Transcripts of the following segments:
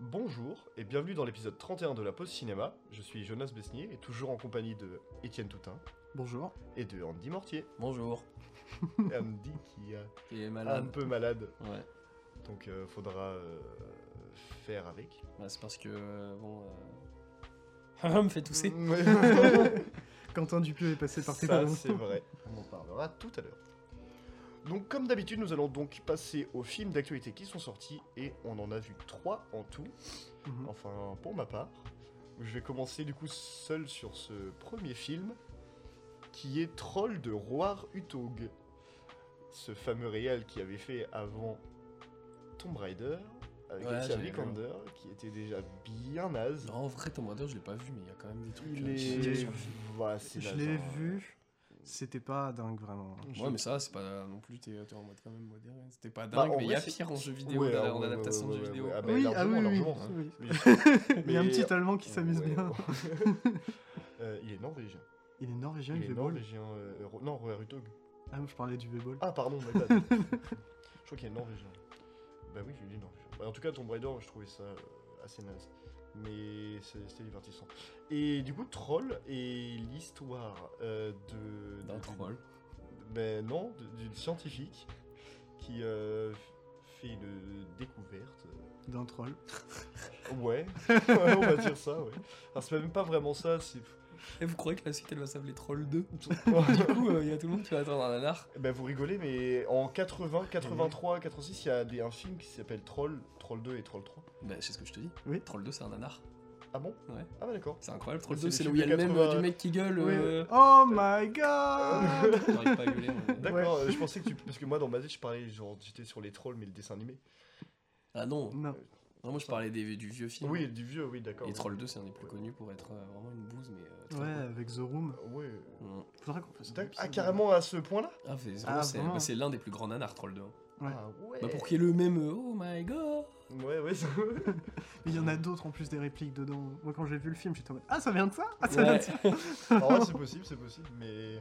Bonjour et bienvenue dans l'épisode 31 de La Pause Cinéma. Je suis Jonas Besnier et toujours en compagnie de Étienne Toutin Bonjour. et de Andy Mortier. Bonjour. Andy qui est Il est un malade. peu malade, Ouais. donc euh, faudra euh, faire avec. Bah, c'est parce que euh, bon. Euh... me fait tousser. Mm. Quentin Dupieux est passé par tes Ça, parents. c'est vrai. On en parlera tout à l'heure. Donc, comme d'habitude, nous allons donc passer aux films d'actualité qui sont sortis et on en a vu trois en tout. Mhm. Enfin, pour ma part, je vais commencer du coup seul sur ce premier film qui est Troll de Roar Utog. Ce fameux réel qui avait fait avant Tomb Raider avec Ouais, Alicia j'ai vu. Vikander qui était déjà bien naze. Non, en vrai, Tom Raider, je l'ai pas vu, mais il y a quand même des trucs. Il euh, qui sont est. sur le film. Voilà, c'est Je naze, l'ai hein. vu. C'était pas dingue vraiment. Je- Ouais, mais ça, va, c'est pas non plus. T'es t'es en mode quand même modéré. C'était pas Bah, dingue, en mais il y a vrai, c'est- pire en jeu vidéo, Ouais, en- ouais, en ouais, adaptation ouais, de ouais, jeu vidéo. ouais. Ah bah, oui, ah oui, largement, oui, largement. oui. Mais- Il y a un mais- euh, petit Allemand qui s'amuse Ouais, bien. ouais. Euh, il est norvégien. Il est norvégien, Il il est fait ball. norvégien. euh, Ro- non, Roar Utog. Ah, je parlais du b-ball. Ah pardon, my bad. je crois qu'il est norvégien. Bah oui, il est norvégien. Bah, en tout cas, Tomb Raider, je trouvais ça euh, assez naze. Mais c'est- c'était divertissant. Et du coup, Troll est l'histoire euh, de... D'un de- troll. Ben non, de- d'une scientifique qui euh, f- fait une découverte. D'un troll. Ouais, Ouais, on va dire ça, ouais. Alors c'est même pas vraiment ça, c'est... Et vous croyez que la suite, elle va s'appeler Troll 2 Du coup, euh, il y a tout le monde qui va attendre un nanar. Bah vous rigolez, mais en 80, 83, 86, il y a des, un film qui s'appelle Troll, Troll 2 et Troll 3. Bah, c'est ce que je te dis. Oui. Troll 2, c'est un nanar. Ah bon Ouais. Ah bah d'accord. C'est incroyable. Ah, Troll c'est 2, le c'est là film où il y a de le même euh, 80. du mec qui gueule. Oui. euh, Oh my god J'arrive pas à gueuler. moi, mais- D'accord, euh, je pensais que tu... Parce que moi, dans ma tête, je parlais, genre, j'étais sur les trolls, mais le dessin animé. Ah non. Non. Non, moi, je parlais des- du vieux film. Mm. Oui, du vieux, oui, d'accord. Et oui. Troll 2, c'est un des plus Ouais. connus pour être euh, vraiment une bouse, mais. euh, très Ouais, drôle. avec The Room. Ouais. Mm. Faudra qu'on fasse un D'ac- Ah, épisode. carrément à ce point-là Ah, c'est c'est Ah, vraiment- c'est- vraiment bah, c'est l'un des plus grands nanars, Troll 2. hein. Ouais. Ah ouais. Bah, pour qu'il y ait le même euh, Oh my god Ouais, ouais. c'est- Mais il y en a d'autres en plus des répliques dedans. Moi quand j'ai vu le film, j'étais en mode Ah, ça vient de ça Ah, ça vient de Ouais. ça En vrai, c'est possible, c'est possible, mais...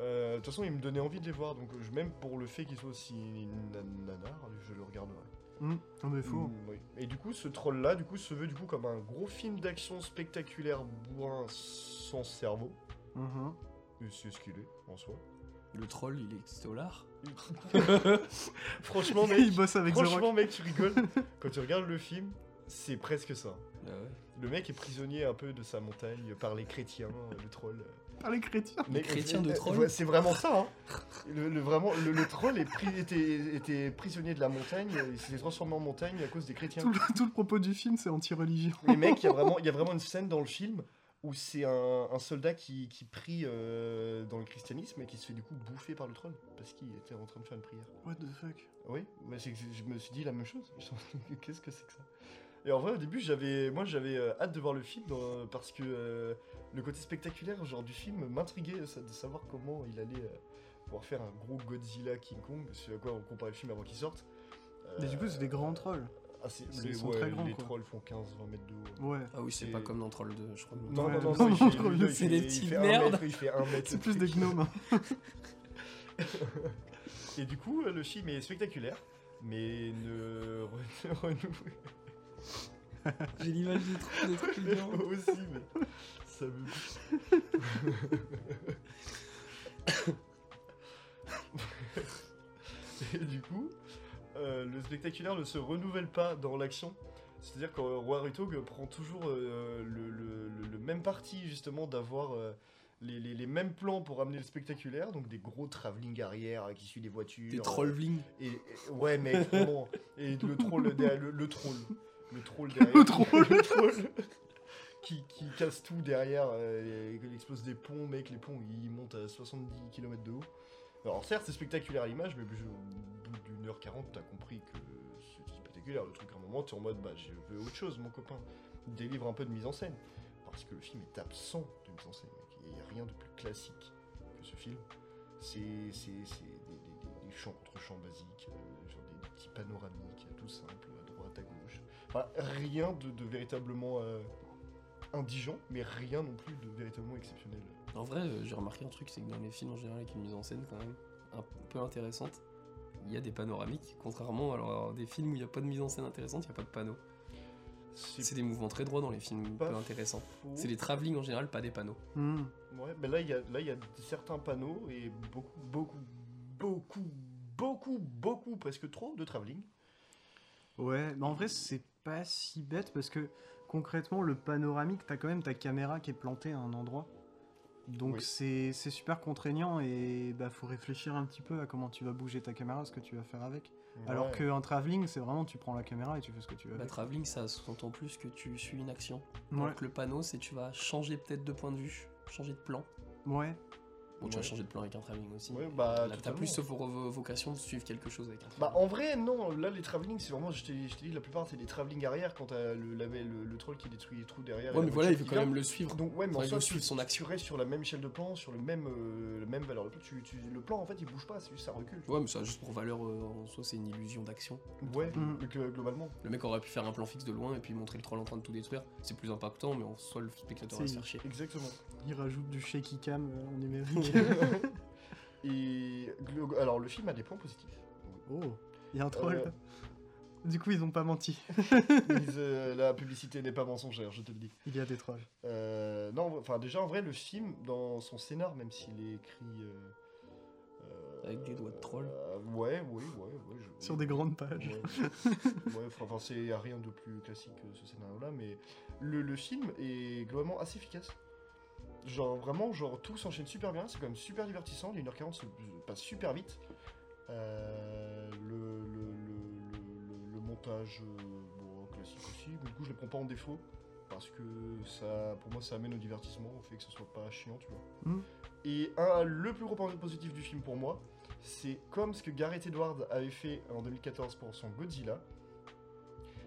Euh, De toute façon, il me donnait envie de les voir, donc euh, je- même pour le fait qu'il soit aussi na- nanar, je le regarderai. Hum, Non, mais faux. Mm, oui. Et du coup, ce troll-là, du coup, se veut du coup comme un gros film d'action spectaculaire bourrin sans cerveau. Mhm. Et C'est ce qu'il est, en soi. Le troll, il est Bah, dollar. Franchement, mec, Il bosse avec The Rock. Franchement, mec, tu rigoles. Quand tu regardes le film, c'est presque ça. Le mec est prisonnier un peu de sa montagne par les chrétiens, euh, le troll. Par les chrétiens. Les chrétiens de troll C'est vraiment ça, hein. Le, le- vraiment, le, le troll est pri- était, était prisonnier de la montagne, euh, il s'est transformé en montagne à cause des chrétiens. Tout le, tout le propos du film, c'est anti-religion. Mais mec, il y, a vraiment- il y a vraiment une scène dans le film où c'est un, un soldat qui, qui prie euh, dans le christianisme et qui se fait du coup bouffer par le troll parce qu'il était en train de faire une prière. What the fuck Oui, mais c'est que je- je me suis dit la même chose. Je me suis dit, Qu'est-ce que c'est que ça Et en vrai, au début, j'avais, moi, j'avais euh, hâte de voir le film euh, parce que euh, le côté spectaculaire genre du film m'intriguait ça- de savoir comment il allait euh, pouvoir faire un gros Godzilla King Kong. C'est à quoi on comparait le film avant qu'il sorte. Mais du coup, Euh, c'est des grands trolls. ah, c'est- ils les, sont ouais, très grands, les quoi. trolls font 15-20 mètres de haut. Ouais. Ah oui, c'est Et- pas comme dans Troll 2, je crois. que Non, dans Troll non, Ouais, non, non, c'est- non, il fait- non, il fait- c'est des il petites fait un merdes. mètre, Il fait un mètre. C'est plus des gnomes. hein. Et du coup, euh, le film est spectaculaire, mais ne re- ne renouvelle deux. J'ai l'image du troll de trucs Moi évidents. aussi, mais ça me. Et du coup, euh, le spectaculaire ne se renouvelle pas dans l'action. C'est-à-dire que Roi Ritog prend toujours euh, le, le- le- le même parti, justement, d'avoir euh, les, les- les mêmes plans pour amener le spectaculaire. Donc des gros travelling arrière euh, qui suit des voitures. Des trollvling. Et, et- ouais, mais vraiment. Et le troll derrière- le, le troll. Le troll derrière. Le troll. le troll. Qui, qui casse tout derrière, euh, et il explose des ponts, mec, les ponts ils montent à 70 km de haut. Alors certes c'est spectaculaire à l'image, mais je- au bout d'une heure 40 t'as compris que c'est spectaculaire le truc. À un moment t'es en mode bah je veux autre chose mon copain, délivre un peu de mise en scène. Parce que le film est absent de mise en scène, mec. Il n'y a rien de plus classique que ce film c'est c'est- c'est des, des- des- des champs contre champs basiques, euh, genre des, des petits panoramiques euh, tout simples, à droite, à gauche. Enfin, rien de, de véritablement euh, indigent, mais rien non plus de véritablement exceptionnel. En vrai, euh, j'ai remarqué un truc, c'est que dans les films en général, avec une mise en scène quand même un peu intéressante, il y a des panoramiques. Contrairement alors, à des films où il n'y a pas de mise en scène intéressante, il n'y a pas de panneau. C'est C'est des mouvements très droits dans les films pas peu intéressants. faux. C'est des travelling en général, pas des panneaux. Hmm. Ouais, ben là, il y a, là, il y a certains panneaux et beaucoup, beaucoup, beaucoup, beaucoup, beaucoup, presque trop de travelling. Ouais, mais en vrai, c'est pas si bête parce que concrètement, le panoramique, t'as quand même ta caméra qui est plantée à un endroit. Donc Oui. c'est c'est super contraignant et bah faut réfléchir un petit peu à comment tu vas bouger ta caméra, ce que tu vas faire avec. Alors Ouais. qu'un travelling, c'est vraiment tu prends la caméra et tu fais ce que tu veux. Euh, Bah, avec. travelling, ça sous-entend plus que tu suis une action. Ouais, Alors que le panneau, c'est tu vas changer peut-être de point de vue, changer de plan. ouais. Bon, tu vas Ouais. changer de plan avec un travelling aussi. Ouais, bah, Là, t'as totalement. plus vo- vo- vocation de suivre quelque chose avec un Bah travelling. en vrai non, là les travelling c'est vraiment, je t'ai je t'ai dit la plupart c'est des travelling arrière quand t'as le, la- le, le troll qui détruit les trous derrière. et ouais, la mais voilà, il voiture veut qui quand vient. même le suivre. Donc ouais mais en Enfin, il soi, veut tu, suivre son tu action. restes sur la même échelle de plan, sur le même, euh, la même valeur de plan, tu, tu- le plan en fait il bouge pas, c'est juste ça recule. Ouais, mais ça, juste pour valeur, euh, en soi, c'est une illusion d'action. Ouais, Mm. donc, euh, globalement. Le mec aurait pu faire un plan fixe de loin et puis montrer le troll en train de tout détruire. C'est plus impactant, mais en soi, le spectateur va C'est- se faire chier. Exactement. Il rajoute du shaky cam euh, en numérique. Et glo- alors le film a des points positifs. oh, il y a un troll. Euh. Du coup, ils ont pas menti. Ils, euh, la publicité n'est pas mensongère, je te le dis. Il y a des trolls. Euh, non, enfin déjà en vrai le film dans son scénar, même s'il est écrit euh, euh, Avec des doigts de troll. euh, ouais, ouais, ouais, ouais. je- Sur des grandes pages. Ouais, ouais, enfin, enfin, c'est y a rien de plus classique que ce scénario-là, mais le, le film est globalement assez efficace. Genre, vraiment, genre, tout s'enchaîne super bien, c'est quand même super divertissant, les 1h40 se se passent super vite. Euh, le, le, le- le- le- le montage, euh, bon, classique aussi, mais du coup, je le prends pas en défaut, parce que ça, pour moi, ça amène au divertissement, au fait que ce soit pas chiant, tu vois. Mm. Et un, le plus gros point positif du film pour moi, c'est comme ce que Gareth Edwards avait fait en 2014 pour son Godzilla,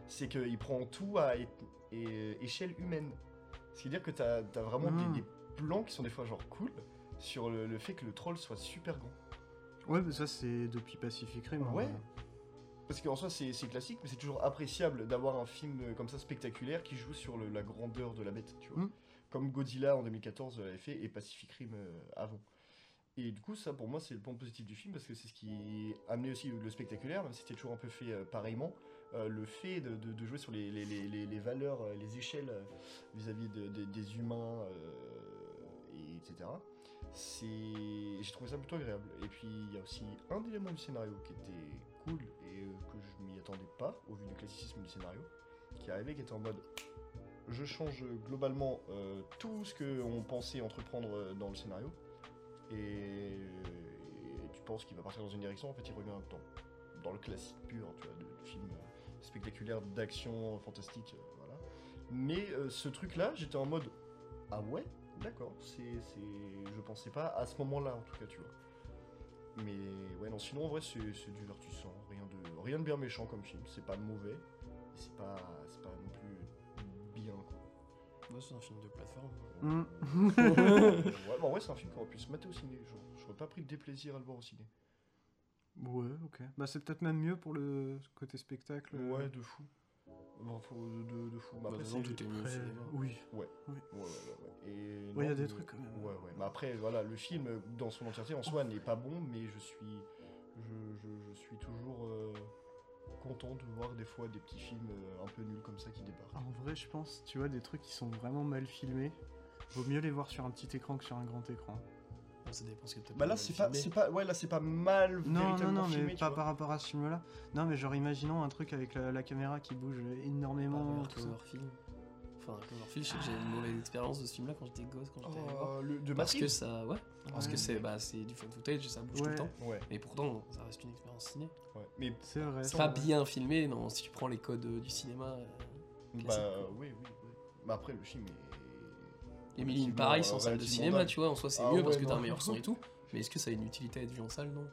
c'est qu'il prend tout à é- é- échelle humaine. C'est-à-dire que t'as as vraiment Mm. des, des plans qui sont des fois genre cool sur le, le fait que le troll soit super grand. Ouais, mais ça, c'est depuis Pacific Rim. hein. Ouais. Parce qu'en soi c'est c'est classique, mais c'est toujours appréciable d'avoir un film euh, comme ça spectaculaire qui joue sur le- la grandeur de la bête, tu vois. Mm. Comme Godzilla en 2014 l'avait fait et Pacific Rim euh, avant. Et du coup, ça pour moi, c'est le point positif du film parce que c'est ce qui amenait aussi le, le spectaculaire, même si c'était toujours un peu fait euh, pareillement. euh, le fait de, de- de jouer sur les, les- les- les- les valeurs, euh, les échelles euh, vis-à-vis de- de- des humains, euh, et, etc. C'est... J'ai trouvé ça plutôt agréable. Et puis, il y a aussi un élément du scénario qui était cool et euh, que je m'y attendais pas au vu du classicisme du scénario, qui arrivait, qui était en mode je change globalement euh, tout ce qu'on pensait entreprendre euh, dans le scénario et, euh, et tu penses qu'il va partir dans une direction, en fait il revient dans, dans le classique pur, tu vois, de, de film euh, spectaculaire, d'action, euh, fantastique, euh, voilà. Mais euh, ce truc-là, j'étais en mode ah ouais, d'accord, c'est, c'est, je pensais pas à ce moment-là en tout cas, tu vois. Mais ouais, non, sinon en vrai c'est, c'est divertissant, rien de, rien de bien méchant comme film, c'est pas mauvais, et c'est pas, c'est pas non plus bien. quoi. Moi, c'est un film de plateforme. Hmm. Euh, ouais, bah, en vrai, c'est un film qu'on aurait pu se mater au ciné, genre, j'aurais pas pris de déplaisir à le voir au ciné. Ouais, ok. Bah, c'est peut-être même mieux pour le côté spectacle. Ouais, de fou. Bon, faut- de, de- de fou. Mais après, c'est- tout est mieux au Après, cinéma. oui. Ouais, ouais, ouais, ouais. Et Ouais, y a non, hein. des mais- trucs quand même. Ouais, ouais. bah, Mais après, voilà, le film euh, dans son entièreté en soi n'est pas bon, mais je suis, je, je- je suis toujours euh, content de voir des fois des petits films euh, un peu nuls comme ça qui débarquent. Ah. En vrai, je pense, tu vois, des trucs qui sont vraiment mal filmés, vaut mieux les voir sur un petit écran que sur un grand écran. Bon, ça dépend ce que t'as Bah là, pu c'est pas, filmer. c'est pas, ouais, là, c'est pas mal Non, non, véritablement non, mais filmé, tu pas vois. par rapport à ce film-là. Non, mais genre, imaginons un truc avec la, la caméra qui bouge Ah, énormément. regarde tout ça. Cloverfield. Enfin, Cloverfield, je sais que j'ai eu une mauvaise expérience de ce film-là quand j'étais gosse, quand j'étais allé le voir. Oh, le, de Parce que Matrix. ça, ouais, parce Ouais. que c'est bah, c'est du fan footage et ça bouge tout Ouais. le temps. Ouais, Mais pourtant, ça reste une expérience ciné. ouais. Mais C'est vrai. C'est c'est pas vrai. bien filmé, non, si tu prends les codes euh, du cinéma. euh, bah, Classique, quoi. oui, oui, oui. Mais après, le film est. Emily in Effectivement, Paris euh, sans salle de relativement cinéma, dingue. tu vois, en soi c'est Ah mieux parce ouais, que t'as un non. meilleur son et tout. Mais est-ce que ça a une utilité à être vu en salle Non.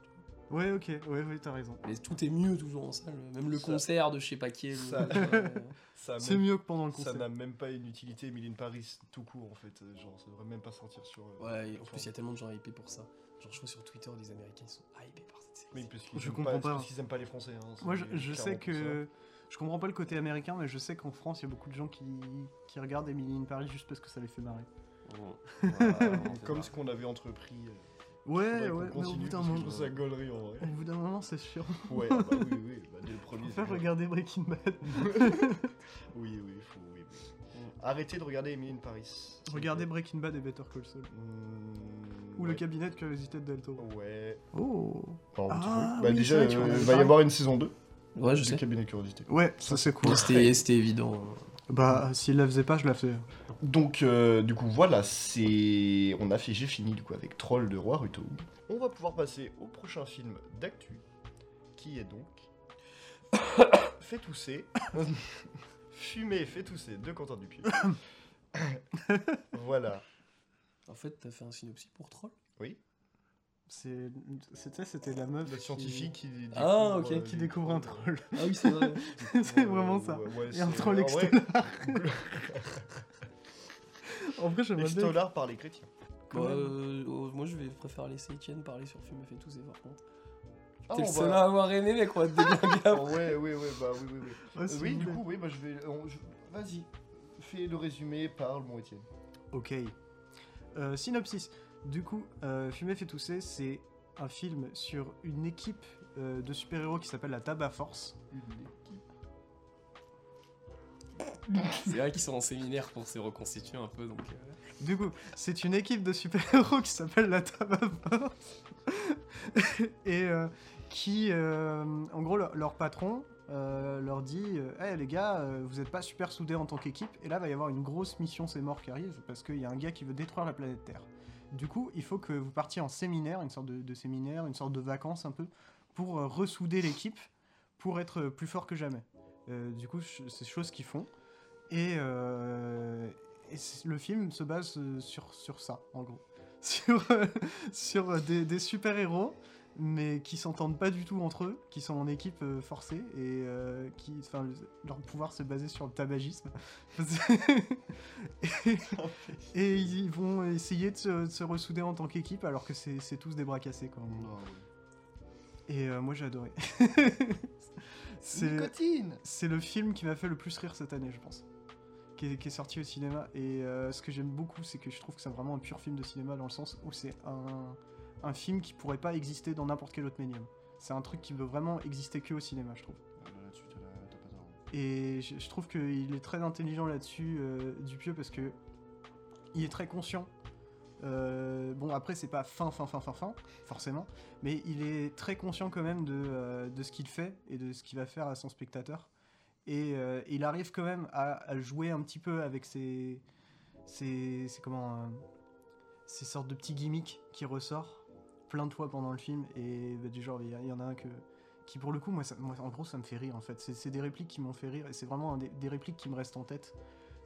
Ouais, ok, ouais, ouais, t'as raison. Mais tout est mieux toujours en salle. euh, Même le Ça- concert de je sais pas qui est. le- ça- euh, Ça C'est mieux que pendant le ah, Ça concert. n'a même pas une utilité, Emily in Paris tout court en fait. Euh, Genre, ça devrait même pas sortir sur. euh, Ouais, et en sur- plus il y a tellement de gens hypés pour ça. Genre je vois sur Twitter des Américains ils sont hypés par cette série. Mais parce qu'ils Je aiment comprends pas, pas. parce qu'ils aiment pas les Français. hein, c'est Moi, je, je clairement sais pour ça. que. Je comprends pas le côté américain, mais je sais qu'en France, il y a beaucoup de gens qui, qui regardent Emily in Paris juste parce que ça les fait marrer. Ouais, ouais, ouais, on fait Comme pas. ce qu'on avait entrepris. euh, Ouais, Faudrait qu'on ouais, mais au continue, bout d'un parce que moment. euh, Je trouve ça gaulerie en vrai. Au bout d'un moment, c'est chiant. Ouais, ah bah oui, oui, bah dès le premier. Faut faire c'est- regarder Breaking Bad. Oui, oui, faut, oui. oui. Arrêtez de regarder Emily in Paris. s'il vous Regardez plaît. Breaking Bad et Better Call Saul. Mmh, Ou ouais. le cabinet de curiosité de Del Toro. Ouais. Oh Enfin, un petit Ah, peu. bah oui, déjà, c'est vrai qu'on en euh, avait il va y parlé. avoir une saison 2 Ouais, je du sais. cabinet de curiosité. Ouais, ça c'est cool. Ouais, C'était c'était évident. Bah, s'il la faisait pas, je la fais. Donc, euh, du coup, voilà, c'est. On a fait, j'ai fini du coup avec Troll de Roi Ruto. On va pouvoir passer au prochain film d'actu, qui est donc. fait tousser. Fumer, fait tousser de Quentin Dupieux. voilà. En fait, t'as fait un synopsis pour Troll C'est, c'est- tu sais, c'était la meuf. Le qui- scientifique qui. découvre, Ah, ok, euh, Qui découvre un troll. Ah oui, c'est vrai. c'est vraiment ça. Ouais, ouais, Et un c'est- troll en vrai, extolard. En vrai, j'aimerais bien. Extolard par les chrétiens. quand même. Bah, euh, oh, moi, je vais préférer laisser Etienne parler sur Film et tous et par contre. Ah, T'es le on seul va- à avoir aimé, mec, on Oh, va te déglinguer Ah, après. ouais, ouais, ouais, bah oui, oui, oui. Ouais, s'il Oui, vous du plaît. coup, oui, bah je vais. on- je- Vas-y, fais le résumé, parle, mon Étienne. Ok. Euh, synopsis. Du coup, euh, Fumer fait tousser, c'est un film sur une équipe euh, de super-héros qui s'appelle la Tabac Force. C'est vrai qu'ils sont en séminaire pour se reconstituer un peu, donc. euh, Du coup, c'est une équipe de super-héros qui s'appelle la Tabac Force. Et euh, qui, euh, en gros, leur, leur patron euh, leur dit euh, Hey, les gars, euh, vous n'êtes pas super soudés en tant qu'équipe, et là, va y avoir une grosse mission C'est mort qui arrive, parce qu'il y a un gars qui veut détruire la planète Terre. Du coup, il faut que vous partiez en séminaire, une sorte de, de séminaire, une sorte de vacances un peu, pour euh, ressouder l'équipe, pour être euh, plus fort que jamais. Euh, du coup, ch- c'est chose qu'ils font. Et, euh, et c- le film se base euh, sur, sur ça, en gros. Sur, euh, sur euh, des, des super-héros, mais qui s'entendent pas du tout entre eux, qui sont en équipe euh, forcée, et euh, qui, enfin, le- leur pouvoir se basé sur le tabagisme. et, et ils vont essayer de se, de se ressouder en tant qu'équipe, alors que c'est c'est tous des bras cassés, quoi. Et euh, moi, j'ai adoré. C'est- Nicotine c'est le film qui m'a fait le plus rire cette année, je pense. Qui est, qui est sorti au cinéma. Et euh, ce que j'aime beaucoup, c'est que je trouve que c'est vraiment un pur film de cinéma dans le sens où c'est un, un film qui pourrait pas exister dans n'importe quel autre médium. C'est un truc qui veut vraiment exister que au cinéma, je trouve. Ah, Là-dessus, t'as pas Et je, je trouve qu'il est très intelligent là-dessus, euh, Dupieux, parce que il est très conscient. Euh, bon, après, c'est pas fin, fin, fin, fin, fin, forcément, mais il est très conscient quand même de, euh, de ce qu'il fait et de ce qu'il va faire à son spectateur. Et euh, il arrive quand même à, à jouer un petit peu avec ses. ses, ses- comment. euh, ces sortes de petits gimmicks qui ressort plein de fois pendant le film. Et bah, du genre, il y a- il y en a un que qui pour le coup, moi, ça- moi, en gros, ça me fait rire en fait. C'est c'est des répliques qui m'ont fait rire et c'est vraiment un des, des répliques qui me restent en tête.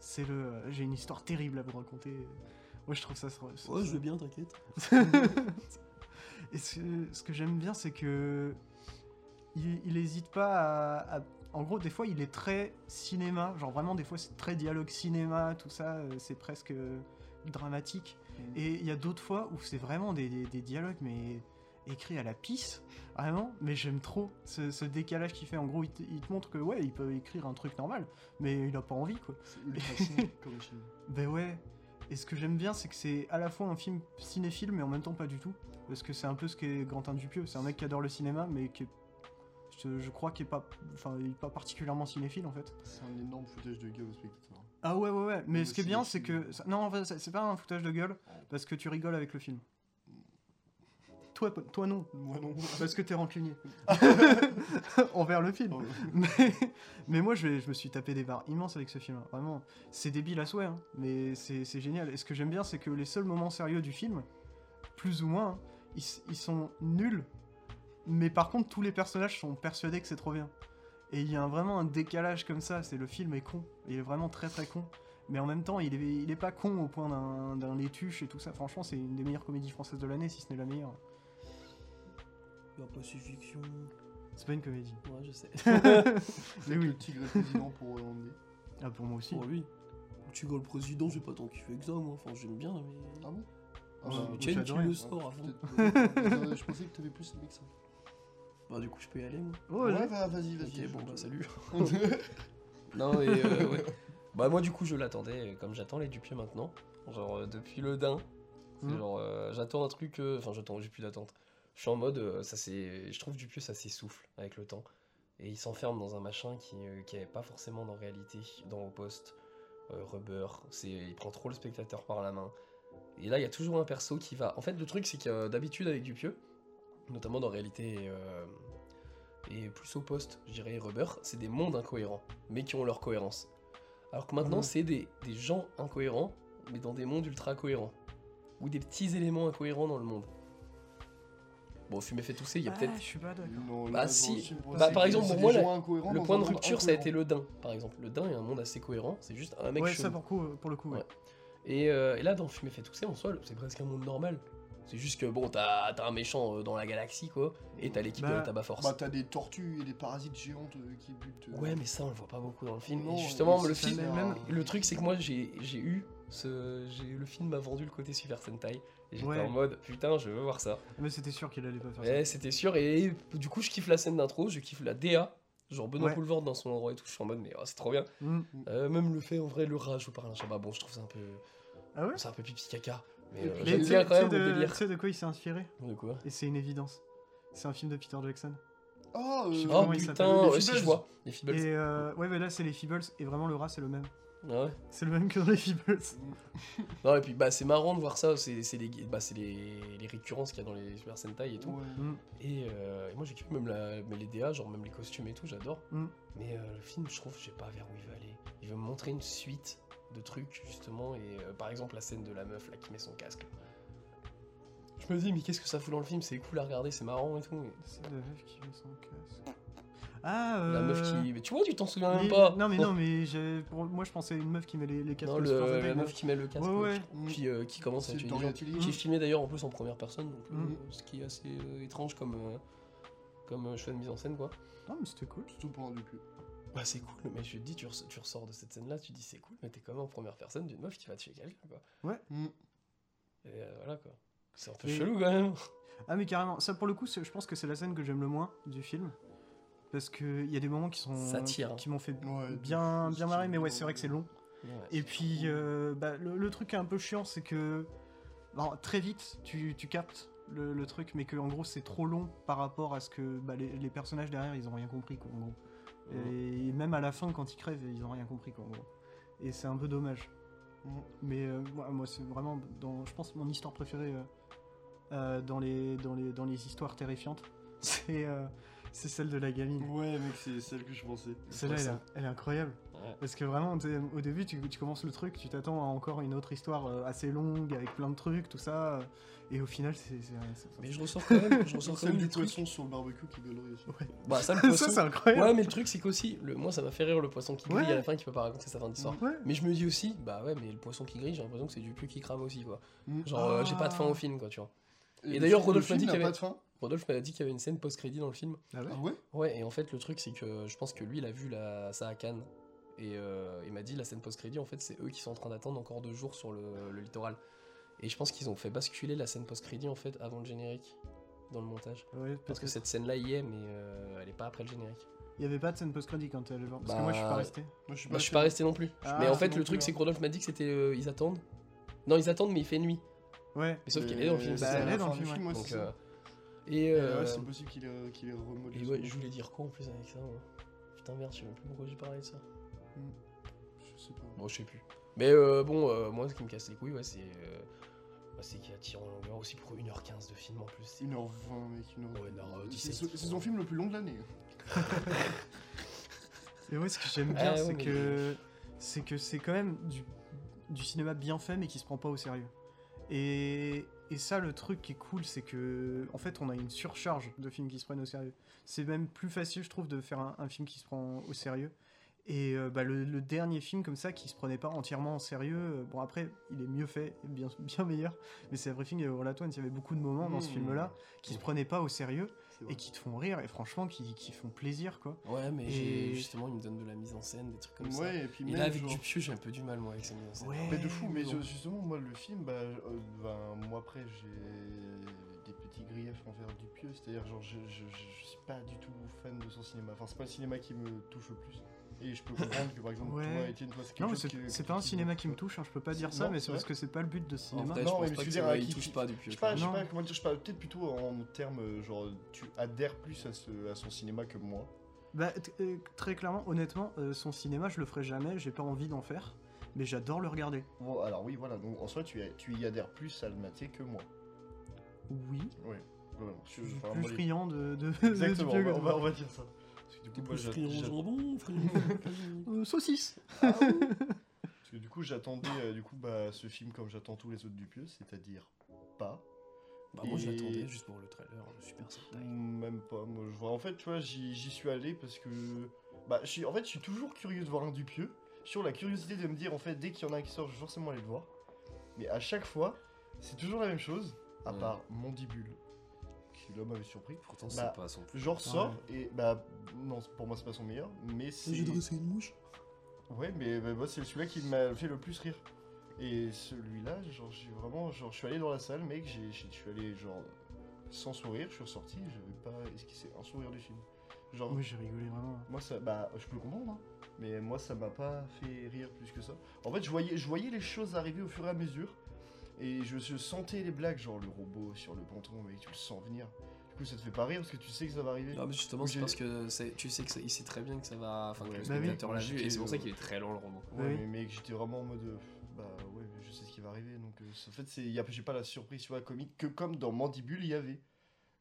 C'est le. euh, J'ai une histoire terrible à vous raconter. Moi, je trouve ça. ça- Ouais, je ça- veux bien, t'inquiète. et ce, ce que j'aime bien, c'est que il, il hésite pas à, à- En gros, des fois, il est très cinéma. Genre vraiment, des fois, c'est très dialogue cinéma, tout ça. euh, C'est presque euh, dramatique. Mhm. Et il y a d'autres fois où c'est vraiment des, des- des dialogues, mais écrits à la pisse, vraiment. Mais j'aime trop ce, ce décalage qu'il fait. En gros, il te, il te montre que ouais, il peut écrire un truc normal, mais il a pas envie, quoi. C'est ultra cynique comme film. Ben ouais. Et ce que j'aime bien, c'est que c'est à la fois un film cinéphile, mais en même temps pas du tout. Parce que c'est un peu ce qu'est Grantin Dupieux. C'est un mec qui adore le cinéma, mais qui est- je, je crois qu'il est pas, enfin, il est pas particulièrement cinéphile en fait. C'est un énorme foutage de gueule au spectateur. Ah ouais, ouais, ouais. Mais Ou ce qui est bien, c'est cinéphile. que ça- non, en fait, c'est c'est pas un foutage de gueule, parce que tu rigoles avec le film. Toi, p- toi non. Moi non. Parce que t'es rancunier. Envers le film. Mais, mais moi, je, je me suis tapé des barres immenses avec ce film. hein. Vraiment, c'est débile à souhait, hein, mais c'est c'est génial. Et ce que j'aime bien, c'est que les seuls moments sérieux du film, plus ou moins, hein, ils, s- ils sont nuls. Mais par contre, tous les personnages sont persuadés que c'est trop bien. Et il y a un- vraiment un décalage comme ça. C'est le film est con. Il est vraiment très très con. Mais en même temps, il est, il est pas con au point d'un- d'un laituche et tout ça. Franchement, c'est une des meilleures comédies françaises de l'année, si ce n'est la meilleure. La pacifiction. C'est pas une comédie. Ouais, je sais. Mais oui. Le tigre est président pour Hollande. Ah, pour moi aussi. Pour lui. Tu vois le président, j'ai pas tant kiffé que ça, moi. Enfin, j'aime bien, mais. Ah bon Ah, C'est bah, ouais. Etienne qui j'adorais. le Ouais, sort avant. peut-être- euh, Je pensais que t'avais plus aimé que ça. Bah, du coup, je peux y aller, moi. Oh, Ouais, là. bah, vas-y, vas-y. Ok, je- bon, bah, salut. Moi Non, et euh, ouais. Bah, moi, du coup, je l'attendais euh, comme j'attends les Dupieux maintenant. Genre, euh, depuis le Dain. C'est Mm. genre, euh, j'attends un truc, euh, enfin, j'attends, j'ai plus d'attente. Je suis en mode, euh, ça c'est, je trouve Dupieux, ça s'essouffle avec le temps. Et il s'enferme dans un machin qui euh, qui avait pas forcément dans réalité, dans Au Poste, euh, Rubber. C'est, il prend trop le spectateur par la main. Et là, il y a toujours un perso qui va. En fait, le truc, c'est que euh, d'habitude, avec Dupieux, notamment dans réalité et, euh, et plus Au Poste, je dirais Rubber, c'est des mondes incohérents, mais qui ont leur cohérence. Alors que maintenant, Mhm. c'est des, des gens incohérents, mais dans des mondes ultra cohérents. Ou des petits éléments incohérents dans le monde. Bon, fumer fait tousser, il y a peut-être. Ah, je suis pas d'accord. Non, Bah là, si. dans ce film, Bah, c'est par des- exemple, c'est pour des moi, gens incohérents Le dans point un de monde rupture, ça a été incohérent. le Dain, par exemple. Le Dain est un monde assez cohérent, c'est juste un mec Ouais, chelou. ça pour, coup, euh, pour le coup, ouais. Ouais. Et, euh, et là, dans Fumer fait tousser, en soi, c'est presque un monde normal. C'est juste que, bon, t'as t'as un méchant euh, dans la galaxie, quoi, et t'as l'équipe de Bah, la Tabac Force. Bah, t'as des tortues et des parasites géantes euh, qui butent. euh, ouais, mais ça, on le voit pas beaucoup dans le film. non, et justement, euh, le c'est film, un- même- le truc, c'est que moi, j'ai j'ai eu ce... j'ai- Le film m'a vendu le côté Super Sentai. Et J'étais Ouais. en mode, putain, je veux voir ça. Ah, Mais c'était sûr qu'il allait pas faire Ouais, Eh, c'était sûr. Et du coup, je kiffe la scène d'intro, je kiffe la DA. Genre Benoît Ouais. Poulvord dans son endroit et tout, je suis en mode mais oh, c'est trop bien. ça. Mm. Euh, même le fait en vrai le rage ou par là, je sais pas, bah, bon je trouve ça un peu Ah ouais c'est un peu pipi caca. Mais Et euh, puis, Mais j'aime tu bien sais quand même tu sais le de, délire. tu sais de quoi il s'est inspiré De quoi Et c'est une évidence. C'est un film de Peter Jackson. Ah, Je sais euh, pas Oh comment il putain, s'appelle, les ouais, si je Feebles. vois. Les Feebles. Et euh, ouais, mais là c'est les Feebles et vraiment le rat c'est le même. Ah ouais. C'est le même que dans les Feebles. Non, et puis bah, c'est marrant de voir ça, c'est c'est les, bah, c'est les, les récurrences qu'il y a dans les Super Sentai et tout. Ouais. Mm. Et, euh, et moi j'ai kiffé même la, mais les DA, genre même les costumes et tout, j'adore. Mm. Mais euh, le film, je trouve, je sais pas vers où il veut aller. Il veut me montrer une suite de trucs justement, et euh, par exemple la scène de la meuf là qui met son casque. Je me dis, mais qu'est-ce que ça fout dans le film C'est cool à regarder, c'est marrant et tout. mais- C'est la meuf qui met son casque. Ah, euh... La meuf qui. Mais tu vois, tu t'en souviens même les- pas Non mais non mais j'ai- pour- moi je pensais à une meuf qui met les, les casques. Non, de le- Super Sentai, la mais- meuf qui met le casque. Ouais, ouais. Mm. Qui, euh, qui commence à C'est tuer des dans gens. l'atelier. Qui est filmé d'ailleurs en plus en première personne, donc, euh, Mm. ce qui est assez euh, étrange comme, euh, comme euh, choix de mise en scène quoi. Non mais c'était cool. Surtout pour un dupieux. Bah c'est cool, mais je te dis, tu, res- tu ressors de cette scène là, tu dis c'est cool, mais t'es quand même en première personne d'une meuf qui va tuer quelqu'un quoi. Mm. Et euh, voilà quoi. C'est un peu Et- chelou quand même. Ah mais carrément. Ça pour le coup c'est- je pense que c'est la scène que j'aime le moins du film parce que il y a des moments qui sont Ça tire. hein. qui m'ont fait Ouais, bien c'est- bien marrer mais ouais c'est vrai que c'est long. Et puis, euh, bah, le, le truc qui est un peu chiant, c'est que bon, très vite, tu, tu captes le, le truc, mais que en gros, c'est trop long par rapport à ce que bah, les, les personnages derrière, ils ont rien compris, quoi, en gros. Et même à la fin, quand ils crèvent, ils ont rien compris, quoi, en gros. Et c'est un peu dommage. Mm. Mais euh, moi, moi, c'est vraiment, dans, je pense, mon histoire préférée euh, euh, dans, les, dans, les, dans les histoires terrifiantes, c'est euh, c'est celle de la gamine. Ouais, mec, c'est celle que je pensais. Celle-là, elle est- elle est incroyable. Ouais. Parce que vraiment, tu sais, au début, tu, tu commences le truc, tu t'attends à encore une autre histoire euh, assez longue, avec plein de trucs, tout ça. euh, Et au final, c'est. c'est- c'est- Mais je ressors quand même, je ressors quand Celle même du du truc. poisson sur le barbecue qui gueulerait aussi. Bah ça le ça, poisson. c'est incroyable. Ouais, mais le truc, c'est qu'aussi, le... moi ça m'a fait rire le poisson qui grille Ouais. Mm. à la fin qui peut pas raconter sa fin d'histoire. Ah Ouais. Mais je me dis aussi, bah ouais, mais le poisson qui grille, j'ai l'impression que c'est du pieu qui crame aussi, quoi. Mm. Genre, euh, j'ai pas de fin au Ah. film, quoi, tu vois. le d'ailleurs, film- Rodolphe le m'a dit film qu'il y n'a pas avait- de fin. Rodolphe m'a dit qu'il y avait une scène post-crédit dans le film. Ah ouais Ah ouais Ouais, et en fait, le truc, c'est que je pense que lui, il a vu la... ça à Cannes. Et euh, il m'a dit, la scène post-crédit, en fait, c'est eux qui sont en train d'attendre encore deux jours sur le, le littoral. Et je pense qu'ils ont fait basculer la scène post-crédit, en fait, avant le générique, dans le montage. Ouais, Parce parce que cette scène-là y est, mais euh, elle est pas après le générique. Il y avait pas de scène post-credit quand t'es allé voir. Parce que Bah, moi, je suis pas resté. Moi, je suis Bah, je suis fan. pas resté non plus. Ah, mais en c'est fait, non le plus, truc, hein. c'est que Rodolphe m'a dit que c'était. euh, ils attendent. Non, ils attendent, mais il fait nuit. Ouais. Mais sauf Mais- qu'il est dans le film. bah, c'est ça. elle est dans la le fin du film, ouais, Donc, c'est ça. euh, Et. Et, euh, ouais, c'est possible qu'il ait qu'il ait remodelé. et son- ouais, je voulais dire quoi en plus avec ça moi Putain, merde, je sais même plus pourquoi j'ai parlé de ça. Je sais pas. Bon, je sais plus. Mais euh, bon, euh, moi, ce qui me casse les couilles, ouais, c'est. euh, bah, c'est qu'il attire en longueur aussi pour 1h15 de film en plus. c'est- 1h20, mec. 1h20. Ouais, 1h17. C'est son- c'est son film le plus long de l'année. hein. Et ouais, ce que j'aime Ah bien, ouais, c'est mais- que c'est que c'est quand même du, du cinéma bien fait, mais qui se prend pas au sérieux. Et, et ça, le truc qui est cool, c'est que en fait, on a une surcharge de films qui se prennent au sérieux. C'est même plus facile, je trouve, de faire un, un film qui se prend au sérieux. Et euh, bah, le, le dernier film comme ça qui se prenait pas entièrement en sérieux, euh, bon après il est mieux fait, bien, bien meilleur, mais c'est Everything All At Once, il y avait beaucoup de moments dans ce Mmh. film-là qui se prenaient pas au sérieux C'est vrai. et qui te font rire et franchement qui, qui font plaisir quoi. Ouais, mais Et- j'ai- justement, il me donne de la mise en scène, des trucs comme ça. Ouais, et puis Et même. là, avec genre- Dupieux, j'ai un peu du mal, moi, avec sa mise en scène. Ouais. Mais de fou, mais bon. je- justement, moi, le film, bah, euh, ben, moi après, j'ai des petits griefs envers Dupieux, c'est-à-dire, genre, je, je, je- je suis pas du tout fan de son cinéma. Enfin, c'est pas le cinéma qui me touche le plus. Et je peux comprendre que par exemple, Ouais. toi, Étienne, toi, c'est quelque Non, mais chose c'est qui- c'est pas un cinéma qui me touche, hein, je peux pas dire ça, Non, mais c'est c'est parce vrai. que c'est pas le but de ce En cinéma. vrai, je Non, mais pense je pas veux que dire, c'est- il qui- touche qui- pas depuis. Je sais pas, je sais Non. pas comment dire, je parle peut-être plutôt en termes euh, genre tu adhères plus à, ce, à son cinéma que moi. Bah, t- euh, très clairement, honnêtement, euh, son cinéma, je le ferai jamais, j'ai pas envie d'en faire, mais j'adore le regarder. Bon, alors oui, voilà, donc en soi tu, y- tu y adhères plus à le mater que moi. Oui, Oui, globalement. Je- je suis enfin, plus moi, les- friand de, de, de- Exactement, du on vieux va, on va- Godard. on va dire ça. Parce que du coup, moi, j'a- j'a- jambon, Euh, saucisse parce que du coup, j'attendais euh, du coup bah, ce film comme j'attends tous les autres du pieux, c'est-à-dire pas. Bah, moi, je Et- l'attendais juste pour le trailer, le super Sentai. Même pas, moi je vois. En fait, tu vois, j'y j'y suis allé parce que. Bah, je suis... en fait, je suis toujours curieux de voir un Dupieux. Sur la curiosité de me dire, en fait, dès qu'il y en a un qui sort, je vais forcément aller le voir. Mais à chaque fois, c'est toujours la même chose, à Ouais. part Mandibule, qui là m'avait surpris. Pourtant, c'est Bah, pas son plus. Genre sort, et bah, non, pour moi, c'est pas son meilleur, mais c'est. une mouche. Ouais, mais bah, moi, c'est celui-là qui m'a fait le plus rire. Et celui-là, genre, j'ai vraiment. Genre, je suis allé dans la salle, mec, j'ai- j'ai- je suis allé, genre, sans sourire, je suis ressorti, j'avais pas esquissé un sourire du film. Genre, Oui, j'ai rigolé vraiment. moi ça, bah, je peux comprendre, hein, mais moi ça m'a pas fait rire plus que ça. En fait, je voyais, je voyais les choses arriver au fur et à mesure, et je, je sentais les blagues, genre le robot sur le ponton, mais tu le sens venir. Du coup, ça te fait pas rire parce que tu sais que ça va arriver. Non, mais justement, c'est J'ai- parce que c'est- tu sais que ça- il sait très bien que ça va. Enfin, que Ouais. le Bah oui. spectateur l'a vu, J'étais, et c'est pour ça euh, qu'il est très lent le robot. Ouais, Oui. mais mec, j'étais vraiment en mode, euh, bah ouais, mais je sais ce qui va arriver, donc euh, c'est- en fait, c'est, y a- j'ai pas la surprise, tu vois, comique, que comme dans Mandibule, il y avait.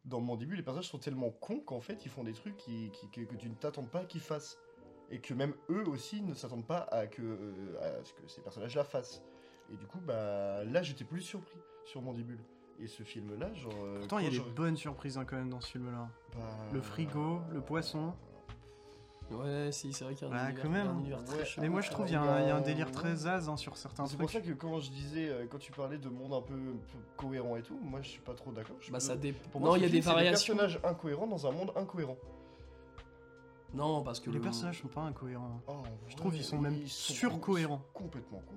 Dans Mandibule, les personnages sont tellement cons qu'en fait, ils font des trucs qui, qui- que, que tu ne t'attends pas qu'ils fassent. Et que même eux aussi ne s'attendent pas à, que, euh, à ce que ces personnages-là fassent. Et du coup, bah là, j'étais plus surpris sur Mandibule. Et ce film-là, genre. euh, Pourtant, il y a quand des j'aurais- bonnes surprises hein, quand même dans ce film-là. bah, Le frigo, le poisson. Ouais, si, c'est vrai qu'il y a un Bah, univers, quand même. un univers très euh, Ouais. cher. Mais moi, je trouve qu'il y, a un- il y a un délire très zaz hein, sur certains C'est pour trucs. ça que quand je disais, euh, quand tu parlais de monde un peu, peu cohérent et tout, moi je suis pas trop d'accord. Je Bah, peux- ça dé- Pour moi, Non, ce il y a film, des c'est variations. personnages incohérents dans un monde incohérent. Non, parce que Les le- personnages sont pas incohérents. Oh, Je trouve qu'ils sont même surcohérents. Complètement con.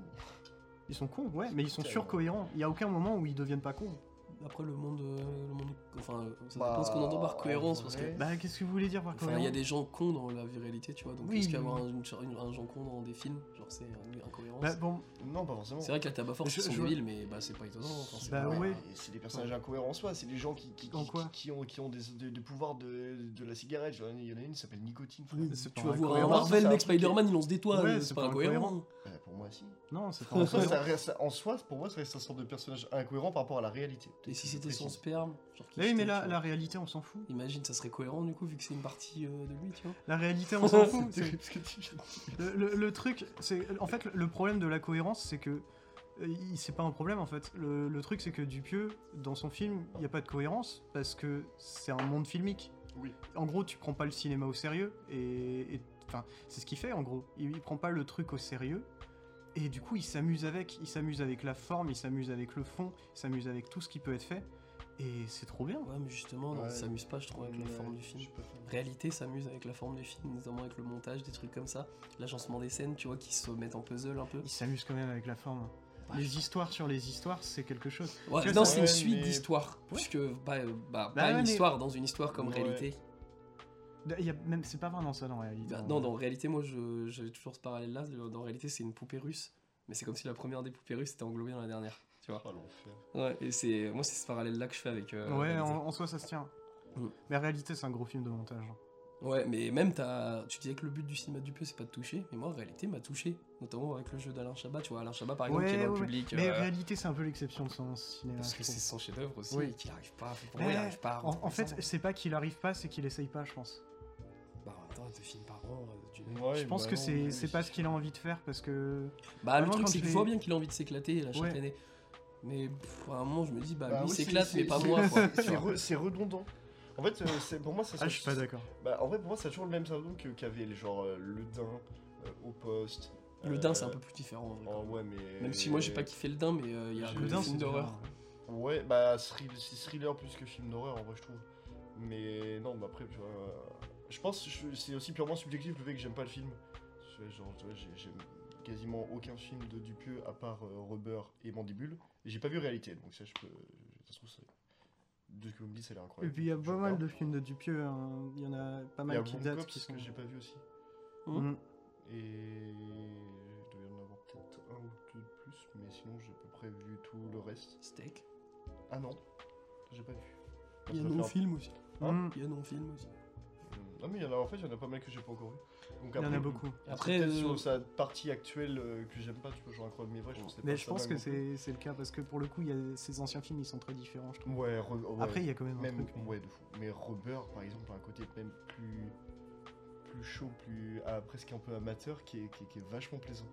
Ils sont cons, ouais, mais ils sont Putain. surcohérents. Il y a aucun moment où ils deviennent pas cons. Après, le monde. euh, le monde... Enfin, euh, ça Bah, dépend ce qu'on entend par cohérence, parce que. Bah, qu'est-ce que vous voulez dire par Enfin, il y a cohérent des gens cons dans la vie réalité, tu vois. Donc, Oui, est-ce oui, qu'avoir oui. un, une- un gens cons dans des films, genre, c'est une incohérence Bah, bon, Non, pas forcément. C'est vrai qu'à tabac force, Je- ils sont je- débiles, mais bah, c'est pas étonnant. enfin, c'est Bah, pas- Ouais, ouais. mais C'est des personnages incohérents en soi, c'est des gens qui, qui, En qui, quoi qui ont, qui ont des, des, des pouvoirs de, de la cigarette. Genre, Il y en a une qui s'appelle Nicotine. frère. Oui. c'est Tu pas vas voir un incohérent, ça, c'est Marvel, un mec, truc qui- Spider-Man, il lance des toiles, Ouais, c'est pas incohérent. Bah, pour moi, si. non, c'est pas En soi, incohérent. ça reste- en soi, pour moi, ça reste un sorte de personnage incohérent par rapport à la réalité. Et si c'était son Précise. sperme genre, qui Là, Ah oui, mais jetait, là, tu la vois. réalité, on s'en fout. Imagine, ça serait cohérent du coup, vu que c'est une partie euh, de lui, tu vois. La réalité, on s'en fout. C'est c'est- ce que tu viens de dire. Le, le- le truc, c'est en fait le- le problème de la cohérence, c'est que euh, il- c'est pas un problème en fait. Le, le truc, c'est que Dupieux, dans son film, il n'y a pas de cohérence parce que c'est un monde filmique. Oui. En gros, tu prends pas le cinéma au sérieux et, et- enfin, c'est ce qu'il fait en gros. Il, il prend pas le truc au sérieux et du coup, il s'amuse avec. Il s'amuse avec la forme, il s'amuse avec le fond, il s'amuse avec tout ce qui peut être fait et c'est trop bien. Ouais, mais justement, non, Ouais. ça s'amuse pas, je trouve, avec la Ouais, forme du je film. suis pas fan. Réalité s'amuse avec la forme du film, notamment avec le montage, des trucs comme ça. L'agencement des scènes, tu vois, qui se mettent en puzzle un peu. Il s'amuse quand même avec la forme. Ouais. Les histoires sur les histoires, c'est quelque chose. Ouais, Tu vois, non, ça- c'est une Ouais, suite mais- d'histoires. Puisque, bah, euh, bah, pas ouais, une mais- histoire, dans une histoire comme Ouais. réalité. Il y a même, c'est pas vraiment ça dans la réalité. Bah, en non, vrai. dans réalité, moi, je- j'ai toujours ce parallèle-là. Dans réalité, c'est une poupée russe. Mais c'est comme si la première des poupées russes était englobée dans la dernière, tu vois. Ah, l'enfer. Ouais, et c'est moi c'est ce parallèle là que je fais avec. euh, ouais, Réalité. en, en soi, ça se tient. Mm. Mais en réalité, c'est un gros film de montage. Ouais, mais même t'as, tu disais que le but du cinéma du peu c'est pas de toucher, mais moi en réalité m'a touché, notamment avec le jeu d'Alain Chabat, tu vois Alain Chabat par exemple Ouais, qui est dans ouais, le public. Mais euh, en réalité, c'est un peu l'exception de son cinéma. parce je que trouve. c'est son chef-d'œuvre aussi, Oui. et qu'il arrive pas. Pour moi, il Mais arrive pas. à En, rentrer en dans fait, euh, ça. c'est pas qu'il arrive pas, c'est qu'il essaye pas, je pense. bah en même temps, deux films par an. euh, du- Ouais, je pense bah que non, c'est mais c'est pas ce qu'il a envie de faire parce que. Bah le Vraiment, truc quand c'est que tu je vois les- bien qu'il a envie de s'éclater là chaque Ouais. année, mais pff, à un moment je me dis bah, Bah lui oui, il c'est- s'éclate c'est- mais pas c'est- moi. quoi. c'est- C'est re- c'est redondant. En fait, euh, c'est- pour moi, ça Ah, je suis pas d'accord. Bah, en vrai, pour moi, c'est toujours le même syndrome que- qu'avait les- genre euh, le Dain euh, au poste. Le euh, Dain c'est un peu plus différent en vrai. oh, quand même. ouais, mais... Même si moi j'ai pas kiffé le Dain, mais euh, il y a un Le côté Dain, film c'est d'horreur. différent. Ouais, bah, thrill- c'est thriller plus que film d'horreur, en vrai, je trouve. Mais non, bah après, tu vois. euh, Je pense que je- c'est aussi purement subjectif le fait que j'aime pas le film. Tu vois, Genre, tu vois, j'ai- j'aime quasiment aucun film de Dupieux à part euh, Rubber et Mandibule. Et j'ai pas vu réalité, donc ça, je peux. Ça se trouve, c'est- de ce que vous me dites, ça a l'air Et incroyable. puis il y a Je pas mal regarde. de films de Dupieux. hein. Il y en a Il pas y a mal qui Wrong datent. Cops qui sont- que j'ai pas vu aussi. Mm. Mm. Et je dois y en avoir peut-être un ou deux de plus, mais sinon j'ai à peu près vu tout le reste. Steak. Ah non, j'ai pas vu. Ah, Il y ça a doit faire- non-film aussi. Hein Mm. Il y a non-film aussi. Non Hmm. Ah, mais il y en a en fait, il y en a pas mal que j'ai pas encore vu. Donc Il y en après, a beaucoup. Après, Après, euh, sur sa partie actuelle euh, que j'aime pas, tu peux genre incroyable, mais vrai, je pense que c'est pas Mais je ça pense mal que non plus. c'est c'est le cas parce que pour le coup, il y a ces anciens films, ils sont très différents, je trouve. Ouais, re- ouais. Après, il y a quand même, un même truc. ouais de fou. Mais Rubber par exemple a un côté même plus plus chaud, plus ah, presque un peu amateur qui est, qui est- qui est vachement plaisant.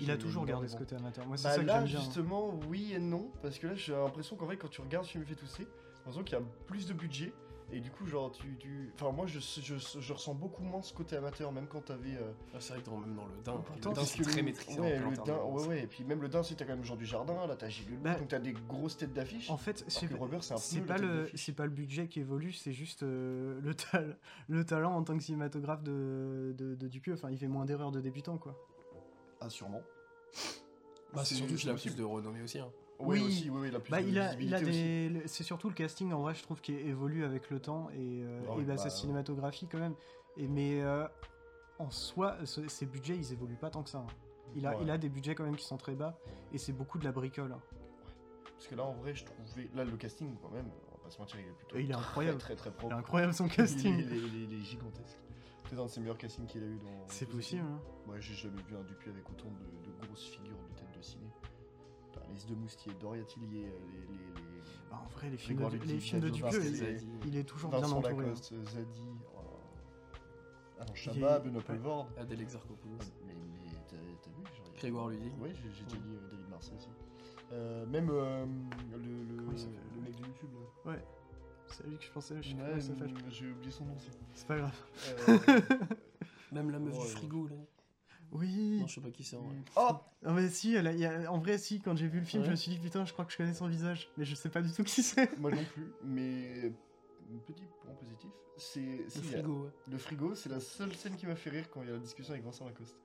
Il a toujours gardé ce Énormément. côté amateur. Moi, c'est Bah ça que là j'aime bien. justement oui et non parce que là j'ai l'impression qu'en fait quand tu regardes tu me fais tousser, j'ai l'impression qu'il y a plus de budget et du coup genre tu, tu... enfin moi je, je, je ressens beaucoup moins ce côté amateur même quand t'avais euh, Ah, c'est vrai que dans- même dans le din, Pourtant, le din parce c'est que très le- maîtrisé. en Ouais, plein le terme din, de ouais, danse. ouais. Et puis même le din, si t'as quand même genre du jardin, là t'as Gilles Bah, donc t'as des grosses têtes d'affiche. En fait, Alors c'est que Robert, c'est un peu c'est la pas tête le d'affiche. c'est pas le budget qui évolue, c'est juste euh, le, tal- le talent en tant que cinématographe de, de, de Dupieux. Enfin, il fait moins d'erreurs de débutant, quoi. Ah, sûrement. Bah, c'est surtout qu'il a plus possible. de renommée aussi. hein. Oui, Oui. aussi, oui, oui, il a plus Bah, de il a, il a visibilité aussi. des. le- C'est surtout le casting en vrai, je trouve, qui évolue avec le temps et, euh, Ah oui, et bah, bah, sa cinématographie quand même. Et, mais euh, en soi, ce- ses budgets, ils évoluent pas tant que ça. hein. Il, Ouais. a, il a des budgets quand même qui sont très bas et c'est beaucoup de la bricole. hein. Parce que là, en vrai, je trouvais. Là, le casting, quand même, on va pas se mentir, il est plutôt. Et il est incroyable. Très, très, très C'est propre. incroyable son Oh. Il est- casting. Il est, il est- il est gigantesque. C'est un de ses meilleurs castings qu'il a eu dans. C'est tous ses possible. films. hein. Moi, j'ai jamais vu un Dupuis avec autant de, de grosses figures de tête de ciné. Putain, Les deux moustiers, Doria Tillier, euh, les. les, les... Bah, en vrai, les films Grégoire de, Ludig, les films de Gazo Dupieux, Barthez, il, et- est- il est toujours bien Vincent entouré. hein. Lacoste, Zadi, oh là là. Alain est- Chabat, Benoît ouais. Euh, Poelvoorde. Adèle Exarchopoulos. Ah, Mais, mais t'as t'as vu genre, il y a- Grégoire Ludig. Ouais, j'ai j'ai déjà Ouais. dit euh, David Marseille aussi. Euh, même euh, le, le, Comment il s'appelle, le mec de YouTube là. C'est à lui que je pensais, je sais pas Ouais, comment il s'appelle. hum, J'ai oublié son nom. c'est- C'est pas grave. Euh, Même la meuf Ouais, du ouais. frigo, là. Oui Non, je sais pas qui c'est. en vrai. oh Non mais si, elle a- il y a- en vrai si, quand j'ai vu le film, Ouais. je me suis dit putain, je crois que je connais son visage, mais je sais pas du tout qui c'est. Moi non plus, mais petit point positif, c'est si, il Le y a- frigo, ouais. le frigo, c'est la seule scène qui m'a fait rire quand il y a la discussion avec Vincent Lacoste.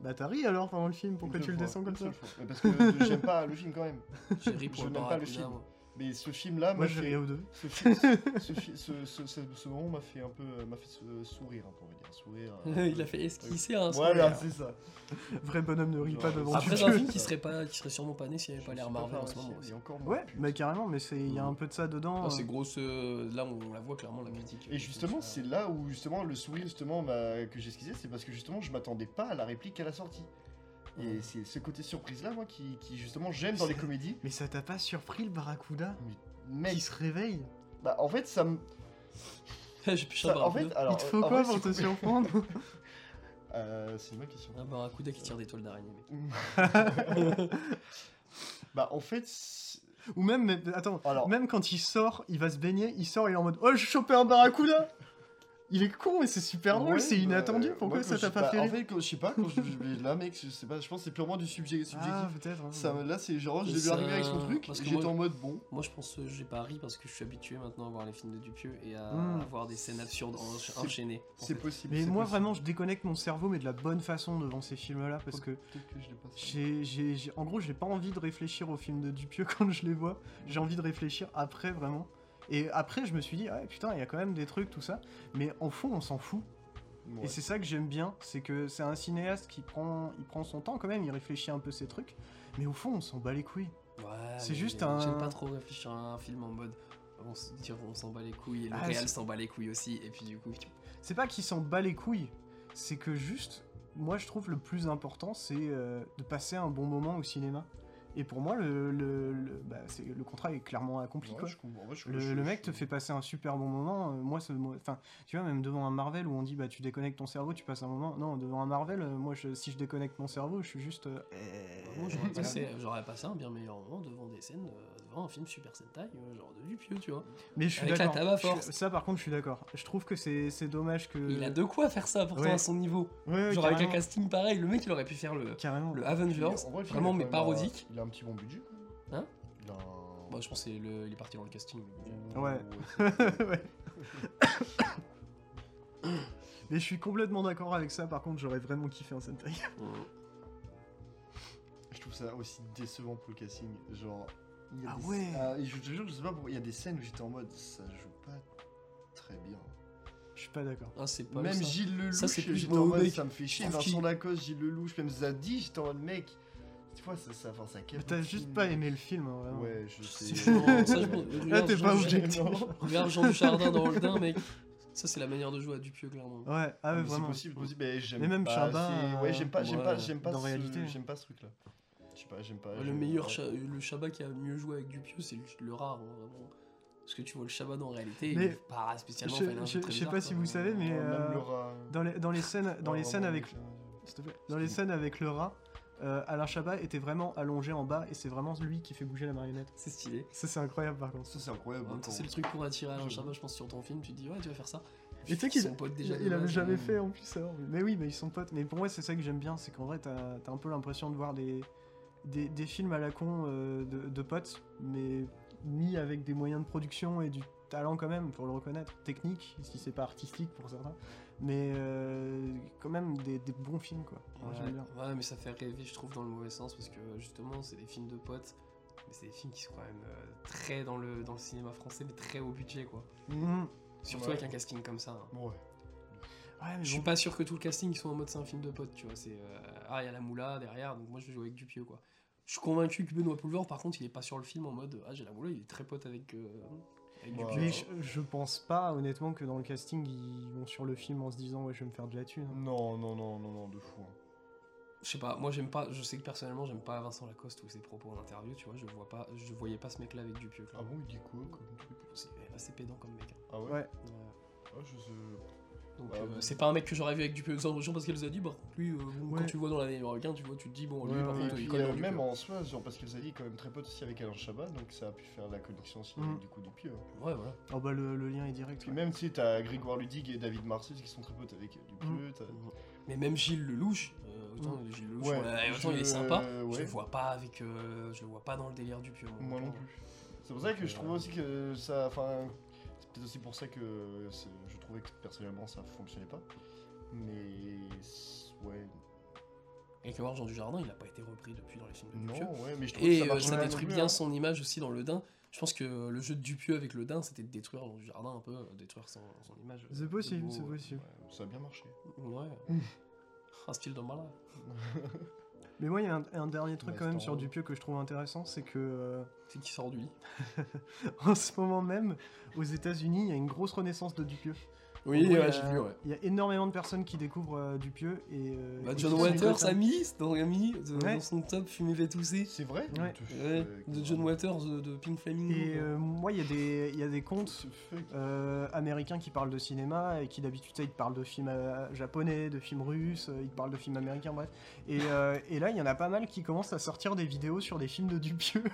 Bah t'as ri alors pendant le film, pourquoi Une tu seule le fois, descends une comme ça seule fois. Mais Parce que j'aime pas le film quand même. J'ai ri pour Je le n'aime pas le barracuda, film. moi. Mais ce film là, Moi je ri aux deux. ce, fi- ce, fi- ce, ce, ce- ce moment m'a fait un peu euh, m'a fait se- sourire un peu on va dire sourire euh, Il a fait esquisser un voilà sourire. c'est ça Vrai bonhomme ne rit Genre, pas devant Après, Dieu. c'est un film qui serait, pas, qui serait sûrement pas né s'il n'y avait pas l'air Marvel en ce moment. Il aussi. y a encore moins Ouais, de pubs. bah carrément, mais c'est il y a Mm. un peu de ça dedans. Enfin, c'est euh. grosse. euh, là, on la voit clairement, la critique. et justement c'est là où justement le sourire justement m'a- que j'esquissais c'est parce que justement je m'attendais pas à la réplique à la sortie et Ouais. c'est ce côté surprise là moi qui, qui, justement j'aime dans les comédies Mais ça t'a pas surpris le barracuda mais qui mec se réveille bah en fait ça me J'ai plus ça- un en fait barracuda. alors euh, Il te faut en vrai, quoi pour c'est te cool. surprendre Euh, c'est une bonne question Un barracuda Ah bah, qui tire des toiles d'araignée, mec. bah en fait c'est- Ou même, mais- attends, alors même quand il sort, il va se baigner, il sort, il est en mode Oh, j'ai chopé un barracuda Il est con, mais c'est super drôle, Ouais, c'est bah, inattendu, euh, pourquoi moi, ça quand t'a je- pas bah, fait En rire fait, quand- je sais pas, quand je, je- là, mec, je sais pas, je pense que c'est purement du subjectif. Ah, subjectif. peut-être. hein. ça, là, c'est genre, j'ai Mais vu arriver avec son ça- truc, parce que j'étais moi- en mode bon. Moi, je pense que j'ai pas ri parce que je suis habitué maintenant à voir les films de Dupieux et à Mm. avoir des scènes absurdes en- C'est- enchaînées. en C'est fait. possible. Mais c'est moi, possible. vraiment, je déconnecte mon cerveau, mais de la bonne façon devant ces films-là, parce que Peut-être que je l'ai pas ça. j'ai, j'ai- j'ai- en gros, j'ai pas envie de réfléchir aux films de Dupieux quand je les vois. J'ai envie de réfléchir après, vraiment. Et après, je me suis dit, ah ouais, putain, il y a quand même des trucs, tout ça. Mais en fond, on s'en fout. Ouais. Et c'est ça que j'aime bien, c'est que c'est un cinéaste qui prend, il prend son temps quand même, il réfléchit un peu ses trucs. Mais au fond, on s'en bat les couilles. Ouais, C'est mais juste un- J'aime pas trop réfléchir à un film en mode. On se dit, on s'en bat les couilles et le Ah, réel c'est- s'en bat les couilles aussi. Et puis, du coup, tu- C'est pas qu'il s'en bat les couilles, c'est que juste, moi je trouve le plus important, c'est euh, de passer un bon moment au cinéma. Et pour moi, le, le, le- bah, c'est- le contrat est clairement accompli. Ouais, quoi. je comprends, ouais, je- Le, je- le je- mec te fait passer un super bon moment. euh, moi, ce- moi- enfin, tu vois, même devant un Marvel où on dit bah tu déconnectes ton cerveau, tu passes un moment. Non, devant un Marvel, euh, moi, je- si je déconnecte mon cerveau, je suis juste. euh, Moi, j'aurais Eh, voilà. passé, j'aurais passé un bien meilleur moment devant des scènes, euh, devant un film Super Sentai, euh, genre de Dupieux, tu vois. Mais je suis Avec la d'accord. tabac Je- force. Ça, par contre, je suis d'accord. Je trouve que c'est c'est dommage que. Il a de quoi faire ça pourtant Euh, Ouais. à son niveau. Ouais, ouais, genre avec un carrément, casting pareil, le mec il aurait pu faire le, Carrément. le Il est- Avengers. en vrai, le film, vraiment, il a quand euh, mais même un- parodique. Il a un petit bon budget. quand même. Hein Il a un- Bah, je pense qu'il il est parti dans le casting. le Euh, gars. Ouais. Ouais. Mais je suis complètement d'accord avec ça. Par contre, j'aurais vraiment kiffé un Sentai. euh, Je trouve ça aussi décevant pour le casting. Genre. il y a Ah des- ouais. Ah, et je te jure, je sais pas pourquoi. Il y a des scènes où j'étais en mode ça joue pas très bien. Je suis pas d'accord. Ah, c'est pas Même ça. Gilles Lelouch, Ça, c'est plus j'étais moi en au mode, mec. ça me fait chier. Trouve Vincent qu'il- Lacoste, Gilles Lelouch, même Zadie, j'étais en mode mec. Tu vois, ça, ça, enfin, ça Mais capte t'as le juste film. pas aimé le film, hein, vraiment. Ouais, je C'est- sais. non, ça, je me- Là, t'es Regarde, pas je- objectif. Non. Regarde Jean Dujardin dans Holden, mec. Ça, c'est la manière de jouer à Dupieux, clairement. Ouais, ah Mais ouais, c'est vraiment. possible, possible. Mais j'aime Mais même pas Chardin, assez- Ouais, j'aime pas, j'aime ouais, pas, j'aime pas, dans ce- réalité. j'aime pas ce truc-là. Je sais pas, j'aime pas. Le je- meilleur, Cha- le Chabat qui a mieux joué avec Dupieux, c'est le, le rare, hein, vraiment. Parce que tu vois le Chabat dans la réalité, Mais il est pas spécialement. je- enfin, il a un je- jeu très je sais pas bizarre, si quoi. vous savez, mais- Ouais, euh, Même le rat. Dans les, dans les scènes, dans Ouais, les vraiment, scènes avec, mec, euh, s'il te plaît, dans les scènes avec le rat, euh, Alain Chabat était vraiment allongé en bas et c'est vraiment lui qui fait bouger la marionnette. C'est stylé. Ça c'est incroyable par contre. Ça, c'est incroyable. En même temps, quand- C'est le truc pour attirer Alain J'avoue. Chabat, je pense, sur ton film, tu te dis, ouais, tu vas faire ça. Et tu sais qu'il- Son pote déjà. de il avait base, jamais euh, fait en plus alors. Mais oui, mais ils sont potes. Mais pour moi c'est ça que j'aime bien, c'est qu'en vrai t'as t'as un peu l'impression de voir des, des, des films à la con euh, de, de potes, mais mis avec des moyens de production et du talent quand même, pour le reconnaître. Technique, si c'est pas artistique pour certains. Mais euh, quand même des, des bons films quoi. hein. Moi, Ouais, j'aime bien. ouais, mais ça fait rêver, je trouve, dans le mauvais sens, parce que justement, c'est des films de potes, mais c'est des films qui sont quand même euh, très dans le, dans le cinéma français, mais très haut budget, quoi. Mhm. Surtout Ouais. avec un casting comme ça. hein. Ouais. Ouais, mais Je bon. suis pas sûr que tout le casting soit en mode c'est un film de potes, tu vois. C'est euh, ah il y a la moula derrière, donc moi je joue avec Dupieux quoi. Je suis convaincu que Benoît Poulevard par contre il est pas sur le film en mode ah j'ai la moula, il est très pote avec, euh, avec Ouais. Dupieux. Mais Euh, je, je pense pas, honnêtement, que dans le casting, ils vont sur le film en se disant, ouais, je vais me faire de la thune. hein. Non, non, non, non, non, de fou. hein. Je sais pas, moi j'aime pas, je sais que personnellement j'aime pas Vincent Lacoste ou ses propos en interview, tu vois. Je le vois pas, je voyais pas ce mec là avec Dupieux. Ah clairement. bon, il dit quoi comme truc C'est assez pédant comme mec. hein. Ah ouais, Ouais. Ouais. Ah, je sais. Donc Ouais, euh, bon. c'est pas un mec que j'aurais vu avec Dupieux. Genre parce qu'elle nous a dit bah lui euh, bon, quand Ouais. tu le vois dans l'année requin, tu vois tu te dis bon lui Ouais, par ouais, Et contre puis, il colle euh, dans Dupieux. même en soi, genre parce qu'elle a dit quand même très pote aussi avec Alain Chabat, donc ça a pu faire la connexion aussi Mhm. avec, du coup du pieu. hein. Ouais voilà. Oh bah, le, le lien est direct. Puis ouais. même tu sais, t'as Grégoire Ludig et David Marcel qui sont très potes avec du Mm. pieu. t'as- Mais même Gilles Lelouch, euh, autant Gilles Lelouch, Mm. Ouais, on l'a- autant il est je- sympa, je ouais. le vois pas avec, euh, je le vois pas dans le délire du pieu. Moi non plus. C'est pour ça que euh, je trouve aussi que ça. Enfin, c'est peut-être aussi pour ça que c'est- je trouvais que personnellement ça fonctionnait pas. Mais. c'est- Ouais. Et que voir Jean Dujardin, il a pas été repris depuis dans les films de Dupieux. Non, ouais, mais je trouve que Et ça euh, marche ça pas détruit non plus, bien hein. son image aussi dans le Dain. Je pense que le jeu de Dupieux avec le Dain, c'était de détruire Jean Dujardin un peu, euh, détruire son, son image. C'est possible, beau, c'est euh, possible. Ouais, ça a bien marché. Ouais. Un style de malade. Mais moi, il y a un, un dernier truc Ouais, quand même c'est sur en haut. Dupieux que je trouve intéressant, c'est que euh, C'est qui sort du lit. en ce moment même, aux États-Unis, il y a une grosse renaissance de Dupieux. En gros, il y a- Il y a énormément de personnes qui découvrent euh, Dupieux et. euh, Bah, et John qui sont Waters, hein. contents. ami, dans Ami, de- Ouais. dans son top, fumé fait tousser. C'est vrai Ouais. What the Ouais, fuck, de John vraiment. Waters, de, de Pink Flamingo. Et quoi. euh, moi, il y a des- il y a des What comptes the fuck euh, américains qui parlent de cinéma et qui d'habitude tu sais, ils te parlent de films euh, japonais, de films russes, euh, ils te parlent de films américains, bref. Et, euh, et là, il y en a pas mal qui commencent à sortir des vidéos sur des films de Dupieux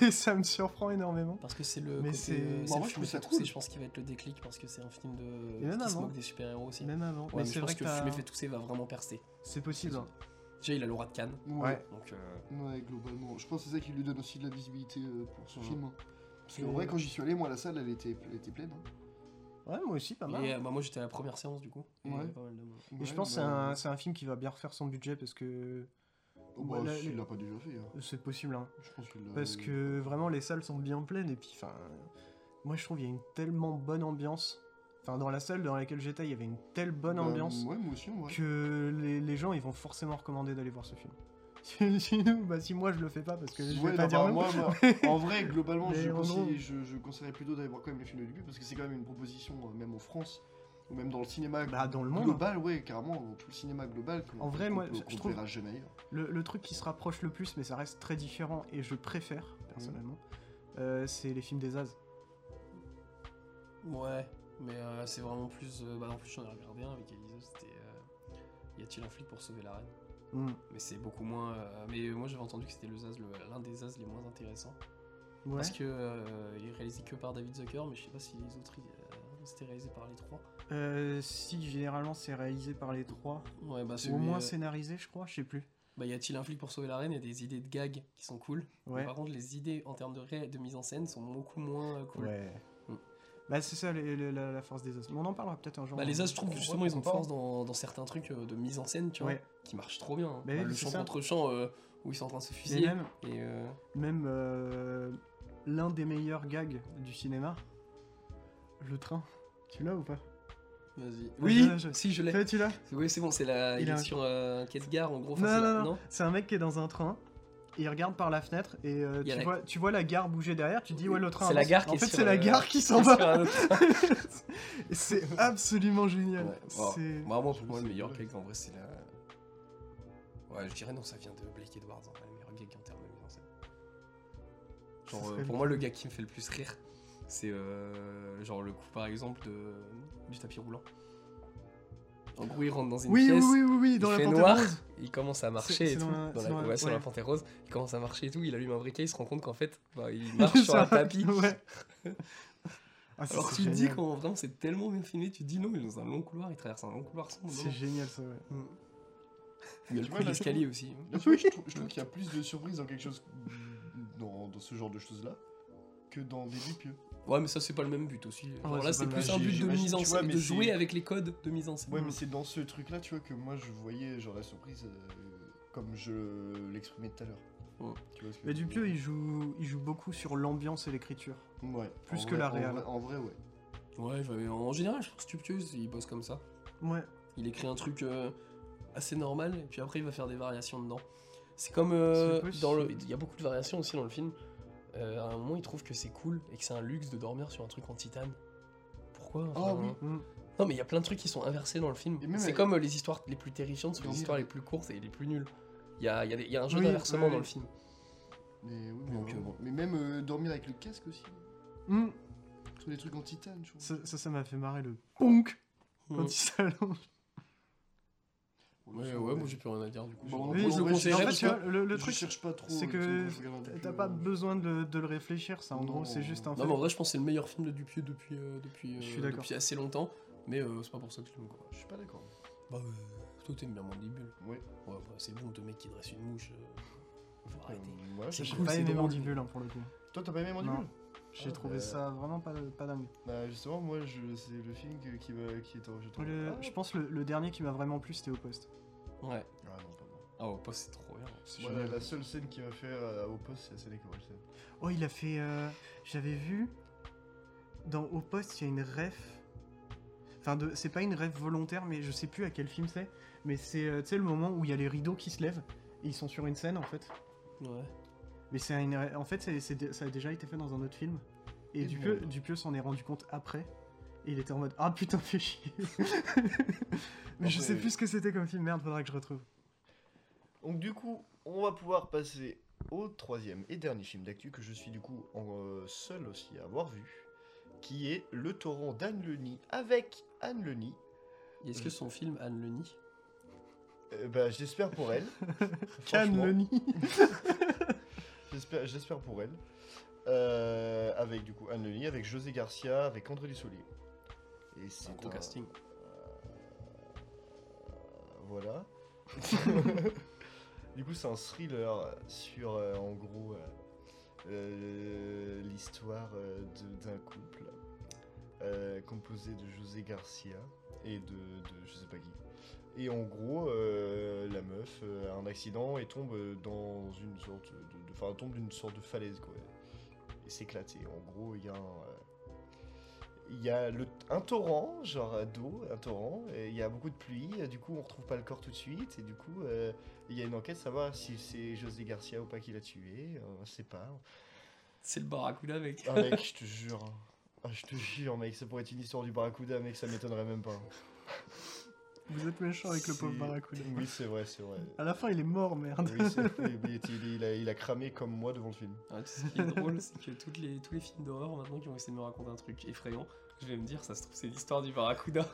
et ça me surprend énormément. Parce que c'est le. Mais côté, c'est- euh, Bah, le moi, je film trouve ça fait tousser, cool. Je pense qu'il va être le déclic parce que c'est un film Et de. même qui se avant. moque des super-héros aussi. Ouais, Même avant. mais mais je c'est pense vrai que, que, le t'as- film fait tousser va vraiment percer. c'est possible. hein. Déjà, il a l'aura de Cannes. Ouais. Donc, euh, Ouais, globalement. Je pense que c'est ça qui lui donne aussi de la visibilité euh, pour son Mhm. film. hein. Parce Et- euh, qu'en vrai, quand j'y suis allé, moi, la salle, elle était, elle était pleine. hein. Ouais, moi aussi, pas mal. hein. et, euh, bah, moi, j'étais à la première séance du coup. Et il y Ouais. avait pas mal de monde. Et je Ouais, pense que c'est bah, un, c'est un film qui va bien refaire son budget parce que oh, bah, ouais, la- s'il l'a pas déjà fait. hein. c'est possible. hein. Je pense qu'il l'a- Parce que vraiment, les salles sont bien pleines et puis, enfin, moi je trouve qu'il y a une tellement bonne ambiance. Enfin, dans la salle dans laquelle j'étais, il y avait une telle bonne Bah, ambiance. Ouais, moi aussi, en vrai. que les, les gens ils vont forcément recommander d'aller voir ce film. Si- si nous, bah si moi je le fais pas parce que je Ouais, vais pas non, dire bah, non. moi, moi, en vrai, globalement, Mais je, en conseille- gros- je, je conseillerais plutôt d'aller voir quand même les films de début parce que c'est quand même une proposition, euh, même en France, ou même dans le cinéma Bah, dans le monde. global, ouais, carrément, dans tout le cinéma global. que- En vrai, qu'on moi, peut- je- qu'on je trouve- verra jamais hein. ailleurs. Le, le truc qui se rapproche le plus, mais ça reste très différent et je préfère Mmh. personnellement, euh, c'est les films des As. Ouais, mais euh, c'est vraiment plus. euh, bah, en plus, j'en ai regardé un avec Elisa. C'était. euh, Y a-t-il un flic pour sauver la reine Mmh. Mm. Mais c'est beaucoup moins. euh, mais euh, moi, j'avais entendu que c'était le Zaz, le- l'un des Zaz les moins intéressants. Ouais. Parce que euh, il est réalisé que par David Zucker, mais je sais pas si les autres euh, c'était réalisé par les trois. Euh, si généralement c'est réalisé par les trois, Ouais, bah ou celui, au moins euh, scénarisé, je crois, je sais plus. bah, y a-t-il un flic pour sauver la reine Il y a des idées de gags qui sont cool. mais Ouais. par contre, les idées en termes de, ré- de mise en scène sont beaucoup moins euh, cool. Ouais. Mm. Bah c'est ça les- les- la, la force des As. Mais on en parlera peut-être un jour. Bah, les As, je trouve que Ouais, justement, ils ont de pourquoi force dans, dans certains trucs euh, de mise en scène, tu vois, Ouais. qui marchent trop bien. hein. Bah oui, Bah, le mais c'est champ ça. contre champ euh, où ils sont en train de se Et fusiller. même, Et, euh, même euh, l'un des meilleurs gags du cinéma, le train. Tu l'as ou pas Vas-y. Oui. Oui, Je- je- si je l'ai. T'as vu, tu l'as Oui, c'est bon, c'est la. Il Il, a est un- sur euh, un quai de gare, en gros. enfin, Non, c'est non, la- non. C'est un mec qui est dans un train. Et il regarde par la fenêtre et euh, Il y a tu, la- vois, tu vois la gare bouger derrière, tu te dis ouais le train. C'est la avance. gare qui En est fait sur, c'est euh, la gare qui s'en Sur va. un autre- Et c'est absolument génial. Ouais, wow. C'est- Moi, moi, pour moi, le meilleur gag, en vrai, c'est la. Ouais, je dirais non, ça vient de Blake Edwards, hein, le meilleur gag en termes de mise en scène. Ça Genre, euh, serait pour le- moi, le gag qui me fait le plus rire, c'est euh, genre le coup, par exemple, de... du tapis roulant. En gros, il rentre dans une Oui, oui, pièce. oui, oui, oui, dans il la fait Panthère noir, Rose. il commence à marcher c'est et dans tout, la- dans c'est la, dans la- ouais, sur ouais. la Panthère Rose, il commence à marcher et tout, il allume un briquet, il se rend compte qu'en fait, bah, il marche sur un tapis. Ouais. Ah, c'est- Alors c'est tu te dis génial. quand vraiment c'est tellement bien filmé, tu te dis non, il est dans un long couloir, il traverse un long couloir sombre. C'est non. génial ça, ouais. Il y a le Tu vois, coup de là, l'escalier aussi. hein. Là, tu vois, je trouve, je trouve qu'il y a plus de surprises dans quelque chose, dans, dans ce genre de choses-là, que dans des vies pieux. Ouais, mais ça, c'est pas le même but aussi. Genre Ouais, là, c'est c'est pas plus le un même. but de J'imagine, mise en tu vois, scène, mais de c'est- jouer avec les codes de mise en scène. Ouais, mais c'est dans ce truc-là, tu vois, que moi je voyais genre la surprise euh, comme je l'exprimais tout à l'heure. Ouais. Tu vois ce que Mais Dupieux, il joue, il joue beaucoup sur l'ambiance et l'écriture. Ouais. plus En que vrai- la en réal. vrai- En vrai, ouais. Ouais, bah, mais en général, je trouve que Stuptious, il bosse comme ça. Ouais. Il écrit un truc euh, assez normal, et puis après, il va faire des variations dedans. C'est comme euh, C'est possible. dans le. Il y a beaucoup de variations aussi dans le film. Euh, à un moment, il trouve que c'est cool et que c'est un luxe de dormir sur un truc en titane. Pourquoi enfin, Ah hein. oui. hum. Mm. Non, mais il y a plein de trucs qui sont inversés dans le film. Et même C'est avec- comme euh, les histoires les plus terrifiantes sont les Oui. histoires les plus courtes et les plus nulles. Il y a, il y a des- il y a un jeu Oui, d'inversement ouais, dans ouais. le film. Mais, oui, mais, Donc, euh, vraiment. Mais même euh, dormir avec le casque aussi. Mm. Tous les trucs en titane, je trouve. Ça, ça, ça m'a fait marrer le ponk Mm. quand il s'allonge. Ouais, ouais, moi j'ai plus rien à dire du coup. Bon, Oui, moi, je en le vrai, Mais je- en conseillerais fait, parce tu que vois, le, le je truc, cherche pas trop. c'est euh, que tu vois, je regarde un t'as- peu, t'as pas euh, besoin de, le- de le réfléchir, ça en Non. gros, c'est juste un fait. Non, mais en vrai, je pense que c'est le meilleur film de Dupieux depuis, euh, depuis, Je suis euh, d'accord. depuis assez longtemps, mais euh, c'est pas pour ça que je l'aime quoi. Je suis pas d'accord. Bah, euh, toi t'aimes bien Mandibule. Oui. Ouais, bah, c'est bon, deux mecs qui dressent une mouche. euh, faut arrêter. Euh, voilà, C'est je- J'ai cool, pas c'est Euh, aimé drôle. Mandibule hein, pour le coup. Toi, t'as pas aimé Mandibule Non. J'ai Ah, trouvé bah, ça vraiment pas, pas dingue. Bah, justement, moi, je... c'est le film que- qui, va... qui est en jeu. Le- je pense le, le dernier qui m'a vraiment plu, c'était au poste. Ouais. Ah non, pas moi. Ah, ouais, pas c'est trop bien. C'est Moi, la, génial. la seule scène qui m'a fait euh, au poste, c'est la scène avec Orelsan. Oh, il a fait. euh, J'avais vu. Dans Au Poste, il y a une ref. Enfin, de... c'est pas une ref volontaire, mais je sais plus à quel film c'est. Mais c'est, euh, tu sais, le moment où il y a les rideaux qui se lèvent. Et ils sont sur une scène, en fait. Ouais. Mais c'est une... en fait, c'est- c'est- ça a déjà été fait dans un autre film. Et Et Dupieux, bon. Dupieux s'en est rendu compte après. Et il était en mode Ah putain, fais chier. mais je Après- sais plus ce que c'était comme film. Merde, faudra que je retrouve. Donc du coup, on va pouvoir passer au troisième et dernier film d'actu que je suis du coup en, euh, seul aussi à avoir vu, qui est Le torrent d'Anne Leni avec Anne Leni. Et Est-ce que son film, Anne Leni Euh, bah j'espère pour elle. Cannes, Franchement, le nid. J'espère, j'espère pour elle. Euh, avec du coup Anne Leni, avec José Garcia, avec André Dussolier. Et c'est C'est un gros un- casting. Voilà. du coup, c'est un thriller sur, euh, en gros, euh, euh, l'histoire euh, de- d'un couple euh, composé de José Garcia et de, de je sais pas qui. Et en gros, euh, la meuf euh, a un accident et tombe dans une sorte de, de- enfin, tombe d'une sorte de falaise quoi. Et s'éclate. Et En gros, il y a un, euh, il y a le- un torrent, genre euh, d'eau, un torrent, et il y a beaucoup de pluie, euh, du coup on retrouve pas le corps tout de suite, et du coup euh, il y a une enquête savoir si c'est José Garcia ou pas qui l'a tué, euh, on sait pas. C'est le Barracuda, mec. Ah mec, je te jure, hein. ah, je te jure mec, ça pourrait être une histoire du Barracuda mec, ça m'étonnerait même pas. Vous êtes méchant avec le pauvre C'est- Barracuda. Ah, Oui c'est vrai, c'est vrai. À la fin, il est mort, merde. Oui, c'est- oui, oui, il, il a, il a cramé comme moi devant le film. Ah, tu sais, ce qui est drôle, c'est que toutes les, tous les films d'horreur maintenant qui vont essayer de me raconter un truc effrayant, je vais me dire, ça se trouve, c'est l'histoire du Barracuda.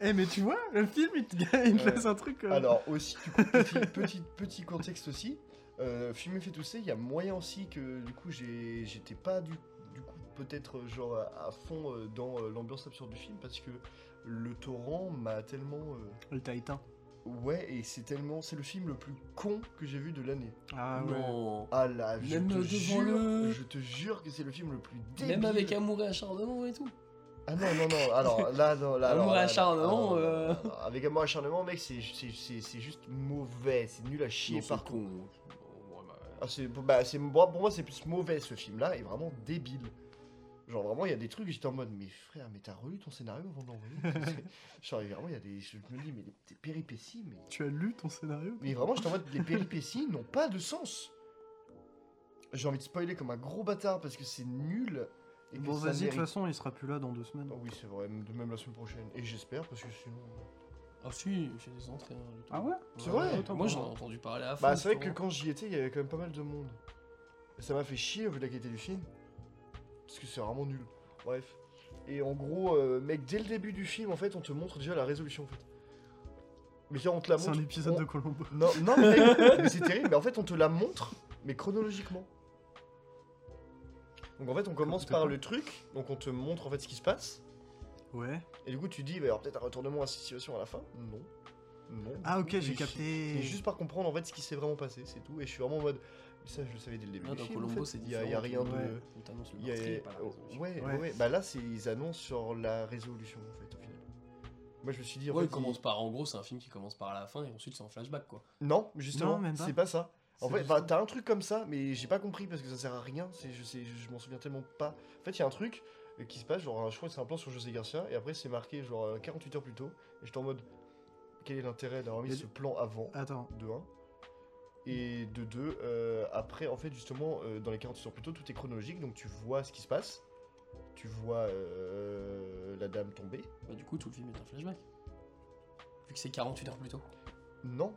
Eh mais tu vois, le film il te, il te Ouais. laisse un truc. euh, Alors aussi, du coup, petit, petit, petit contexte aussi, euh, filmer fait tousser, il y a moyen aussi que du coup j'ai- j'étais pas du, du coup peut-être euh, genre à, à fond euh, dans euh, l'ambiance absurde du film parce que le torrent m'a tellement euh, Le Titan. ouais et c'est tellement c'est le film le plus con que j'ai vu de l'année. Ah ouais. non. Ah là, je Même euh, te devant jure, le- je te jure que c'est le film le plus Ah, débile. Même avec Amour et acharnement et tout. Ah non, non, non, alors là, non, là, Amour alors, et là, acharnement, alors, euh. alors, Avec amour et acharnement, mec, c'est c'est- c'est- c'est juste mauvais, c'est nul à chier par contre. con. bah, Ah, c'est- bah, c'est- moi, pour moi, c'est plus mauvais ce film là, et vraiment débile. Genre vraiment, il y a des trucs, j'étais en mode, mais frère, mais t'as relu ton scénario avant de l'envoyer Genre vraiment, il y a des. Je me dis, mais des péripéties, mais. Tu as lu ton scénario Mais vraiment, j'étais en mode, les péripéties n'ont pas de sens. J'ai envie de spoiler comme un gros bâtard parce que c'est nul. Et que Bon, ça vas-y, de toute mérite- façon, il sera plus là dans deux semaines. Ah oui, c'est vrai, de même la semaine prochaine. Et j'espère parce que sinon. Ah si, j'ai des entrées. hein, le Ah ouais C'est vrai Moi j'en ai entendu parler à fond. Bah, c'est vrai que justement. quand j'y étais, il y avait quand même pas mal de monde. Ça m'a fait chier vu la qualité du film. Parce que c'est vraiment nul. Bref. Et en gros, euh, mec, dès le début du film, en fait, on te montre déjà la résolution, en fait. Mais genre, on te la C'est montre. un épisode on- de Colombo. Non, non, mais, mec, mais c'est terrible. Mais en fait, on te la montre, mais chronologiquement. Donc en fait, on commence Comment t'as par fait le truc. Donc on te montre en fait ce qui se passe. Ouais. Et du coup, tu dis, il va y avoir peut-être un retournement à cette situation à la fin. Non. Non. Ah Du ok, coup, j'ai t'es- capté. et juste par comprendre en fait ce qui s'est vraiment passé, c'est tout. Et je suis vraiment en mode. Mais ça, je le savais dès le début. Ah, du dans film, en Colombo, fait. c'est Il y a, différent. il y a rien de. Ouais. On t'annonce le il y a- meurtrier, pas la oh, résolution. ouais, Ouais. ouais, ouais. Bah là, c'est- ils annoncent sur la résolution en fait, au final. Moi, je me suis dit. en Ouais, fait, il commence par. En gros, c'est un film qui commence par la fin et ensuite c'est en flashback quoi. ils- Non, justement, Non, même pas. c'est pas ça. En C'est fait, juste- bah, t'as un truc comme ça, mais j'ai pas compris parce que ça sert à rien. c'est- Je, sais- je m'en souviens tellement pas. En fait, il y a un truc euh, qui se passe, genre, je crois que c'est un plan sur José Garcia, et après, c'est marqué genre euh, 48 heures plus tôt. Et j'étais en mode. Quel est l'intérêt d'avoir mis Mais- ce plan avant Attends. de 1. Et de 2, après, en fait, justement, euh, dans les 48 heures plus tôt, tout est chronologique, donc tu vois ce qui se passe. Tu vois euh, la dame tomber. Bah, du coup, tout le film est un flashback. Vu que c'est 48 heures plus tôt. Non.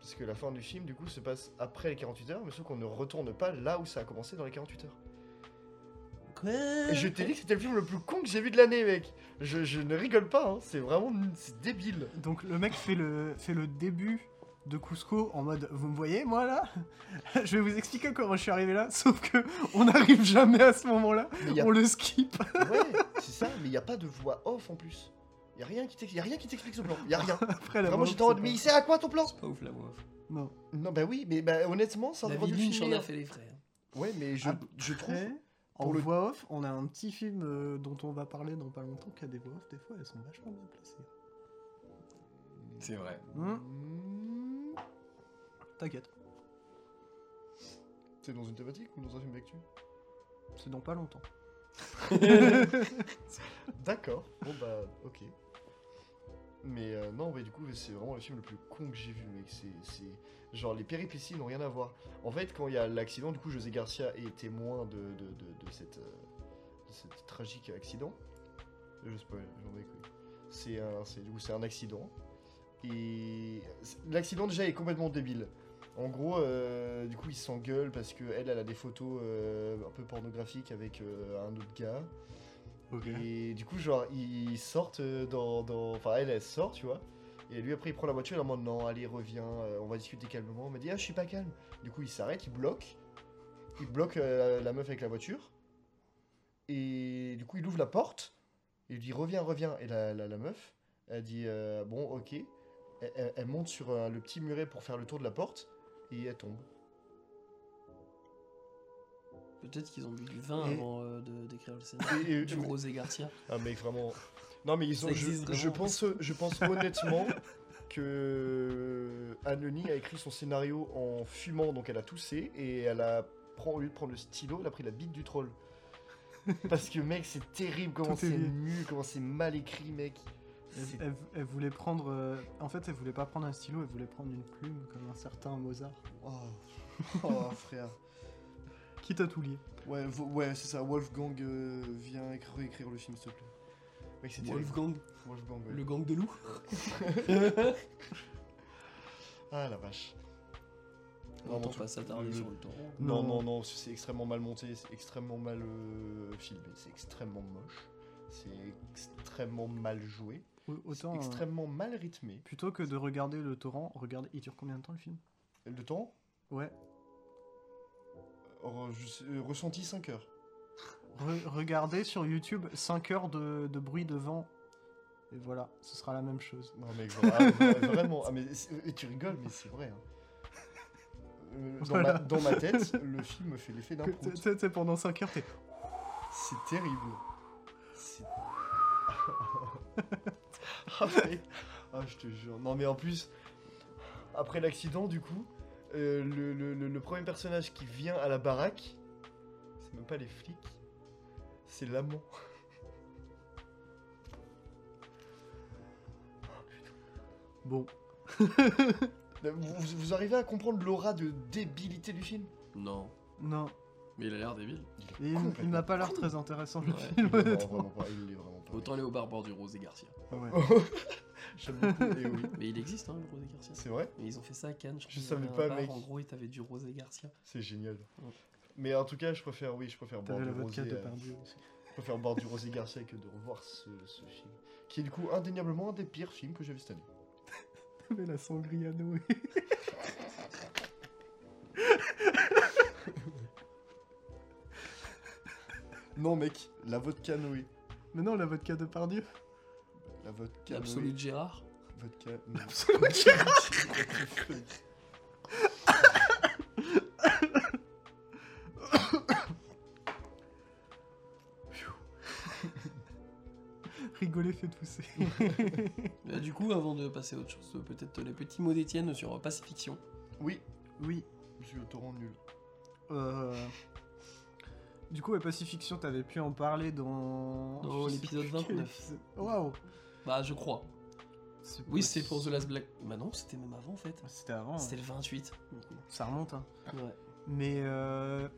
Parce que la fin du film, du coup, se passe après les 48 heures, mais sauf qu'on ne retourne pas là où ça a commencé dans les 48 heures. Et je t'ai dit que c'était le film le plus con que j'ai vu de l'année, mec. Je, je ne rigole pas, hein, c'est vraiment c'est débile. Donc le mec fait le, fait le début de Cusco en mode vous me voyez moi là Je vais vous expliquer comment je suis arrivé là, sauf que on n'arrive jamais à ce moment-là, Mais y a- on le skip. Ouais, c'est ça, mais il n'y a pas de voix off en plus. Il n'y a rien qui t'ex- y a rien qui t'explique ce plan. Il n'y a rien. Après la Vraiment, mort, j'étais en mode, c'est mais pas- il sert à quoi ton plan C'est pas ouf la voix. off. Non. Non, bah oui, mais bah, honnêtement, ça David Lynch en a fait les frais. hein. Ouais, mais je, je trouve. Après, en pour le- voix off, on a un petit film euh, dont on va parler dans pas longtemps qui a des voix off, des fois elles sont vachement bien placées. C'est vrai. Hum, Hmm, T'inquiète, C'est dans une thématique ou dans un film d'actu c'est dans pas longtemps. D'accord, bon bah, ok. Mais euh, non, mais du coup, c'est vraiment le film le plus con que j'ai vu, mec. C'est. c'est- Genre, les péripéties n'ont rien à voir. En fait, quand il y a l'accident, du coup, José Garcia est témoin de, de, de, de cette, euh, de cet tragique accident. Je spoil, j'en ai cru. C'est un, c'est- du coup, c'est un accident. Et c'est- l'accident, déjà, est complètement débile. En gros, euh, du coup, ils s'engueulent parce que elle, elle a des photos euh, un peu pornographiques avec euh, un autre gars. Ok. Et du coup, genre, ils sortent euh, dans. dans- Enfin, elle, elle sort, tu vois. Et lui, après, il prend la voiture, il est en mode non, allez, reviens, euh, on va discuter calmement. Il m'a dit, ah, je suis pas calme. Du coup, il s'arrête, il bloque. Il bloque euh, la meuf avec la voiture. Et du coup, il ouvre la porte. Il lui dit, reviens, reviens. Et la, la, la meuf, elle dit, euh, bon, ok. Elle, elle- elle monte sur euh, le petit muret pour faire le tour de la porte. Et elle tombe. Peut-être qu'ils ont bu du vin Et- avant euh, de- d'écrire le scénario. Et- et- Du Rosé Garcia. Ah mais vraiment. Non mais ils Ça ont. Je, existe je vraiment. pense, je pense honnêtement que Anony a écrit son scénario en fumant, donc elle a toussé et elle a prend, au lieu de prendre le stylo, elle a pris la bite du troll. Parce que mec, c'est terrible comment Tout est c'est lié. nul, comment c'est mal écrit, mec. Elle, C'est- elle- elle voulait prendre. euh, en fait, elle voulait pas prendre un stylo, elle voulait prendre une plume comme un certain Mozart. Oh. Oh, frère. Quitte à tout lier. Ouais, vo- ouais, c'est ça. Wolfgang, euh, viens éc- réécrire le film, s'il te plaît. Mec, c'est terrible. Wolfgang, Wolfgang, ouais. le gang de loups. Ah la vache. On Vraiment, va pas tout- s'attarder le- sur le temps. Non, Non. non, non, c'est extrêmement mal monté, c'est extrêmement mal euh, filmé, c'est extrêmement moche, c'est extrêmement mal joué, Au- c'est Autant. euh, extrêmement mal rythmé. plutôt que de regarder le torrent, regarde. Il dure combien de temps le film Le temps Ouais. Re- je sais- euh, Ressenti 5 heures. Re- regardez sur YouTube 5 heures de, de bruit de vent. Et voilà, ce sera la même chose. Non, mec, vra- ah, vra- vraiment, ah, mais c'est- euh, tu rigoles, mais c'est vrai. hein. Euh, dans, Voilà. ma, dans ma tête, le film me fait l'effet d'un Que- prout. tu sais, tu sais, pendant 5 heures, t'es. C'est terrible. C'est. ah, mais- ah, je te jure. Non, mais en plus, après l'accident, du coup, euh, le, le- le- le premier personnage qui vient à la baraque, c'est même pas les flics. C'est l'amant. Bon. Euh, Vous, vous- vous arrivez à comprendre l'aura de débilité du film Non. Non. Mais il a l'air débile. Et il- il Complètement. m'a pas l'air très intéressant le Ouais. film, Non, honnêtement. vraiment pas, il l'est vraiment pas. Autant aller au barbare du Rosé Garcia. Ouais. J'aime beaucoup, et Eh oui. Mais il existe, hein, le Rosé Garcia. C'est vrai Mais ils ont fait ça à Cannes. crois Je qu'ils avaient savais pas, un bar, mec. En gros, et t'avais du Rosé Garcia. C'est génial. Ouais. Mais en tout cas, je préfère, oui, je préfère boire T'avais du la vodka rosé. de euh, perdu aussi. je préfère boire du rosé Garcia que de revoir ce, ce film, qui est du coup indéniablement un des pires films que j'ai vu cette année. T'avais la sangria Noé. Non, mec, la vodka Noé. Mais non, la vodka de Pardieu. La vodka L'absolu Noé. de Gérard. Vodka Noé. Rigoler fait tousser. Bah, du coup, avant de passer à autre chose, peut-être les petits mots d'Étienne sur euh, Pacifiction. Oui, oui. je suis au torrent nul. Euh... Du coup, ouais, Pacifiction, t'avais pu en parler dans. Dans je sais l'épisode plus quel 29. épisode. Waouh Bah, je crois. C'est Oui, pas- c'est pour The Last Black. Bah non, c'était même avant en fait. C'était avant. hein. C'était le 28. Ça remonte, hein. Ouais. Mais euh,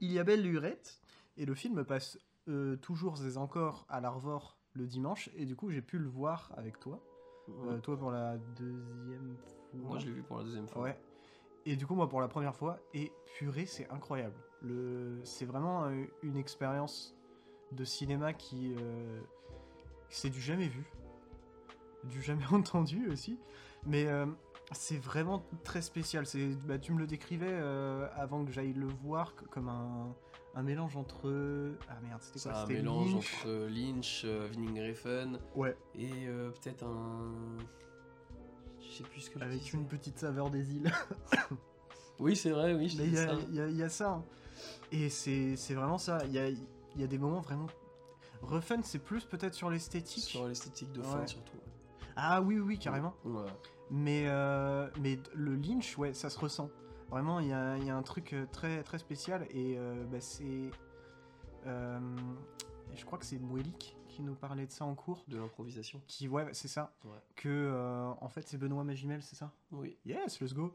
il y a belle lurette, et le film passe euh, toujours et encore à l'Arvor le dimanche, et du coup j'ai pu le voir avec toi. Euh, toi pour la deuxième fois. Moi, je l'ai vu pour la deuxième fois. Ouais. Et du coup, moi pour la première fois, et purée, c'est incroyable. Le... C'est vraiment euh, une expérience de cinéma qui. euh, C'est du jamais vu, du jamais entendu aussi, mais euh, c'est vraiment très spécial. C'est... Bah, tu me le décrivais euh, avant que j'aille le voir c- comme un, un mélange entre. Ah merde, c'était C'est quoi un C'était mélange Lynch entre euh, Lynch, euh, Winning Refn Ouais, et euh, peut-être un. Je sais plus ce que je avec disais. une petite saveur des îles. Oui, c'est vrai, oui, je Mais il y, disais a- ça. il y a- il y a ça. hein. Et c'est c'est vraiment ça. Il y a, il y a des moments vraiment. Refun, c'est plus peut-être sur l'esthétique. Sur l'esthétique de fin, Ouais. surtout. ouais. Ah oui, oui, oui, carrément. Ouais. Mais, euh, mais le Lynch, ouais, ça se ressent. Vraiment, il y a, il y a un truc euh, très, très spécial. Et euh, bah, c'est. euh, je crois que c'est Mouelik qui nous parlait de ça en cours. De l'improvisation. Qui, ouais, c'est ça. Ouais. Que, euh, en fait, c'est Benoît Magimel, c'est ça Oui. Yes, let's go.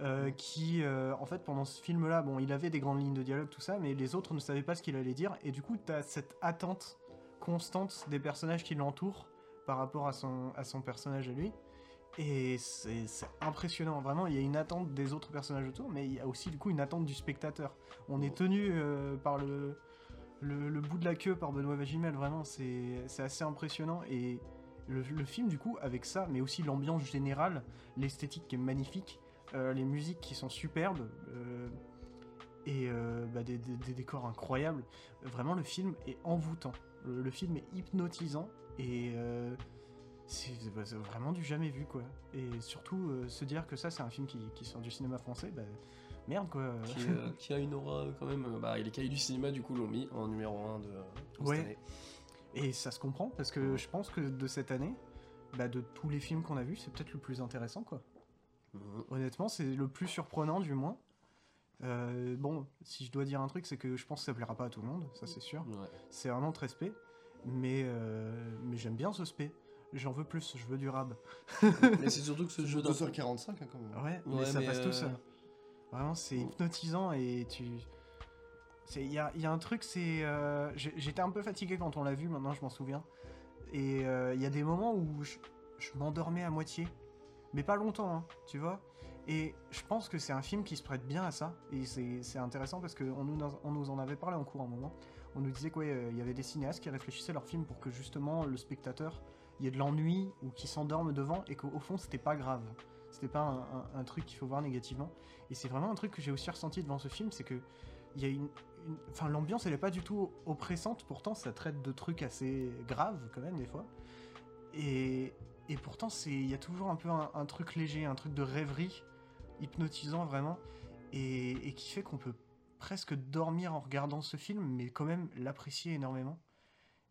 Euh, qui, euh, en fait, pendant ce film-là, bon, il avait des grandes lignes de dialogue, tout ça, mais les autres ne savaient pas ce qu'il allait dire. Et du coup, t'as cette attente constante des personnages qui l'entourent par rapport à son, à son personnage à lui. Et c'est c'est impressionnant, vraiment. Il y a une attente des autres personnages autour, mais il y a aussi, du coup, une attente du spectateur. On est tenu euh, par le, le, le bout de la queue par Benoît Vagimel, vraiment. C'est c'est assez impressionnant. Et le- le film, du coup, avec ça, mais aussi l'ambiance générale l'esthétique qui est magnifique, euh, les musiques qui sont superbes, euh, et euh, bah, des, des- des décors incroyables. Vraiment, le film est envoûtant. Le, le film est hypnotisant, et euh, c'est c'est- bah, c'est vraiment du jamais vu, quoi. Et surtout, euh, se dire que ça, c'est un film qui, qui sort du cinéma français, bah, merde, quoi. Qui, euh, qui a une aura euh, quand même. euh, Bah, et les cahiers du cinéma, du coup, l'ont mis en numéro 1 de, euh, de Ouais. cette année. Et ça se comprend, parce que je pense que de cette année, bah, de tous les films qu'on a vus, c'est peut-être le plus intéressant, quoi. Mhm. Honnêtement, c'est le plus surprenant du moins. Euh, bon, si je dois dire un truc, c'est que je pense que ça plaira pas à tout le monde, ça c'est sûr. Ouais. C'est vraiment très spé, mais, euh, mais j'aime bien ce spé. J'en veux plus, je veux du rab. Mais c'est surtout que ce jeu d'impro- 2h45 hein, quand même. Ah, Ouais, mais Ouais, ça mais, passe tout euh, seul. Vraiment, c'est hypnotisant et tu. c'est- Il y a, il y a un truc, c'est. euh, j'ai- J'étais un peu fatigué quand on l'a vu, maintenant je m'en souviens. Et euh, il y a des moments où je, je m'endormais à moitié. Mais pas longtemps, hein, tu vois. Et je pense que c'est un film qui se prête bien à ça. Et c'est c'est intéressant parce qu'on nous, on nous en avait parlé en cours un moment. On nous disait qu'il y avait des cinéastes qui réfléchissaient leurs films pour que justement le spectateur il y ait de l'ennui ou qui s'endorme devant et qu'au au fond c'était pas grave. C'était pas un, un- un truc qu'il faut voir négativement. Et c'est vraiment un truc que j'ai aussi ressenti devant ce film, c'est que il y a une, une- enfin l'ambiance elle est pas du tout oppressante. Pourtant ça traite de trucs assez graves quand même des fois. Et, et pourtant c'est il y a toujours un peu un, un truc léger, un truc de rêverie hypnotisant vraiment et, et qui fait qu'on peut presque dormir en regardant ce film, mais quand même l'apprécier énormément.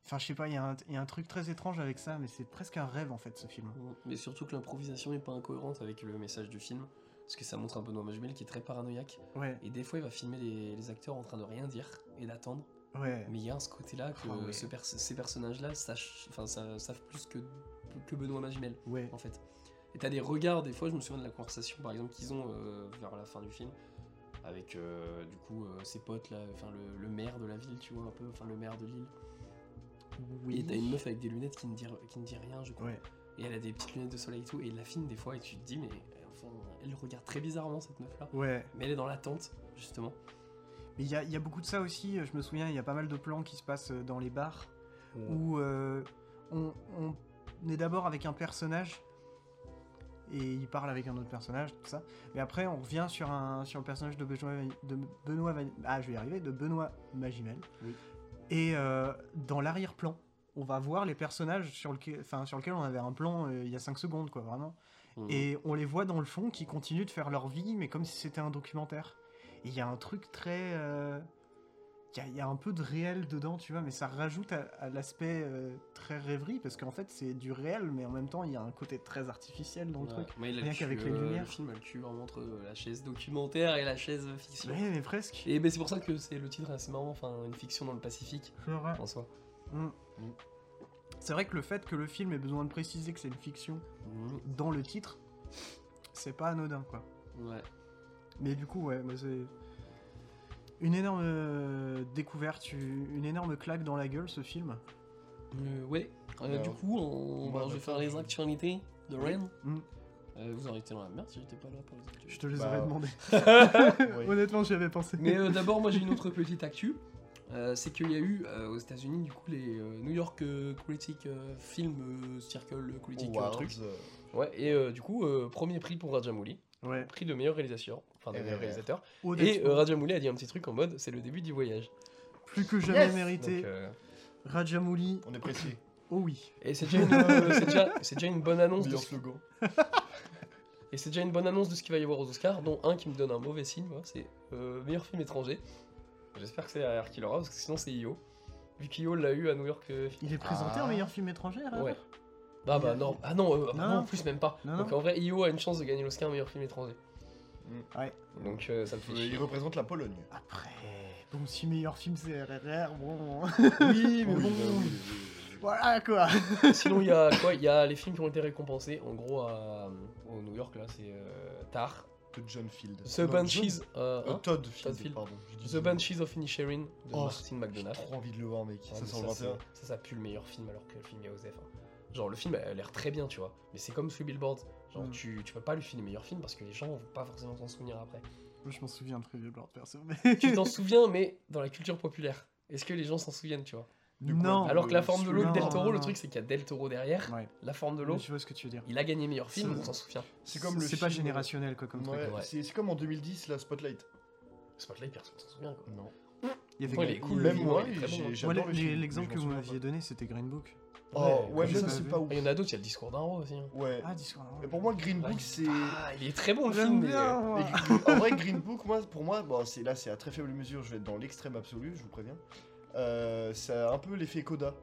Enfin, je sais pas, il y, a un- il y a un truc très étrange avec ça, mais c'est presque un rêve en fait ce film. Mhm. Mais surtout que l'improvisation n'est pas incohérente avec le message du film. Parce que ça montre un Benoît Magimel qui est très paranoïaque. Ouais, Et des fois, il va filmer les, les acteurs en train de rien dire et d'attendre. Ouais. Mais il y a un ce côté-là que Ah ouais. ce pers- ces personnages-là sachent- enfin, ça- savent plus que, que Benoît Magimel, Ouais. en fait. Et t'as des regards, des fois, je me souviens de la conversation, par exemple, qu'ils ont euh, vers la fin du film, avec, euh, du coup, euh, ses potes, là, enfin, le, le maire de la ville, tu vois, un peu, enfin, le maire de l'île. Oui. Et t'as une meuf avec des lunettes qui ne dit, qui ne dit rien, je crois. Ouais. Et elle a des petites lunettes de soleil et tout, et elle la filme des fois, et tu te dis, mais, enfin, elle regarde très bizarrement, cette meuf-là. Ouais. Mais elle est dans l'attente, justement. Mais il y a, il y a beaucoup de ça aussi, euh, je me souviens, il y a pas mal de plans qui se passent euh, dans les bars, où euh, on, on est d'abord avec un personnage, et il parle avec un autre personnage, tout ça, et après on revient sur, un, sur le personnage de Benoît, de Benoît Van- ah, je vais y arriver, de Benoît Magimel, Oui. et euh, dans l'arrière-plan, on va voir les personnages sur, lequel, enfin, sur lequel on avait un plan euh, il y a 5 secondes, quoi, vraiment. Mm. Et on les voit dans le fond qui continuent de faire leur vie, mais comme si c'était un documentaire. Et il y a un truc très. euh, Il y a- il y, a un peu de réel dedans, tu vois, mais ça rajoute à, à l'aspect euh, très rêverie, parce qu'en fait c'est du réel, mais en même temps il y a un côté très artificiel dans le Ouais. truc. Mais il a Rien le qu'avec cul, les euh, lumières. Le film, elle tue vraiment entre euh, la chaise documentaire et la chaise fiction. Ouais, mais presque. Et ben, c'est pour ça que c'est le titre est assez marrant, enfin, une fiction dans le Pacifique, C'est vrai. en soi. Mm. C'est vrai que le fait que le film ait besoin de préciser que c'est une fiction dans le titre, c'est pas anodin, quoi. Ouais. Mais du coup, ouais, mais c'est une énorme euh, découverte, une une énorme claque dans la gueule ce film. Euh, ouais. Euh, Ouais, du ouais. coup, on... Moi, bah, je vais maintenant, faire les je- actualités de Ren. Mm. Euh, vous en étiez dans la merde si j'étais pas là pour les Je actualités. te les Bah, ouais. aurais demandé. Oui. Honnêtement, j'y avais pensé. Mais euh, d'abord, moi j'ai une autre petite actu. Euh, c'est qu'il y a eu euh, aux États-Unis du coup les euh, New York euh, Critic euh, Film euh, Circle Critic euh, Awards, truc. euh, Ouais, et euh, du coup, euh, premier prix pour Rajamouli, Ouais. prix de meilleur réalisateur, enfin de meilleur RRR. réalisateur. Et Honnêtement, euh, Rajamouli a dit un petit truc en mode c'est le début du voyage. plus que jamais Yes mérité. Donc, euh, Rajamouli, on est pressé. oh oui. et c'est déjà, une, euh, c'est déjà- c'est déjà une bonne annonce. de Meilleur ce- slogan. et c'est déjà une bonne annonce de ce qu'il va y avoir aux Oscars, dont un qui me donne un mauvais signe, moi, c'est euh, meilleur film étranger. J'espère que c'est RR qui l'aura, parce que sinon c'est IO. Vu qu'IO l'a eu à New York. euh, Il est présenté Ah. en meilleur film étranger, là ouais. Ah bah non, ah non, euh, apparemment, Non. en plus même pas. Non, Donc non. en vrai, IO a une chance de gagner l'Oscar meilleur film étranger. Ouais. Donc euh, ça me fait Euh, chier. Ah Il représente la Pologne. Après, bon, si meilleur film c'est RRR, bon. Oh, Oui, mais bon. voilà quoi. Euh, Sinon, il y a quoi Il y a les films qui ont été récompensés. En gros, à, euh, au New York, là, c'est euh, Tar, De John Field. The Non, Banshees, John- euh, Euh, hein Todd Field, Field. pardon. je dis The Banshees of Inisherin de Oh, Martin J'ai McDonagh. trop envie de le voir, mec. Ah, Ouais, ça Ah, mais sent le c'est- 21. ça, ça pue le meilleur film alors que le film est Osef. hein. Genre, le film a l'air très bien, tu vois. Mais c'est comme Three Billboards. Genre, Mm. tu, tu peux pas lui filer meilleur film parce que les gens vont pas forcément s'en souvenir après. Moi, je m'en souviens très bien de leur perso, mais. tu t'en souviens, mais dans la culture populaire. Est-ce que les gens s'en souviennent, tu vois Du coup, Non. Alors que la forme de l'eau de non, Del non, Toro, le non. truc, c'est qu'il y a Del Toro derrière. Ouais, La forme de l'eau, je vois ce que tu veux dire. il a gagné meilleur film, C'est- on s'en souvient. C'est comme le. C'est pas film- générationnel quoi comme Ouais, truc. ouais. C'est c'est comme en 2010, la Spotlight. Spotlight, personne s'en souvient, quoi. Non. Il y avait Ouais, il est Green- cool, Même le film, moi, il est très j'ai- bon. j'adore Moi, le film, mais l'exemple je que m'en vous souviens m'aviez donné, c'était Green Book. Oh, ouais, mais je l'ai ça, pas c'est vu. pas ouf. Ah, Il y en a d'autres, il y a le discours d'un roi aussi. hein. Ouais. Ah, Discord. Mais pour moi, Green Book, c'est. Ah, il est très bon le film, J'aime mais. bien. euh, Mais moi. Gr- en vrai, Green Book, moi, pour moi, bon, c'est là, c'est à très faible mesure. Je vais être dans l'extrême absolu, je vous préviens. Euh, ça a un peu l'effet Coda.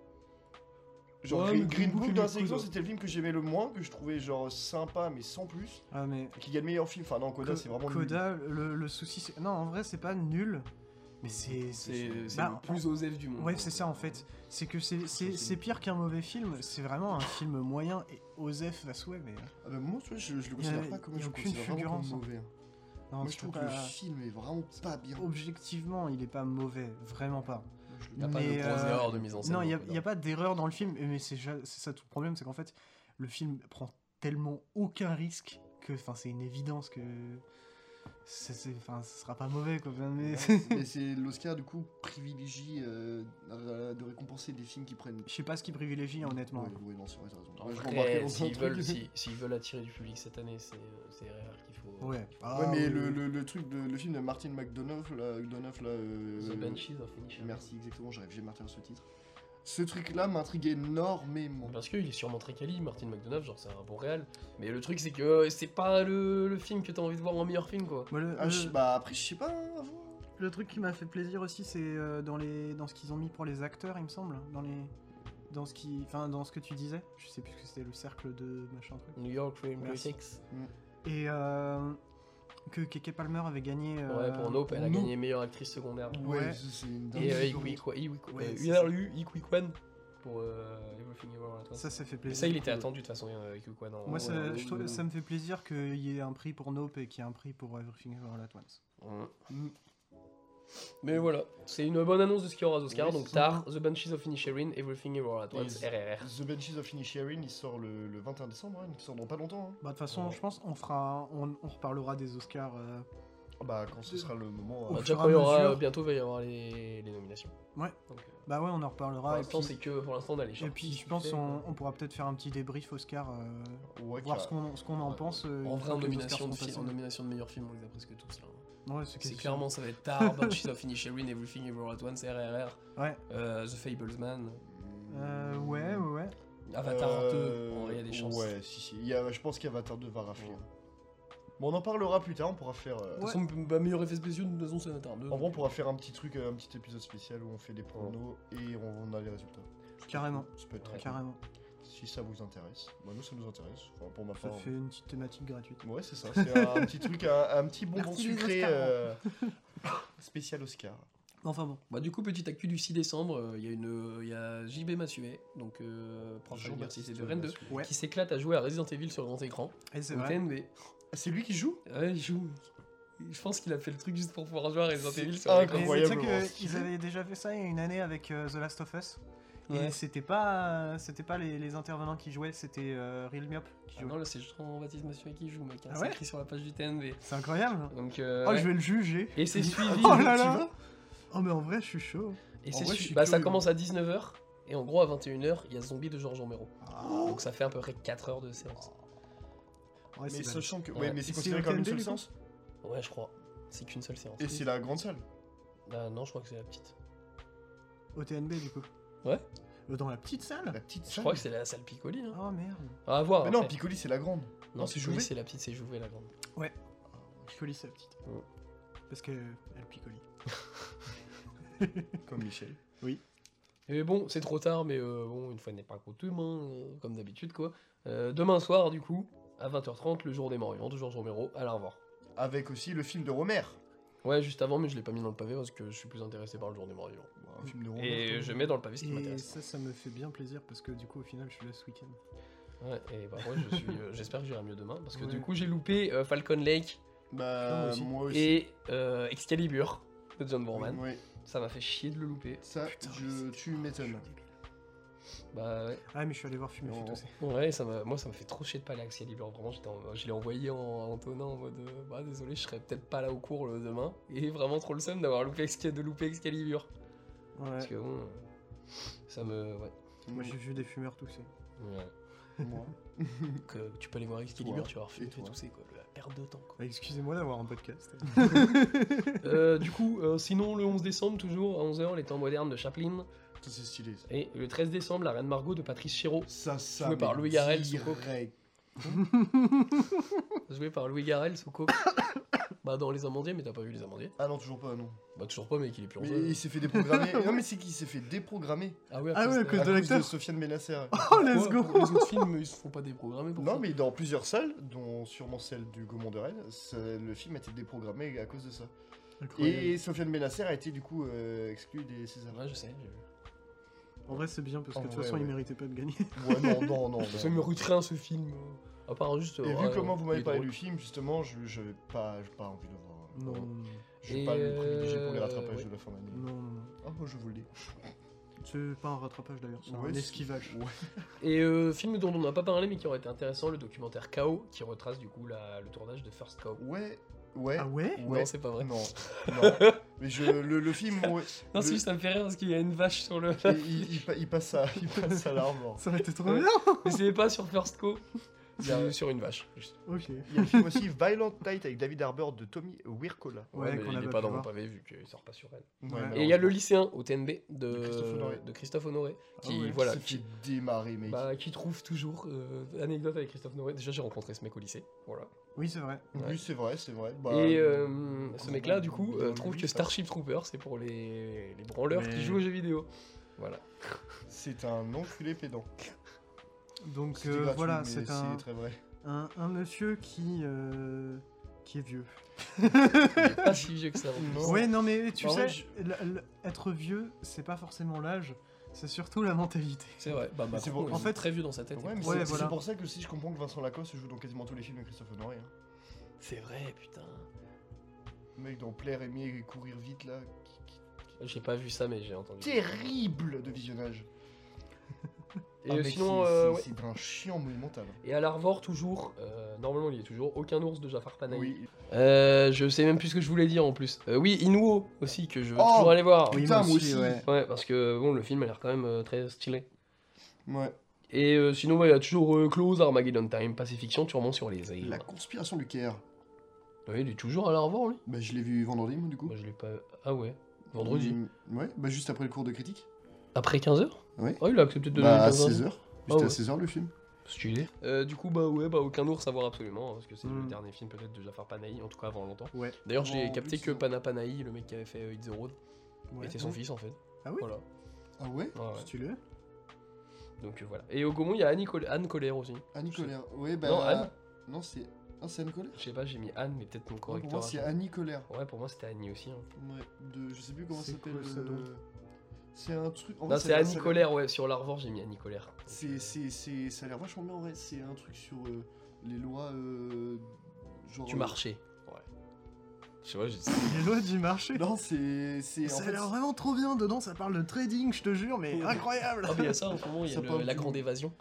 Genre, Ouais, Green, mais Green Book, dans la est hein. sélection, Coda. c'était le film que j'aimais le moins, que je trouvais genre sympa, mais sans plus. Ah, mais Qui gagne meilleur film. Enfin, non, Coda, Co- c'est vraiment. Coda, le, le souci, c'est... Non, en vrai, c'est pas nul, mais c'est... c'est- C'est c'est Bah, le plus Osef du monde. Ouais, c'est ça, en fait. C'est que c'est, c'est, c'est pire qu'un mauvais film, c'est vraiment un film moyen, et Osef va souhait, mais... euh, nul. Ah, bah, moi, tu vois, je, je le Il y a- considère pas il comme y a je le aucune considère vraiment comme fulgurance, hein. mauvais. hein. Non, Moi, tu je trouve peux que le pas- Oh. film est vraiment pas bien. Objectivement, il est pas mauvais, vraiment pas. Je le- T'as pas de Mais, grosses euh, erreurs de mise en scène. Non, il n'y a, donc, y a pas d'erreur dans le film, mais c'est, ja- c'est ça tout le problème, c'est qu'en fait, le film prend tellement aucun risque que, enfin, c'est une évidence que... C'est, c'est- enfin, ce sera pas mauvais, quoi, mais... Mais c'est l'Oscar, du coup, privilégie euh, de récompenser des films qui prennent. Je sais pas ce qu'il privilégie, honnêtement. Ouais, ouais, non, c'est vrai, t'as raison. En Ouais, je vrai, remarquais dans un s'ils truc. veulent, si- s'ils veulent attirer du public cette année, c'est euh, c'est rare qu'il faut. Ouais. Ah, ouais, mais oui, le, oui. le- le truc, de, le film de Martin McDonough, là, McDonough, là euh, The Banshees of Inisherin. Merci, exactement, j'arrive jamais à retenir ce titre. Ce truc-là m'intrigue énormément. Parce qu'il est sûrement très quali, Martin McDonagh, genre c'est un bon réal. Mais le truc, c'est que euh, c'est pas le, le film que t'as envie de voir en meilleur film, quoi. Moi, le- Ah, je- le- bah après, je sais pas, hein, avant. Le truc qui m'a fait plaisir aussi, c'est euh, dans les dans ce qu'ils ont mis pour les acteurs, il me semble, dans les dans ce qui, enfin dans ce que tu disais. Je sais plus ce que c'était le cercle de machin truc. New York Film Merci. Critics. Et euh, que Keke Palmer avait gagné. euh, Ouais, pour Nope, elle a Nope. gagné meilleure actrice secondaire. Ouais. Ouais, ça, c'est une dingue. Et euh, c'est Iwi- quoi- Iwi- Ouais, euh, c'est URU, Iwi Kwan pour euh, Everything Everywhere At Once. Ça, ça fait Mais plaisir. ça, il était attendu de toute façon, euh, Iwi Kwan. en- Moi, ça, en- je trouve- ça me fait plaisir qu'il y ait un prix pour Nope et qu'il y ait un prix pour Everything Everywhere All At Once. Mm. Mais voilà, c'est une bonne annonce de ce qu'il y aura aux Oscars. Oui, donc, c'est Tar, The Banshees of Inisherin, Everything Everywhere At Et Once, ils- RRR. The Benches of Inisherin, il sort le, le 21 décembre, hein, il sort dans pas longtemps. hein. Bah, de toute façon, Ouais. je pense on fera, on, on reparlera des Oscars. euh, Ah Bah, quand ce sera le moment. Au Bah, euh, déjà, fur et quand il y à aura, mesure. euh, bientôt, il va y avoir les, les nominations. Ouais. Donc, euh, Bah ouais, on en pour reparlera. Et l'instant, puis, c'est que pour l'instant, on a les et gens. puis, je pense on, on pourra peut-être faire un petit débrief Oscar, euh, ouais, voir car- ce qu'on ce qu'on en Ouais. pense. euh, En une vrai, fois en que les Oscars nomination, de seront fi- passés. en nomination de meilleurs films, on les a presque tous hein. là. Ouais, c'est C'est question. clairement, ça va être Tar, Banshees of Inisherin, Everything Everywhere At Once, RRR, Ouais. euh, The Fablesman, Euh, ouais, ouais, ouais. Avatar Euh, 2. En vrai, il y a des chances. Ouais, si, si. Il y a- je pense qu'Avatar 2 va rafler. hein. Ouais. Bon, on en parlera plus tard, on pourra faire. euh, De toute façon, bah, meilleur effet spécial, de toute façon, c'est Avatar 2. En vrai, on donc, pourra faire un petit truc, euh, un petit épisode spécial où on fait des pronos et on, a les résultats. Carrément. Ça peut être Ouais. très cool. Carrément. Si ça vous intéresse. Bah, nous, ça nous intéresse. Enfin, pour ma Ça part. fait une petite thématique gratuite. Ouais, c'est ça. C'est un, un petit truc, un, un petit bonbon Merci les sucré Oscars. euh, spécial Oscar. Enfin bon. Bah, du coup, petite actu du 6 décembre, euh, il y a une, il y a JB Matsué, donc euh, prof à l'université de Rennes 2, Ouais. qui s'éclate à jouer à Resident Evil sur grand écran. Et c'est au vrai. TNB. Ah, C'est lui qui joue Ouais, il joue. Je pense qu'il a fait le truc juste pour pouvoir jouer à Resident C'est Evil sur l'écran. Mais c'est Incroyable, tu sais hein. que ils avaient déjà fait ça il y a une année avec euh, The Last of Us. Ouais. Et c'était pas, euh, c'était pas les, les intervenants qui jouaient, c'était euh, Real Miop qui Ah jouait. non, là, c'est Jean-Baptiste Mathieu qui joue, mec. hein. Ah C'est ouais écrit sur la page du TNB. c'est incroyable. Donc, euh, Oh, ouais. je vais le juger. Et c'est suivi. Oh là là. Oh mais en vrai, je suis chaud. Et En c'est vrai, su- je suis bah, ça curieux. commence à 19h. Et en gros, à 21h, il y a Zombie de Georges Romero. Ah. Oh. Donc, ça fait à peu près 4 heures de séance. Ouais, Mais c'est mal. sachant que. Ouais, Ouais. mais c'est Et c'est considéré au comme une TND, seule du coup séance. Ouais, je crois. C'est qu'une seule séance. Et c'est la grande salle. Bah, Ah, non, je crois que c'est la petite. au TNB du coup. Ouais. Euh, Dans la petite salle. La petite Je salle. crois que c'est la salle Piccoli. Hein. Oh merde. Ah, à voir. Mais non, après. Piccoli, c'est la grande. non non, c'est Piccoli, Jouvet. c'est la petite, c'est Jouvet la grande. Je colis la petite. Mm. Ouais. Parce que elle picolie. Comme Michel. Et bon, c'est trop tard, mais euh, bon, une fois n'est pas coutume, hein, euh, comme d'habitude, quoi. Euh, demain soir, du coup, à 20h30, le jour des morts vivants de Georges Romero, à la revoir. Avec aussi le film de Romer. Ouais, juste avant, mais je l'ai pas mis dans le pavé parce que je suis plus intéressé par le jour des morts vivants. Bon, Bah, Un film de Romer. Et je mets dans le pavé ce qui Et m'intéresse. ça, ça me fait bien plaisir parce que du coup, au final, je suis là ce week-end. Ouais, et bah, moi, je suis, euh, j'espère que j'irai mieux demain parce que Ouais. du coup, j'ai loupé euh, Falcon Lake Bah, Putain, moi aussi. et euh, Excalibur de John Borman. Ouais, Ça m'a fait chier de le louper. ça, Putain, mais je, c'est tu m'étonnes. Bah ouais. Ah mais je suis allé voir fumer Non. fut aussi. Ouais, ça m'a- moi ça m'a fait trop chier de pas aller à Excalibur. Vraiment, j'étais en- je l'ai envoyé en, à Antonin en mode euh, bah, désolé, je serai peut-être pas là au cours le demain. Et vraiment trop le seum d'avoir loupé Exca- de louper Excalibur. Parce Ouais. que bon, euh, ça me. Ouais. Moi, j'ai vu des fumeurs tousser. Ouais. Moi. Donc, euh, tu peux aller voir Excalibur, Toi. hein. tu vas avoir fait, Et fait toi. tousser quoi. La perte de temps quoi. Ah, Excusez-moi d'avoir un podcast. Euh, du coup, euh, sinon le 11 décembre, toujours à 11h, les temps modernes de Chaplin. Ça, c'est stylé. Ça, Et le 13 décembre, la reine Margot de Patrice Chéreau, ça, ça Joué par mais Louis Garrel, sous coke. direct. jouée par Louis Garrel, Soko. bah dans Les Amandiers, mais t'as pas vu Les Amandiers Ah non, toujours pas, non. Bah toujours pas, mais qu'il est plus en Mais zone. il s'est fait déprogrammer. non, mais c'est qu'il s'est fait déprogrammer. Ah ouais, Ah ouais, à de- cause de à cause de l'acteur Sofiane Benasser. Oh, let's Pourquoi go Pour Les autres films, ils se font pas déprogrammer pour ça. non, mais dans plusieurs salles, dont sûrement celle du Gaumont de Rennes, ça- le film a été déprogrammé à cause de ça. Et Sofiane Benasser a été du coup euh, exclu des Césars. Ouais, je sais, j'ai vu. En vrai, c'est bien parce que de En toute vrai, façon, il ouais. méritait pas de gagner. Ouais, non, non, non. Ça non. me coûte rien ce film. euh, À part juste. Et vu comment vous m'avez parlé lui du film, justement, je n'avais pas, j'ai pas envie de le voir. Non, Voilà. non, Je vais Et pas le privilégier pour les euh, rattrapages ouais. Mm. de la fin d'année. non, non. Ah, moi je vous le dis. C'est pas un rattrapage d'ailleurs, c'est Ouais, un c'est- esquivage. Ouais. Et euh, film dont on n'a pas parlé mais qui aurait été intéressant, le documentaire KO, qui retrace du coup la- le tournage de First Cow. Ouais, ouais. Ah ouais ouais. Non, c'est pas vrai. Non, non. Mais je, le, le film, ouais, Non, si, le- ça me fait rire parce qu'il y a une vache sur le. il, il- il pa- il passe à, il passe à hein. l'arbre. Ça aurait été trop Ouais. bien Mais c'est pas sur First Cow, Il y a- c'est sur une vache. juste. Ok. Il y a le film aussi Violent Night avec David Harbour de Tommy Wirkola. Ouais, mais qu'on il a est pas pas pu dans voir. mon pavé vu qu'il sort pas sur elle. Ouais. Et il y a le lycéen au TNB de, De Christophe Honoré. de Christophe Honoré, qui, Ah ouais, voilà, Qui s'est qui, fait démarrer, mec. bah, qui trouve toujours. euh, anecdote avec Christophe Honoré. Déjà, j'ai rencontré ce mec au lycée. Voilà. Oui, c'est vrai. ouais. Oui, c'est vrai, c'est vrai. Bah, Et euh, ce mec-là, du coup, euh, dans trouve lui, que ça. Starship Trooper, c'est pour les, les branleurs qui Mais- jouent aux jeux vidéo. Voilà. C'est un enculé pédant. Donc C'était euh, gratuit, voilà, mais c'est un, très vrai. un, un monsieur qui, euh, qui est vieux. Pas si vieux que ça. en plus. Ouais, non, mais tu En sais, vrai, je- l- l- être vieux, c'est pas forcément l'âge, c'est surtout la mentalité. C'est vrai. Bah, c'est Macron, pour- il en est fait- très vieux dans sa tête. Ouais, mais Ouais, c'est voilà. c'est pour ça que si je comprends que Vincent Lacoste joue dans quasiment tous les films de Christophe Honoré. hein. C'est vrai, putain. Le mec dans Plaire, aimer et courir vite là. qui- qui- J'ai pas vu ça, mais j'ai entendu. Terrible de visionnage. Et Ah, euh, mec, sinon, c'est- euh, c'est ouais. c'est d'un chiant monumental. Et à l'Arvor, toujours, euh, normalement il y est toujours, aucun ours de Jafar Panahi. Oui. Euh, je sais même plus ce que je voulais dire en plus. Euh, oui, Inuo aussi, que je veux Oh, toujours aller voir. Oui, Putain, moi aussi. ouais. Ouais, parce que bon, le film a l'air quand même euh, très stylé. Ouais. Et euh, sinon, ouais, il y a toujours euh, Close, Armageddon Time, Pacifiction, sûrement sur les îles. La conspiration du Caire. Ouais, il est toujours à l'Arvor, lui. Bah, je l'ai vu vendredi, moi, du coup. Moi, je l'ai pas. Ah ouais, vendredi. Mm, ouais, bah, juste après le cours de critique. Après 15h Ouais. Oh, il a accepté de bah, à de- 16h. Ah C'était ouais. à 16h le film. Stylé. Euh, du coup, bah ouais, bah aucun ours à voir absolument, hein, parce que c'est le Hmm. dernier film peut-être de Jafar Panahi, en tout cas avant longtemps. Ouais. D'ailleurs, j'ai Mm. En capté plus, que euh, Pana Panahi, le mec qui avait fait euh, It's the Road, Ouais. était son fils en fait. Ah oui Voilà. Ah ouais Ouais, ouais. Stylé. Donc euh, voilà. Et au Gaumont, il y a Annie Col- Anne Colère aussi. Annie Je sais. Colère. Ouais, bah. Non, Anne. Non, c'est. Ah, c'est Anne Colère Je sais pas, j'ai mis Anne, mais peut-être mon Non, Pour correcteur. moi, a c'est changé. Annie Colère. Ouais, pour moi, c'était Annie aussi. hein. Ouais, de. Je sais plus comment ça C'est s'appelle. quoi, ça, euh, donc C'est un truc. en Non, vrai, ça a c'est l'air- Annie ça a l'air- Colère, ouais. Sur l'Arvor, j'ai mis Annie euh, Colère. C'est, c'est, c'est, ça a l'air vachement bien en vrai. C'est un truc sur euh, les lois. euh, genre, Du marché. Ouais. Je sais pas, j'ai Les lois du marché. Non, c'est. c'est en ça a fait, l'air vraiment trop bien dedans, ça parle de trading, je te jure, mais Ouais. incroyable. Ah, mais il y a ça en ce moment, il y a Ça le- parle la du- grande évasion.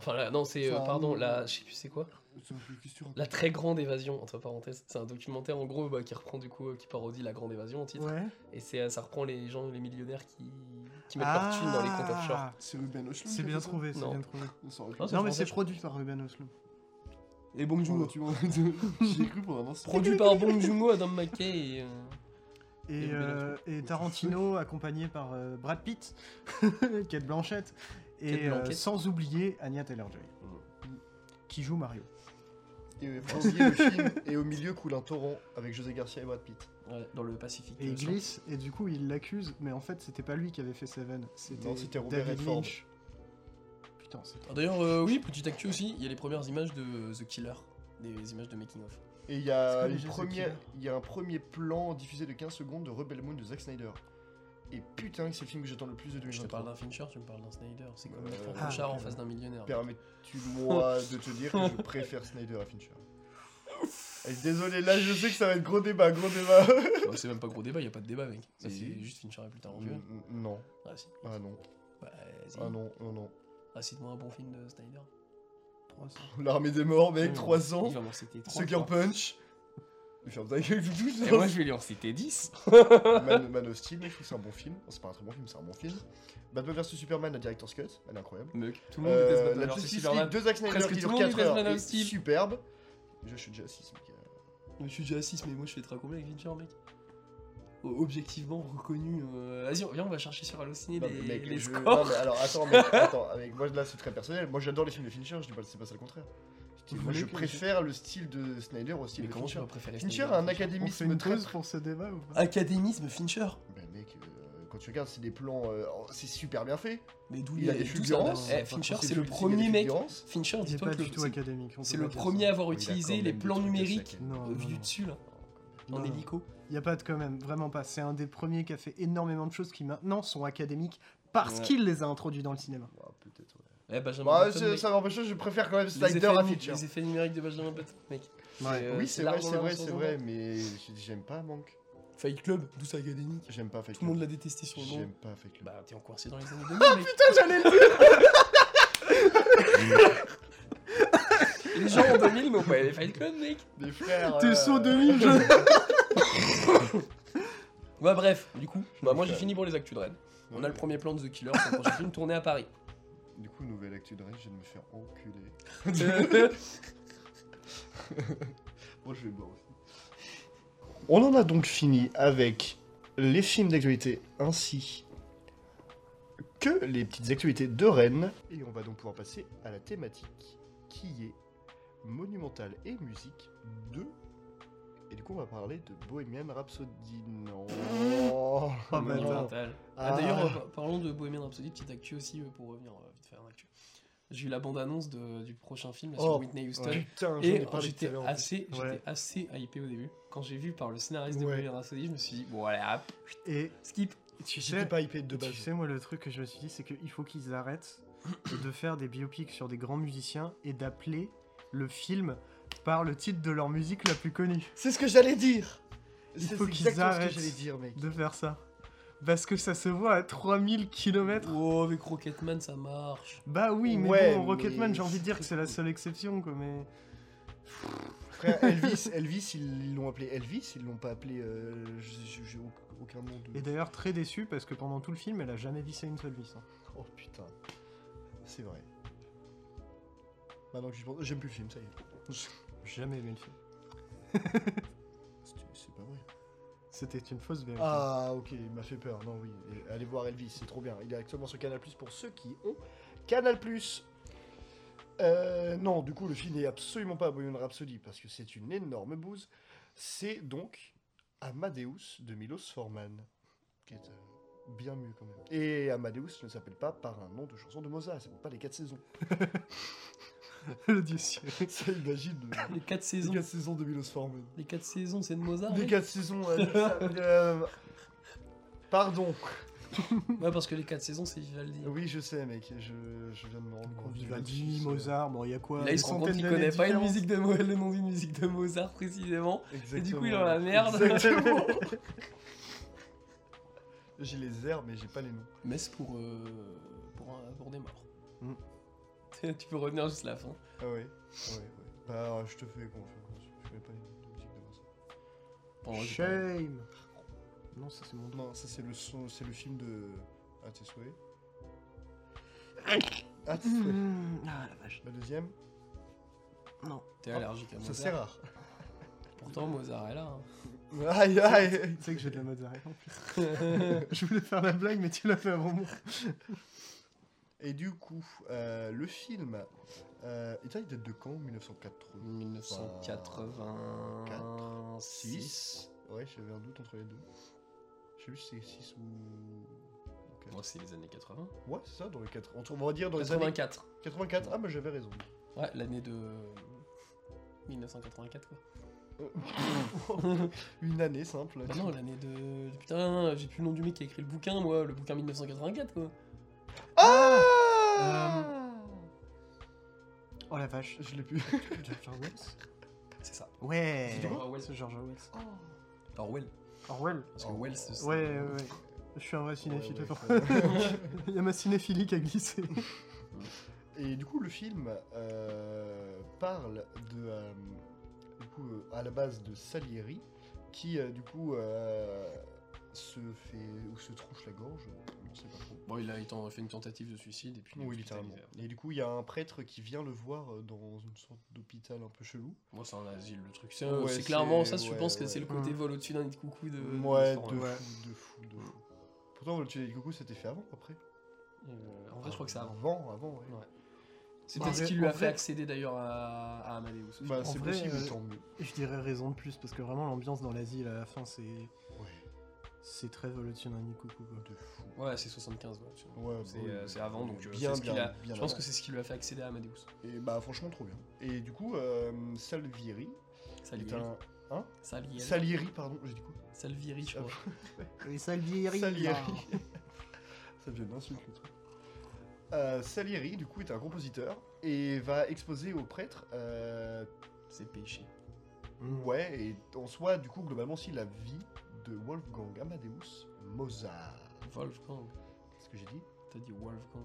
Enfin, la- non, c'est. euh, Enfin, pardon, euh, la. Je sais plus c'est quoi. c'est un peu question. La très grande évasion, entre parenthèses. C'est un documentaire en gros bah, qui reprend du coup, euh, qui parodie la grande évasion en titre. Ouais. Et c'est, euh, ça reprend les gens, les millionnaires qui, qui mettent leur thune dans les comptes offshore. Ah, C'est Ruben Oshlund. C'est qui a bien fait ça trouvé, c'est Non. bien trouvé. On s'en rappelle. Ah, c'est Non, mais français, c'est je produit par Ruben Oslo. Et Bong Joon-ho, tu vois. J'ai cru pendant un instant. Oh. Produit par Bong Joon-ho, Adam McKay et. euh, Et, Ruben euh, et Tarantino accompagné par euh, Brad Pitt, Kate Blanchett, Kate et euh, Blanchett. sans oublier Anya Taylor-Joy, Mmh. qui joue Mario. Et, euh, faut pas oublier le film. Et au milieu coule un torrent avec José Garcia et Brad Pitt. ouais, dans le Pacifique. Et euh, il glisse, et du coup il l'accuse, mais en fait c'était pas lui qui avait fait Seven, Non, c'était c'était Robert David Redford. Lynch. Putain, c'est Ah, D'ailleurs, euh, oui, petite actu aussi, il y a les premières images de euh, The Killer, des images de Making of. Et il y, C'est a quoi une déjà, ce première- killer il y a un premier plan diffusé de 15 secondes de Rebel Moon de Zack Snyder. Et putain, que c'est le film que j'attends le plus de Je te parle 2023. d'un Fincher, tu me parles d'un Snyder. C'est comme Euh, mettre un ah, Fincher en ok. face d'un millionnaire. Permets-tu-moi de te dire que je préfère Snyder à Fincher. Et désolé, là je sais que ça va être gros débat, gros débat. Bah, c'est même pas gros débat, il y a pas de débat, mec. Ah, Bah, Si, C'est si. juste Fincher est plus tard en Mm, mm, non, Ah si. ah non, Bah, si. ah non, non, non. Ah, cite-moi un bon film de Snyder. 300. L'armée des morts, mec, Oui, 300, Il va m'en citer 3. Sucker Punch. Ferme ta gueule, vous tous. Et moi, je vais lui en citer 10. Man, Man of Steel, mec, je trouve que c'est un bon film. C'est pas un très bon film, c'est un bon film. Batman vs Superman, la Director's Cut, elle est incroyable. Mec, tout le monde déteste Euh, Batman la versus Justice Superman. League de Zack Snyder Presque qui tout le dure monde 4 déteste heures Man of est Steel. superbe. Je suis déjà à 6, mec. Je suis déjà à 6, mais moi je fais très combien avec Fincher, mec O- Objectivement reconnu. euh, Vas-y, viens, on va chercher sur Allociné Non, les, mais mec, les je- scores. non, mais alors attends, mec, attends, avec moi là c'est très personnel. Moi j'adore les films de Fincher, je dis pas c'est pas ça le contraire. Je, dis, Vous moi, voulez je que- préfère le style de Snyder au style Mais de comment tu Fincher. vas préférer Fincher Snyder a un On fait académisme une très. pause pour ce débat ou Ah, pas Académisme Fincher Ben mec, euh, quand tu regardes, c'est des plans, euh, oh, c'est super bien fait. Mais d'où Il a des d'où ça fulgurances. vient Eh, Enfin, Fincher, quand c'est le shooting, il y premier a des mec. fulgurances. Fincher, Il est dis-toi pas que le- du tout c'est- académique. on c'est peut le pas dire premier à ça. avoir Il a quand utilisé même les des plans trucs de numériques sac. Non, euh, non, vus du non. dessus là, en Non, hélico. Il y a pas de quand même, vraiment pas. C'est un des premiers qui a fait énormément de choses qui maintenant sont académiques parce Ouais. qu'il les a introduits dans le cinéma. Ouais, peut-être, ouais. Eh, Benjamin Bah, Button, c'est- mec. ça m'empêche, pas, je préfère quand même Les Snyder effets à nu- Fincher. Les effets numériques de Benjamin Button, mec. Ouais. euh, Oui, c'est vrai, largement c'est vrai, largement c'est vrai, mais j'aime pas Manque. Fight Club, d'où ça académique. J'aime pas Fake Tout le monde l'a détesté sur le moment. J'aime pas Fake Club. Bah, t'es coincé dans les années 2000, mec. Ah, J'allais le dire Les gens en 2000 n'ont pas aimé Fight Club, mec. Des frères. T'es euh, saut 2000 je- Bah bref, du coup, bah moi j'ai Ouais. fini pour les actus de Rennes. On a le premier plan de The Killer, c'est le prochain film tourné à Paris. Du coup, nouvelle actu de Rennes, je viens de me faire enculer. Oh, Moi, je vais boire aussi. On en a donc fini avec les films d'actualité ainsi que les petites actualités de Rennes. Et on va donc pouvoir passer à la thématique qui est monumentale et musique de. Et du coup, on va parler de Bohemian Rhapsody. Non. Oh, Ah, bâtard. Ah, Monumental. Ah, D'ailleurs, euh, par- parlons de Bohemian Rhapsody, petite actu aussi euh, pour revenir euh, vite faire un actu. J'ai eu la bande-annonce de- du prochain film là, Oh, sur Whitney Houston. Putain, j'en ai Et parlé tout à j'étais l'heure. assez, j'étais Ouais. assez hypé au début. Quand j'ai vu par le scénariste de Ouais. Bohemian Rhapsody, je me suis dit, bon, allez, hop, Et skip. tu J'étais sais, pas hypé de tu base. sais, moi, le truc que je me suis dit, c'est qu'il faut qu'ils arrêtent de faire des biopics sur des grands musiciens et d'appeler le film par le titre de leur musique la plus connue. C'est ce que j'allais dire Il C'est faut c'est qu'ils exactement arrêtent. ce que j'allais dire, mec. De faire ça. Parce que ça se voit à 3000 km. Oh, avec Rocketman, ça marche. Bah oui, mais Ouais, bon, Rocketman, mais- j'ai envie de dire que c'est la seule exception, quoi, mais... Frère, Elvis, Elvis, ils l'ont appelé Elvis, ils l'ont pas appelé... euh, j'ai j'ai au- aucun nom de... Et d'ailleurs, très déçu, parce que pendant tout le film, elle a jamais dit ça une seule vis. hein. Oh putain. C'est vrai. Maintenant que j'y pense... J'aime plus le film, ça y est. Jamais aimé le film. C'est c'est pas vrai. C'était une fausse vérité. Ah ok, il m'a fait peur, non oui. Et Allez voir Elvis, c'est trop bien. Il est actuellement sur Canal Plus pour ceux qui ont Canal Plus. Euh, non, du coup, le film n'est absolument pas Bohemian Rhapsody parce que c'est une énorme bouse. C'est donc Amadeus de Milos Forman, qui est euh, bien mieux quand même. Et Amadeus ne s'appelle pas par un nom de chanson de Mozart, c'est pas les quatre saisons. le dieu ciel. Ça imagine euh, Les 4 les saisons. quatre saisons de Milos Forman. Les 4 saisons, c'est de Ah Mozart. Les mec. quatre saisons. euh, ça- euh, pardon. Ouais, parce que les 4 saisons, c'est Vivaldi. Oui, je sais, mec. Je, je viens de me rendre compte. du Vivaldi, lapsus, euh, Mozart, bon, il y a quoi Et là, il des se rend compte qu'il d'années connaît pas une différentes musique de Mozart, le nom d'une musique de Mozart précisément. Exactement. Et du coup, il est dans la merde. Exactement. j'ai les airs, mais j'ai pas les noms. Messe pour, euh, pour, un- pour des morts. Hmm. tu peux revenir juste à la fin. Ah ouais. Ouais, ouais. Bah, je te fais confiance. Je mets pas les noms de musique devant ça. Oh, Bon, j'ai pas- Shame Non, ça c'est mon doigt. Non, ça c'est le son, c'est le film de. À tes souhaits. À tes souhaits. Mmh, Ah la vache. La deuxième, Non. T'es allergique à Ah, ça Mozart. c'est rare. Pourtant, Mozart est là. hein. Aïe aïe Tu sais que j'ai de la Mozart en plus. Je voulais faire la blague, mais tu l'as fait avant moi. Et du coup, euh, le film. Euh, et ça, il date de quand 1904 1986. 6. Ouais, j'avais un doute entre les deux. Je sais plus si c'est 6 ou. Moi, c'est les années 80. ou 4. Ouais, c'est ça, dans les 4. On va dire dans les années 84. 84. Ah, mais j'avais raison. Ouais, l'année de. 1984, quoi. Une année simple. Bah non, l'année de. Putain, j'ai plus le nom du mec qui a écrit le bouquin, moi, le bouquin 1984, quoi. Ah Euh, Oh la vache. Je l'ai plus. George Orwell C'est ça. Ouais. C'est Orwell. C'est George Orwell. Oh. Orwell. Orwell Parce que Orwell. Wells, c'est. Ouais, ouais, ouais. Je suis un vrai cinéphile. Ouais, ouais, attends. ça- Il y a ma cinéphilie qui a glissé. Et du coup, le film euh, parle de, euh, du coup, euh, à la base de Salieri, qui euh, du coup euh, se fait ou se tranche la gorge, on sait pas trop. Bon, il a il t'en- fait une tentative de suicide et puis. il est Oui, littéralement. hospitalisé. Et du coup, il y a un prêtre qui vient le voir euh, dans une sorte d'hôpital un peu chelou. Moi, c'est un asile, le truc. C'est un- Ouais, c'est c'est- clairement ça, je ouais, pense que ouais. c'est le côté Mm. vol au-dessus d'un nid de coucou de. de ouais, de Florent. fou, ouais. de fou, de fou. Pourtant, le tunnel du coucou, c'était fait avant, après. Euh, En vrai, je crois que c'est avant. Avant, avant, ouais. Ouais. C'est En peut-être ce vrai- qui lui en a fait vrai- accéder d'ailleurs à, à Amadeus. Bah, En c'est vrai, possible, euh, tant mieux. Je dirais raison de plus, parce que vraiment l'ambiance dans l'asile à la fin, c'est Ouais, c'est très volatil, un coucou. quoi. de fou. Ouais, c'est 75, ouais. absolument. Ouais, C'est bah, euh, oui, c'est avant, donc euh, bien, c'est ce qu'il bien, a- bien je pense avant. que c'est ce qui lui a fait accéder à Amadeus. Et bah, franchement, trop bien. Et du coup, euh, Salvieri, Salieri. est un... Salieri. Salieri, pardon, j'ai dit quoi Salvieri, je Ah, crois. Les Salieri. Salieri. Ça devient une insulte, le truc. Euh, Salieri, du coup, est un compositeur et va exposer au prêtre euh, C'est péché. Ouais, et en soi, du coup, globalement, si la vie de Wolfgang Amadeus Mozart. Wolfgang. C'est ce que j'ai dit T'as dit Wolfgang.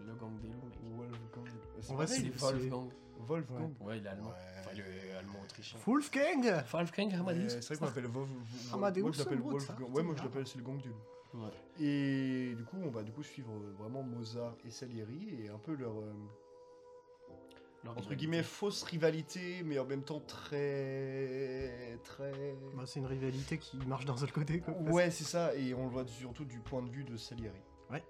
Le gang des loups, mec. Wolfgang. C'est En vrai, pareil, C'est c'est- Wolfgang. Wolfgang. Ouais, il est allemand. Ouais. Enfin, il est allemand-autrichien. Wolfgang Wolfgang Mais Amadeus. Euh, C'est vrai qu'on l'appelle Wolf- Wolf- Amadeus Moi, je l'appelle Mozart. Wolfgang. Ouais, moi, je l'appelle, c'est le gang du loup. Ouais. Et du coup, on va du coup suivre euh, vraiment Mozart et Salieri et un peu leur euh, Leur entre rivalité. guillemets fausse rivalité, mais en même temps très très. Bah, C'est une rivalité qui marche d'un seul côté. Quoi, parce- Ouais, c'est ça, et on le voit surtout du point de vue de Salieri. Ouais.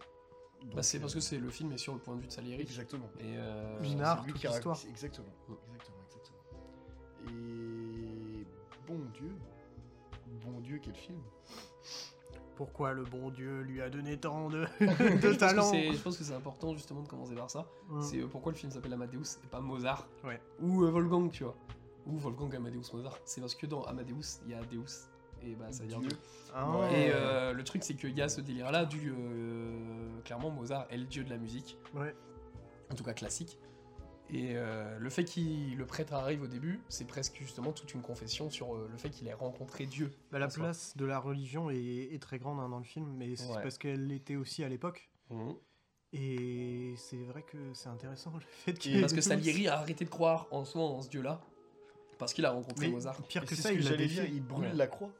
Donc, Bah, c'est parce que euh, c'est le film est sur le point de vue de Salieri. Exactement. Et euh, Une C'est art, lui toute qui a- l'histoire. c'est- Exactement. Mm. Exactement, exactement. Et bon Dieu, bon Dieu, quel film. Pourquoi le bon Dieu lui a donné tant de, de talent Je pense que c'est- je pense que c'est important justement de commencer par ça. Mm. C'est euh, pourquoi le film s'appelle Amadeus et pas Mozart. Ouais. Ou euh, Wolfgang, tu vois. Ou Wolfgang Amadeus Mozart. C'est parce que dans Amadeus, il y a Deus. Et bah ça veut dire Dieu. Dieu. Ah, Ouais. Et euh, le truc, c'est qu'il y a ce délire là du. euh, clairement, Mozart est le dieu de la musique. Ouais. En tout cas classique. Et euh, le fait qu'il le prêtre arrive au début, c'est presque justement toute une confession sur euh, le fait qu'il ait rencontré Dieu. Bah, la en soi. place de la religion est, est très grande hein, dans le film, mais c'est Ouais. parce qu'elle l'était aussi à l'époque. Mhm. Et c'est vrai que c'est intéressant le fait qu'il. Et parce que Salieri a arrêté de croire en soi, en ce dieu-là, parce qu'il a rencontré Mais Mozart. pire Et que c'est ça, ce que il a, j'allais dire, défié, il brûle Ouais. la croix.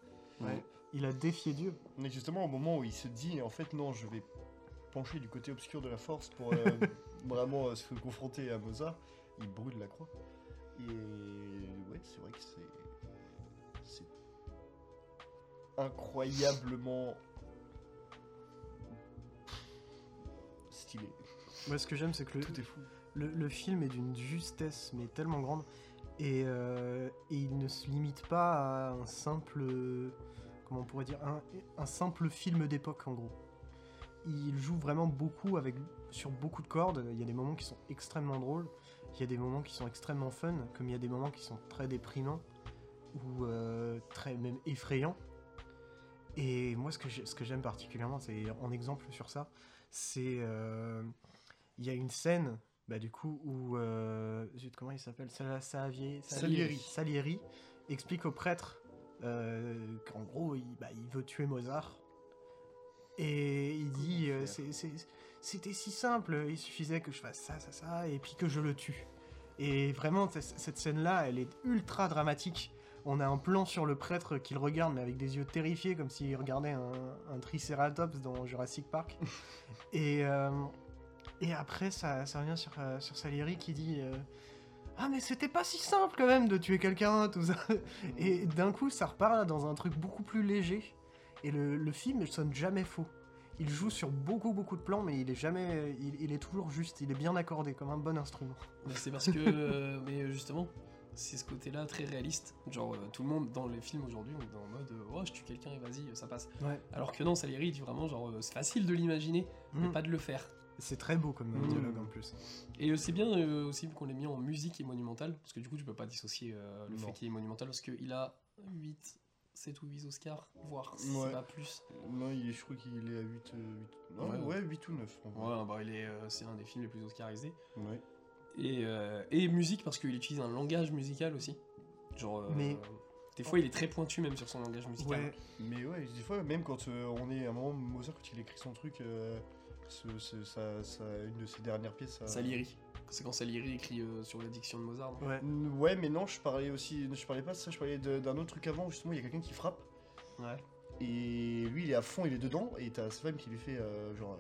il a défié Dieu. Mais justement, au moment où il se dit, en fait, non, je vais pencher du côté obscur de la force pour euh, vraiment euh, se confronter à Mozart, il brûle la croix. Et ouais, c'est vrai que c'est. C'est. incroyablement. stylé. Moi, ce que j'aime, c'est que le, Tout est fou. le- le film est d'une justesse, mais tellement grande. Et, euh, et il ne se limite pas à un simple. Comment on pourrait dire Un, un simple film d'époque, en gros. Il joue vraiment beaucoup avec, sur beaucoup de cordes. Il y a des moments qui sont extrêmement drôles. Il y a des moments qui sont extrêmement fun. Comme il y a des moments qui sont très déprimants. Ou euh, très même effrayants. Et moi, ce que j'ai- ce que j'aime particulièrement, c'est en exemple sur ça, c'est. euh, Il y a une scène bah, du coup, où. euh, zut, comment il s'appelle Sa- Savier- Salieri. Salieri explique au prêtre euh, qu'en gros, il, bah, il veut tuer Mozart. Et il dit euh, c'est- c'est- c'était si simple, il suffisait que je fasse ça, ça, ça, et puis que je le tue. Et vraiment, c- cette scène-là, elle est ultra dramatique. On a un plan sur le prêtre qui le regarde, mais avec des yeux terrifiés, comme s'il regardait un, un Triceratops dans Jurassic Park. et, euh, et après, ça, ça revient sur, euh, sur Salieri qui dit euh, Ah, mais c'était pas si simple quand même de tuer quelqu'un, tout ça. Et d'un coup, ça repart dans un truc beaucoup plus léger. Et le, le film ne sonne jamais faux. Il joue sur beaucoup, beaucoup de plans, mais il est jamais. Il, il est toujours juste, il est bien accordé, comme un bon instrument. Mais c'est parce que, euh, mais justement, c'est ce côté-là très réaliste. Genre, euh, tout le monde dans les films aujourd'hui, on est en mode euh, Oh, je tue quelqu'un et vas-y, ça passe. Ouais. Alors que non, Salieri il dit vraiment genre euh, C'est facile de l'imaginer, mais Mm. pas de le faire. C'est très beau comme Mm. dialogue en plus. Et euh, c'est bien euh, aussi qu'on l'ait mis en musique et monumentale, parce que du coup, tu peux pas dissocier euh, le Non. fait qu'il est monumental, parce qu'il a 8, 7 ou 8 Oscars, voire si Ouais. c'est pas plus. Non, il est, je crois qu'il est à 8. euh, 8 non, Ouais. ouais. 8 ou 9. En vrai. Ouais, bah, il est, euh, c'est un des films les plus Oscarisés. Ouais. Et, euh, et musique, parce qu'il utilise un langage musical aussi. Genre. euh, Mais- Des fois, il est très pointu même sur son langage musical. Ouais. Mais ouais, des fois, même quand euh, on est à un moment, Mozart, quand il écrit son truc, euh, ce- ce- sa- sa- une de ses dernières pièces. ça- Salieri. C'est quand Salieri écrit euh, sur l'addiction de Mozart. non Ouais. Mm, Ouais, mais non, je parlais aussi, je parlais pas de ça, je parlais de- d'un autre truc avant, justement, il y a quelqu'un qui frappe, Ouais. et lui, il est à fond, il est dedans, et t'as sa femme qui lui fait, euh, genre...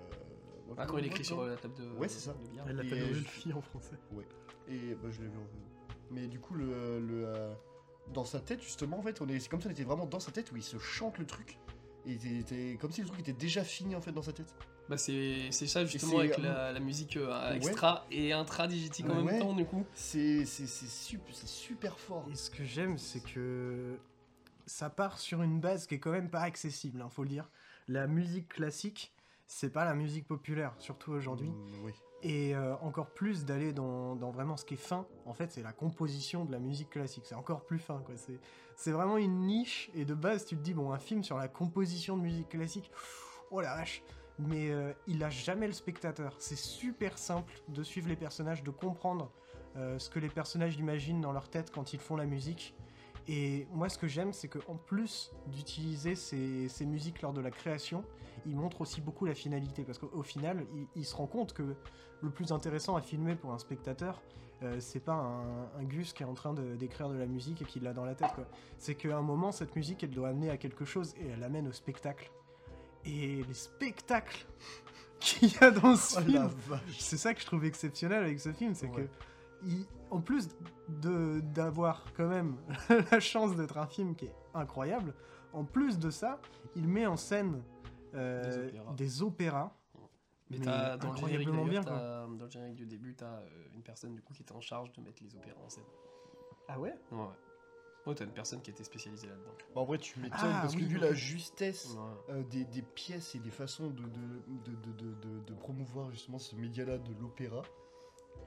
euh, Ah, quand il écrit sur quoi. euh, la table de, Ouais, c'est ça. de billard. Elle l'appelle l'appelle Et- une Jules fille en français. Et bah, je l'ai vu en fait. Mais du coup, le... le, euh, dans sa tête, justement, en fait, on est, c'est comme ça, on était vraiment dans sa tête, où il se chante le truc, et il était- comme si le truc était déjà fini, en fait, dans sa tête. Bah, c'est c'est ça justement c'est- avec la, la musique euh, Ouais. extra et intra-digitique en Ouais. même temps, du coup. C'est c'est- c'est sup- c'est super fort. Et ce que j'aime, c'est que ça part sur une base qui est quand même pas accessible, hein, faut le dire. La musique classique, c'est pas la musique populaire, surtout aujourd'hui. Mm, oui. Et euh, encore plus d'aller dans, dans vraiment ce qui est fin, en fait, c'est la composition de la musique classique. C'est encore plus fin, quoi. C'est, c'est vraiment une niche. Et de base, tu te dis, bon, un film sur la composition de musique classique, pff, oh la vache. Mais euh, il a jamais le spectateur. C'est super simple de suivre les personnages, de comprendre euh, ce que les personnages imaginent dans leur tête quand ils font la musique. Et moi, ce que j'aime, c'est qu'en plus d'utiliser ces, ces musiques lors de la création, il montre aussi beaucoup la finalité. Parce qu'au au final, il, il se rend compte que le plus intéressant à filmer pour un spectateur, euh, c'est pas un, un Gus qui est en train de- d'écrire de, la musique et qui l'a dans la tête. quoi. C'est qu'à un moment, cette musique, elle doit amener à quelque chose et elle amène au spectacle. Et les spectacles qu'il y a dans ce Oh la film, vache. c'est ça que je trouve exceptionnel avec ce film, c'est Ouais. que, il- en plus de d'avoir quand même la chance d'être un film qui est incroyable, en plus de ça, il met en scène euh, Des opéras. des opéras. Mais, Mais t'as dans le générique incroyablement bien, d'ailleurs, quoi. t'as- dans le générique du début, t'as euh, une personne du coup qui était en charge de mettre les opéras en scène. Ah ouais Ouais. Ouais, t'as une personne qui était spécialisée là-dedans. Bah, en vrai, tu m'étonnes, Ah, parce que oui, vu oui, la oui. justesse Ouais. euh, des, des pièces et des façons de, de, de, de, de, de- de promouvoir justement ce média-là de l'opéra,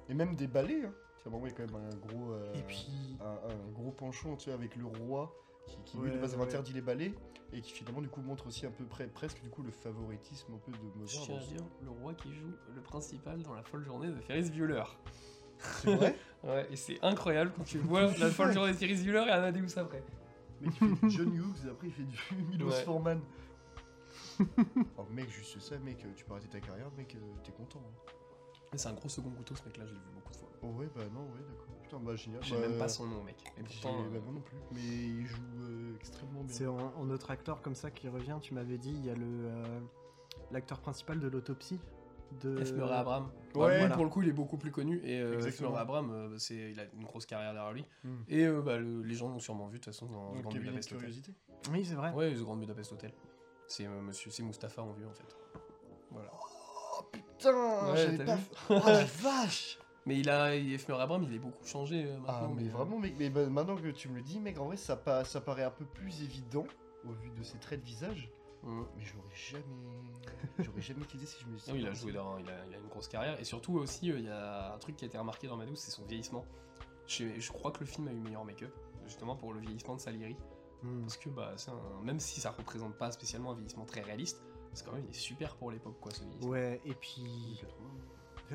et même des ballets, hein. Tiens, bah, ouais, quand même un gros, euh, Et puis, un, un gros penchant, tu sais, avec le roi qui, qui lui, Ouais, de base, avait ouais. interdit les ballets, et qui finalement, du coup, montre aussi un peu près, presque, du coup, le favoritisme un peu de Je Mozart. tiens dans à ce- dire le roi qui joue le principal dans la folle journée de Ferris Bueller. C'est vrai Ouais, et c'est incroyable quand tu vois la folle journée de Ferris Bueller et Amadeus après. Mais qui fait du John Hughes, et après il fait du Milos Ouais. Forman. oh mec, juste ça, mec, euh, tu peux arrêter ta carrière, mec, euh, t'es content. hein. Mais C'est un gros second couteau ce mec-là, je l'ai vu beaucoup de fois. Oh ouais, bah non, ouais, d'accord. Putain, bah génial. J'ai bah, même pas son nom, mec. Et j'ai- pourtant, bah, euh, moi non plus, mais il joue euh, extrêmement bien. C'est en, en autre acteur comme ça qui revient. Tu m'avais dit, il y a le euh, l'acteur principal de l'autopsie de. F. Murray Abraham. Ouais, Bah, lui, voilà. pour le coup, il est beaucoup plus connu. Et euh, F. Exactement. Murray Abraham, euh, c'est, il a une grosse carrière derrière lui. Hmm. Et euh, bah, le- les gens l'ont sûrement vu, de toute façon, dans The Donc Grand Kevin est Budapest Hotel. curiosité. Oui, c'est vrai. Ouais, The Grand Budapest Hotel. C'est euh, monsieur, c'est Mustapha en vieux, en fait. Voilà. Oh, Putain, Ouais, j'avais t'as pas. vu Oh la vache Mais il a, et F. Murray Abraham, il est beaucoup changé euh, Ah, maintenant. mais euh, vraiment, mec, mais bah, maintenant que tu me le dis, mec, en vrai, ça, pa- ça paraît un peu plus évident au vu de ses traits de visage, hmm. mais j'aurais jamais. J'aurais jamais utilisé si je me disais. Non, Ah il a joué dans, il a, il a une grosse carrière. Et surtout aussi, euh, il y a un truc qui a été remarqué dans Madhouse, c'est son vieillissement. Je, je crois que le film a eu meilleur make-up, justement pour le vieillissement de Salieri. Hmm. Parce que bah, c'est un- même si ça représente pas spécialement un vieillissement très réaliste, c'est quand même il est super pour l'époque quoi ce vieillissement. Ouais, et puis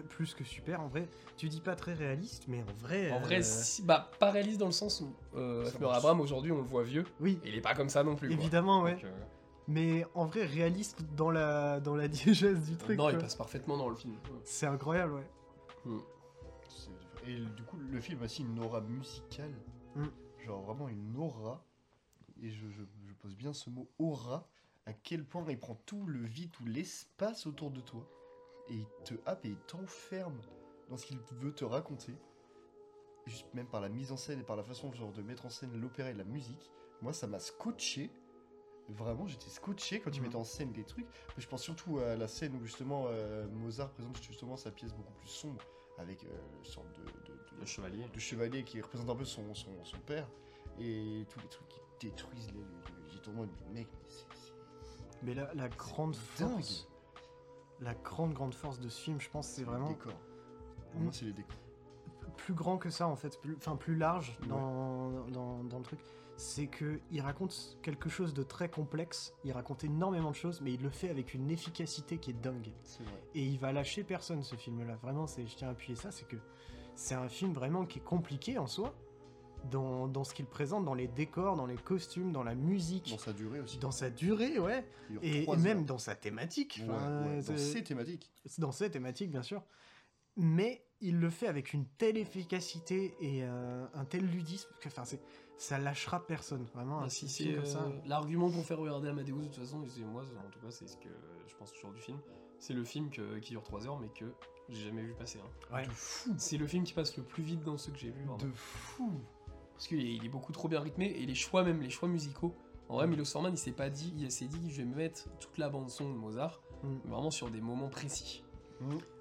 plus que super. En vrai, tu dis pas très réaliste, mais en vrai. En vrai, euh, si- bah, pas réaliste dans le sens où euh, Ça Fleur marche. Abraham aujourd'hui on le voit vieux, oui, et il est pas comme ça non plus. quoi. évidemment, ouais. Donc, euh, Mais en vrai, réaliste dans la dans la diégèse du truc. non, il quoi. passe parfaitement dans le film. C'est incroyable, ouais. C'est- Et du coup, le film a aussi une aura musicale. Mm. Genre vraiment une aura. Et je, je- je pose bien ce mot aura. À quel point il prend tout le vide, tout l'espace autour de toi. Et il te happe et il t'enferme dans ce qu'il veut te raconter. Juste même par la mise en scène et par la façon genre, de mettre en scène l'opéra et la musique. Moi, ça m'a scotché. Vraiment, j'étais scotché quand il Mhm. mettait en scène des trucs. Mais je pense surtout à la scène où justement euh, Mozart présente justement sa pièce beaucoup plus sombre avec euh, une sorte de, de- de- Le chevalier. de chevalier qui représente un peu son, son- son père et tous les trucs qui détruisent les, les, les- J'étais en mode, mais mec, mais c'est- c'est Mais la, la grande dingue. force, la grande grande force de ce film, je pense, c'est les vraiment décors. Pour moi, c'est les décors. plus grand que ça en fait, plus- enfin plus large dans, dans, dans le truc, c'est que il raconte quelque chose de très complexe, il raconte énormément de choses, mais il le fait avec une efficacité qui est dingue. C'est vrai. Et il va lâcher personne ce film-là. Vraiment, c'est, je tiens à appuyer ça, c'est que c'est un film vraiment qui est compliqué en soi, dans, dans ce qu'il présente, dans les décors, dans les costumes, dans la musique, Dans sa durée aussi. dans sa durée, ouais, Il dure et, et trois même heures. dans sa thématique. Ouais, Enfin, ouais, c'est- dans ses thématiques. dans cette thématique, bien sûr. Mais il le fait avec une telle efficacité et euh, un tel ludisme que enfin, c'est, ça lâchera personne. Vraiment, un Ah, petit si film c'est comme ça. euh, l'argument pour faire regarder Amadeus, de toute façon, et c'est moi, en tout cas, c'est ce que je pense toujours du film. C'est le film que- qui dure 3 heures, mais que j'ai jamais vu passer. hein. Ouais. De fou. C'est le film qui passe le plus vite dans ceux que j'ai vus. vraiment. De fou. Parce qu'il est, il est beaucoup trop bien rythmé et les choix, même les choix musicaux. En Mm. vrai, Milos Forman, il s'est pas dit, il s'est dit, je vais mettre toute la bande son de Mozart, Mm. vraiment sur des moments précis.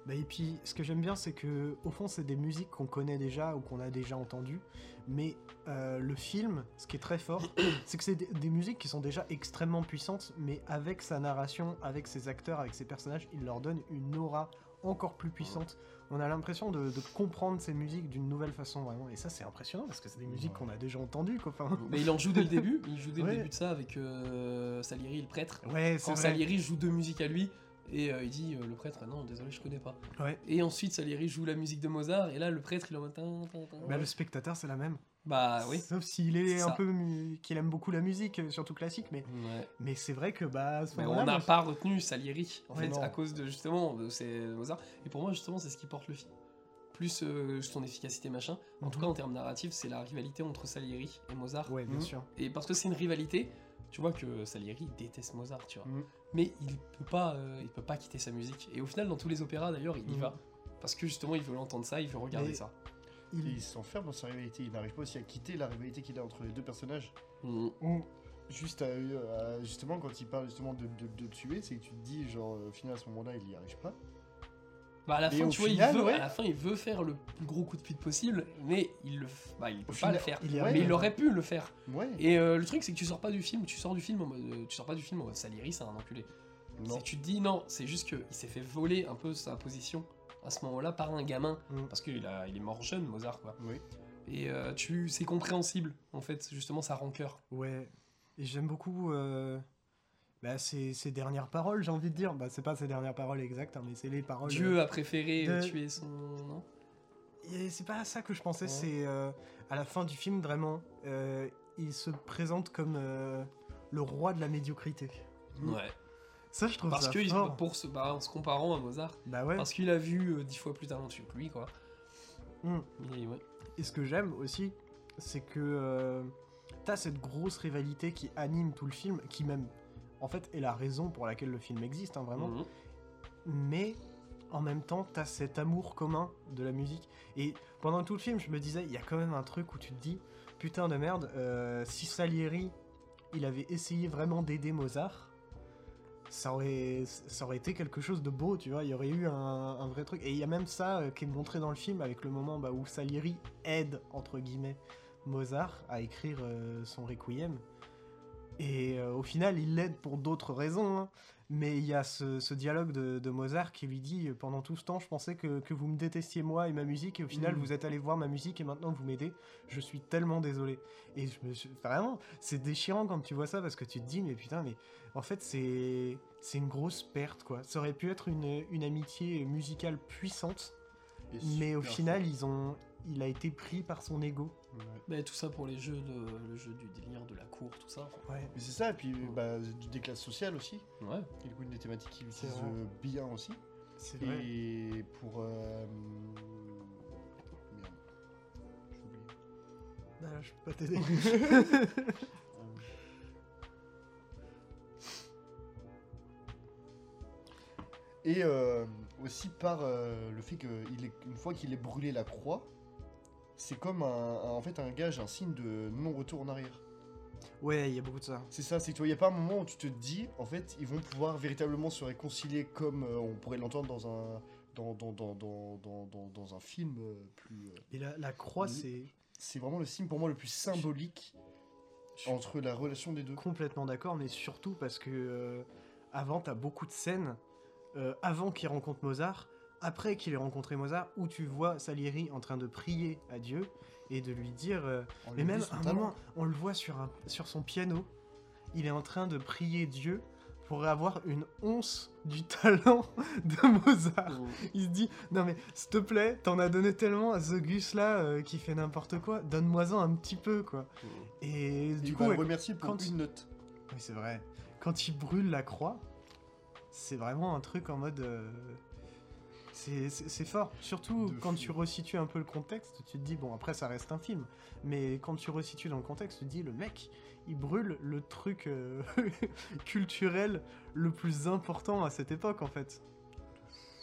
Bah, et puis, ce que j'aime bien, c'est que au fond, c'est des musiques qu'on connaît déjà ou qu'on a déjà entendues. Mais euh, le film, ce qui est très fort, c'est que c'est des, des musiques qui sont déjà extrêmement puissantes, mais avec sa narration, avec ses acteurs, avec ses personnages, il leur donne une aura encore plus puissante. On a l'impression de, de comprendre ces musiques d'une nouvelle façon, vraiment. Et ça, c'est impressionnant parce que c'est des musiques qu'on a déjà entendues, quoi. Enfin, Mais il en joue dès le début, il joue dès Ouais. le début de ça avec euh, Salieri, le prêtre. ouais, c'est Quand vrai. Salieri joue deux musiques à lui, et euh, il dit, euh, le prêtre, ah non, désolé, je connais pas. Ouais. Et ensuite, Salieri joue la musique de Mozart, et là, le prêtre, il est en mode. tin, tin, tin. Bah, le spectateur, c'est la même. Bah oui. Sauf s'il est, C'est un ça. peu. mu- qu'il aime beaucoup la musique, euh, surtout classique, mais. Ouais. Mais c'est vrai que bah à ce Mais moment-là, on n'a moi, pas retenu Salieri, en Ouais, fait, non. à cause de justement, de- c'est Mozart. Et pour moi, justement, c'est ce qui porte le film. Plus euh, son efficacité, machin. En tout cas, en termes narratifs, c'est la rivalité entre Salieri et Mozart. Mhm. Ouais, bien Mhm. sûr. Et parce que c'est une rivalité, tu vois que Salieri déteste Mozart, tu vois. Mhm. Mais il peut pas, euh, il peut pas quitter sa musique. Et au final, dans tous les opéras d'ailleurs, il y Mhm. va parce que justement, il veut l'entendre ça, il veut regarder Mais- ça. Et Il... il s'enferme dans sa rivalité. Il n'arrive pas aussi à quitter la rivalité qu'il a entre les deux personnages. Mhm. Juste à- euh, à- euh, justement, quand il parle justement de, de, de tuer, c'est que tu te dis, genre, au final, à ce moment-là, il n'y arrive pas. Bah à la Et fin, au tu vois, final, il veut, ouais. à la fin, il veut faire le plus gros coup de pute possible, mais il le, f- bah, il peut pas final, le faire. il est mais arrivé. il aurait pu le faire. Ouais. Et euh, le truc, c'est que tu sors pas du film, tu sors du film en mode, euh, tu sors pas du film en mode Salieri, c'est un enculé. Non. C'est que tu te dis non, c'est juste qu'il s'est fait voler un peu sa position à ce moment-là par un gamin, Mm. parce qu'il a, il est mort jeune, Mozart quoi. Oui. Et euh, tu, c'est compréhensible en fait, c'est justement sa rancœur. Ouais, et j'aime beaucoup euh, bah, ses, ses dernières paroles, j'ai envie de dire. Bah, c'est pas ses dernières paroles exactes, hein, mais c'est les Oh, paroles. Dieu a préféré euh, de- tuer son. non euh, et c'est pas à ça que je pensais, Ouais. c'est euh, à la fin du film, vraiment. euh, il se présente comme euh, le roi de la médiocrité. Mm. Ouais. Ça, je trouve Parce ça que il- fort. pour se, bah, en se comparant à Mozart, Bah ouais. parce qu'il a vu euh, dix fois plus talentueux que lui quoi. Mm. Et ouais. Et ce que j'aime aussi, c'est que euh, t'as cette grosse rivalité qui anime tout le film, qui même, en fait, est la raison pour laquelle le film existe, hein, vraiment. Mhm. mais en même temps, t'as cet amour commun de la musique. Et pendant tout le film, je me disais, il y a quand même un truc où tu te dis, putain de merde, euh, si Salieri, il avait essayé vraiment d'aider Mozart, ça aurait, ça aurait été quelque chose de beau, tu vois, il y aurait eu un, un vrai truc. Et il y a même ça euh, qui est montré dans le film avec le moment bah, où Salieri aide, entre guillemets, Mozart à écrire euh, son requiem. Et euh, au final, il l'aide pour d'autres raisons. hein. Mais il y a ce, ce dialogue de, de Mozart qui lui dit euh, Pendant tout ce temps, je pensais que, que vous me détestiez moi et ma musique, et au final, Mm. vous êtes allé voir ma musique et maintenant vous m'aidez. Je suis tellement désolé. Et je me suis. Vraiment, c'est déchirant quand tu vois ça parce que tu te dis Mais putain, mais en fait, c'est. C'est une grosse perte, quoi. Ça aurait pu être une, une amitié musicale puissante, Et mais au super final, fort. ils ont, il a été pris par son ego. Mais Bah, tout ça pour les jeux de, le jeu du délire, de la cour, tout ça. enfin. Ouais. Mais c'est ça, et puis bah, des classes sociales aussi. Ouais. Et du coup, une des thématiques qu'ils C'est utilisent vrai. euh, bien aussi. C'est vrai. Et pour. euh, Merde. J'ai oublié. Ah, je peux pas t'aider. Et euh, aussi par euh, le fait qu'une fois qu'il ait brûlé la croix, c'est comme un, un- en fait un gage, un signe de non-retour en arrière. ouais, il y a beaucoup de ça. C'est ça, c'est que tu vois, il n'y a pas un moment où tu te dis, en fait, ils vont pouvoir véritablement se réconcilier comme euh, on pourrait l'entendre dans un, dans, dans, dans, dans, dans, dans- dans un film euh, plus... euh, Et la, la croix, Oui. c'est c'est vraiment le signe pour moi le plus symbolique entre la relation des deux. complètement d'accord, mais surtout parce que euh, avant, t'as beaucoup de scènes, euh, avant qu'il rencontre Mozart, après qu'il ait rencontré Mozart, où tu vois Salieri en train de prier à Dieu et de lui dire. euh, On lui mais dit même son à un talent. moment, on le voit sur, un, sur son piano, il est en train de prier Dieu pour avoir une once du talent de Mozart. Ah. Il se dit, non mais, s'il te plaît, t'en as donné tellement à ce Gus là euh, qui fait n'importe quoi, donne-moi-en un petit peu quoi. Mhm. Et Mm. Et du il coup, va ouais, le remercier pour quand- une note. oui, c'est vrai. Quand il brûle la croix, c'est vraiment un truc en mode. euh, C'est c'est- c'est fort. Surtout De quand fou. tu resitues un peu le contexte, tu te dis, bon, après, ça reste un film. Mais quand tu resitues dans le contexte, tu te dis, le mec, il brûle le truc euh, culturel le plus important à cette époque, en fait.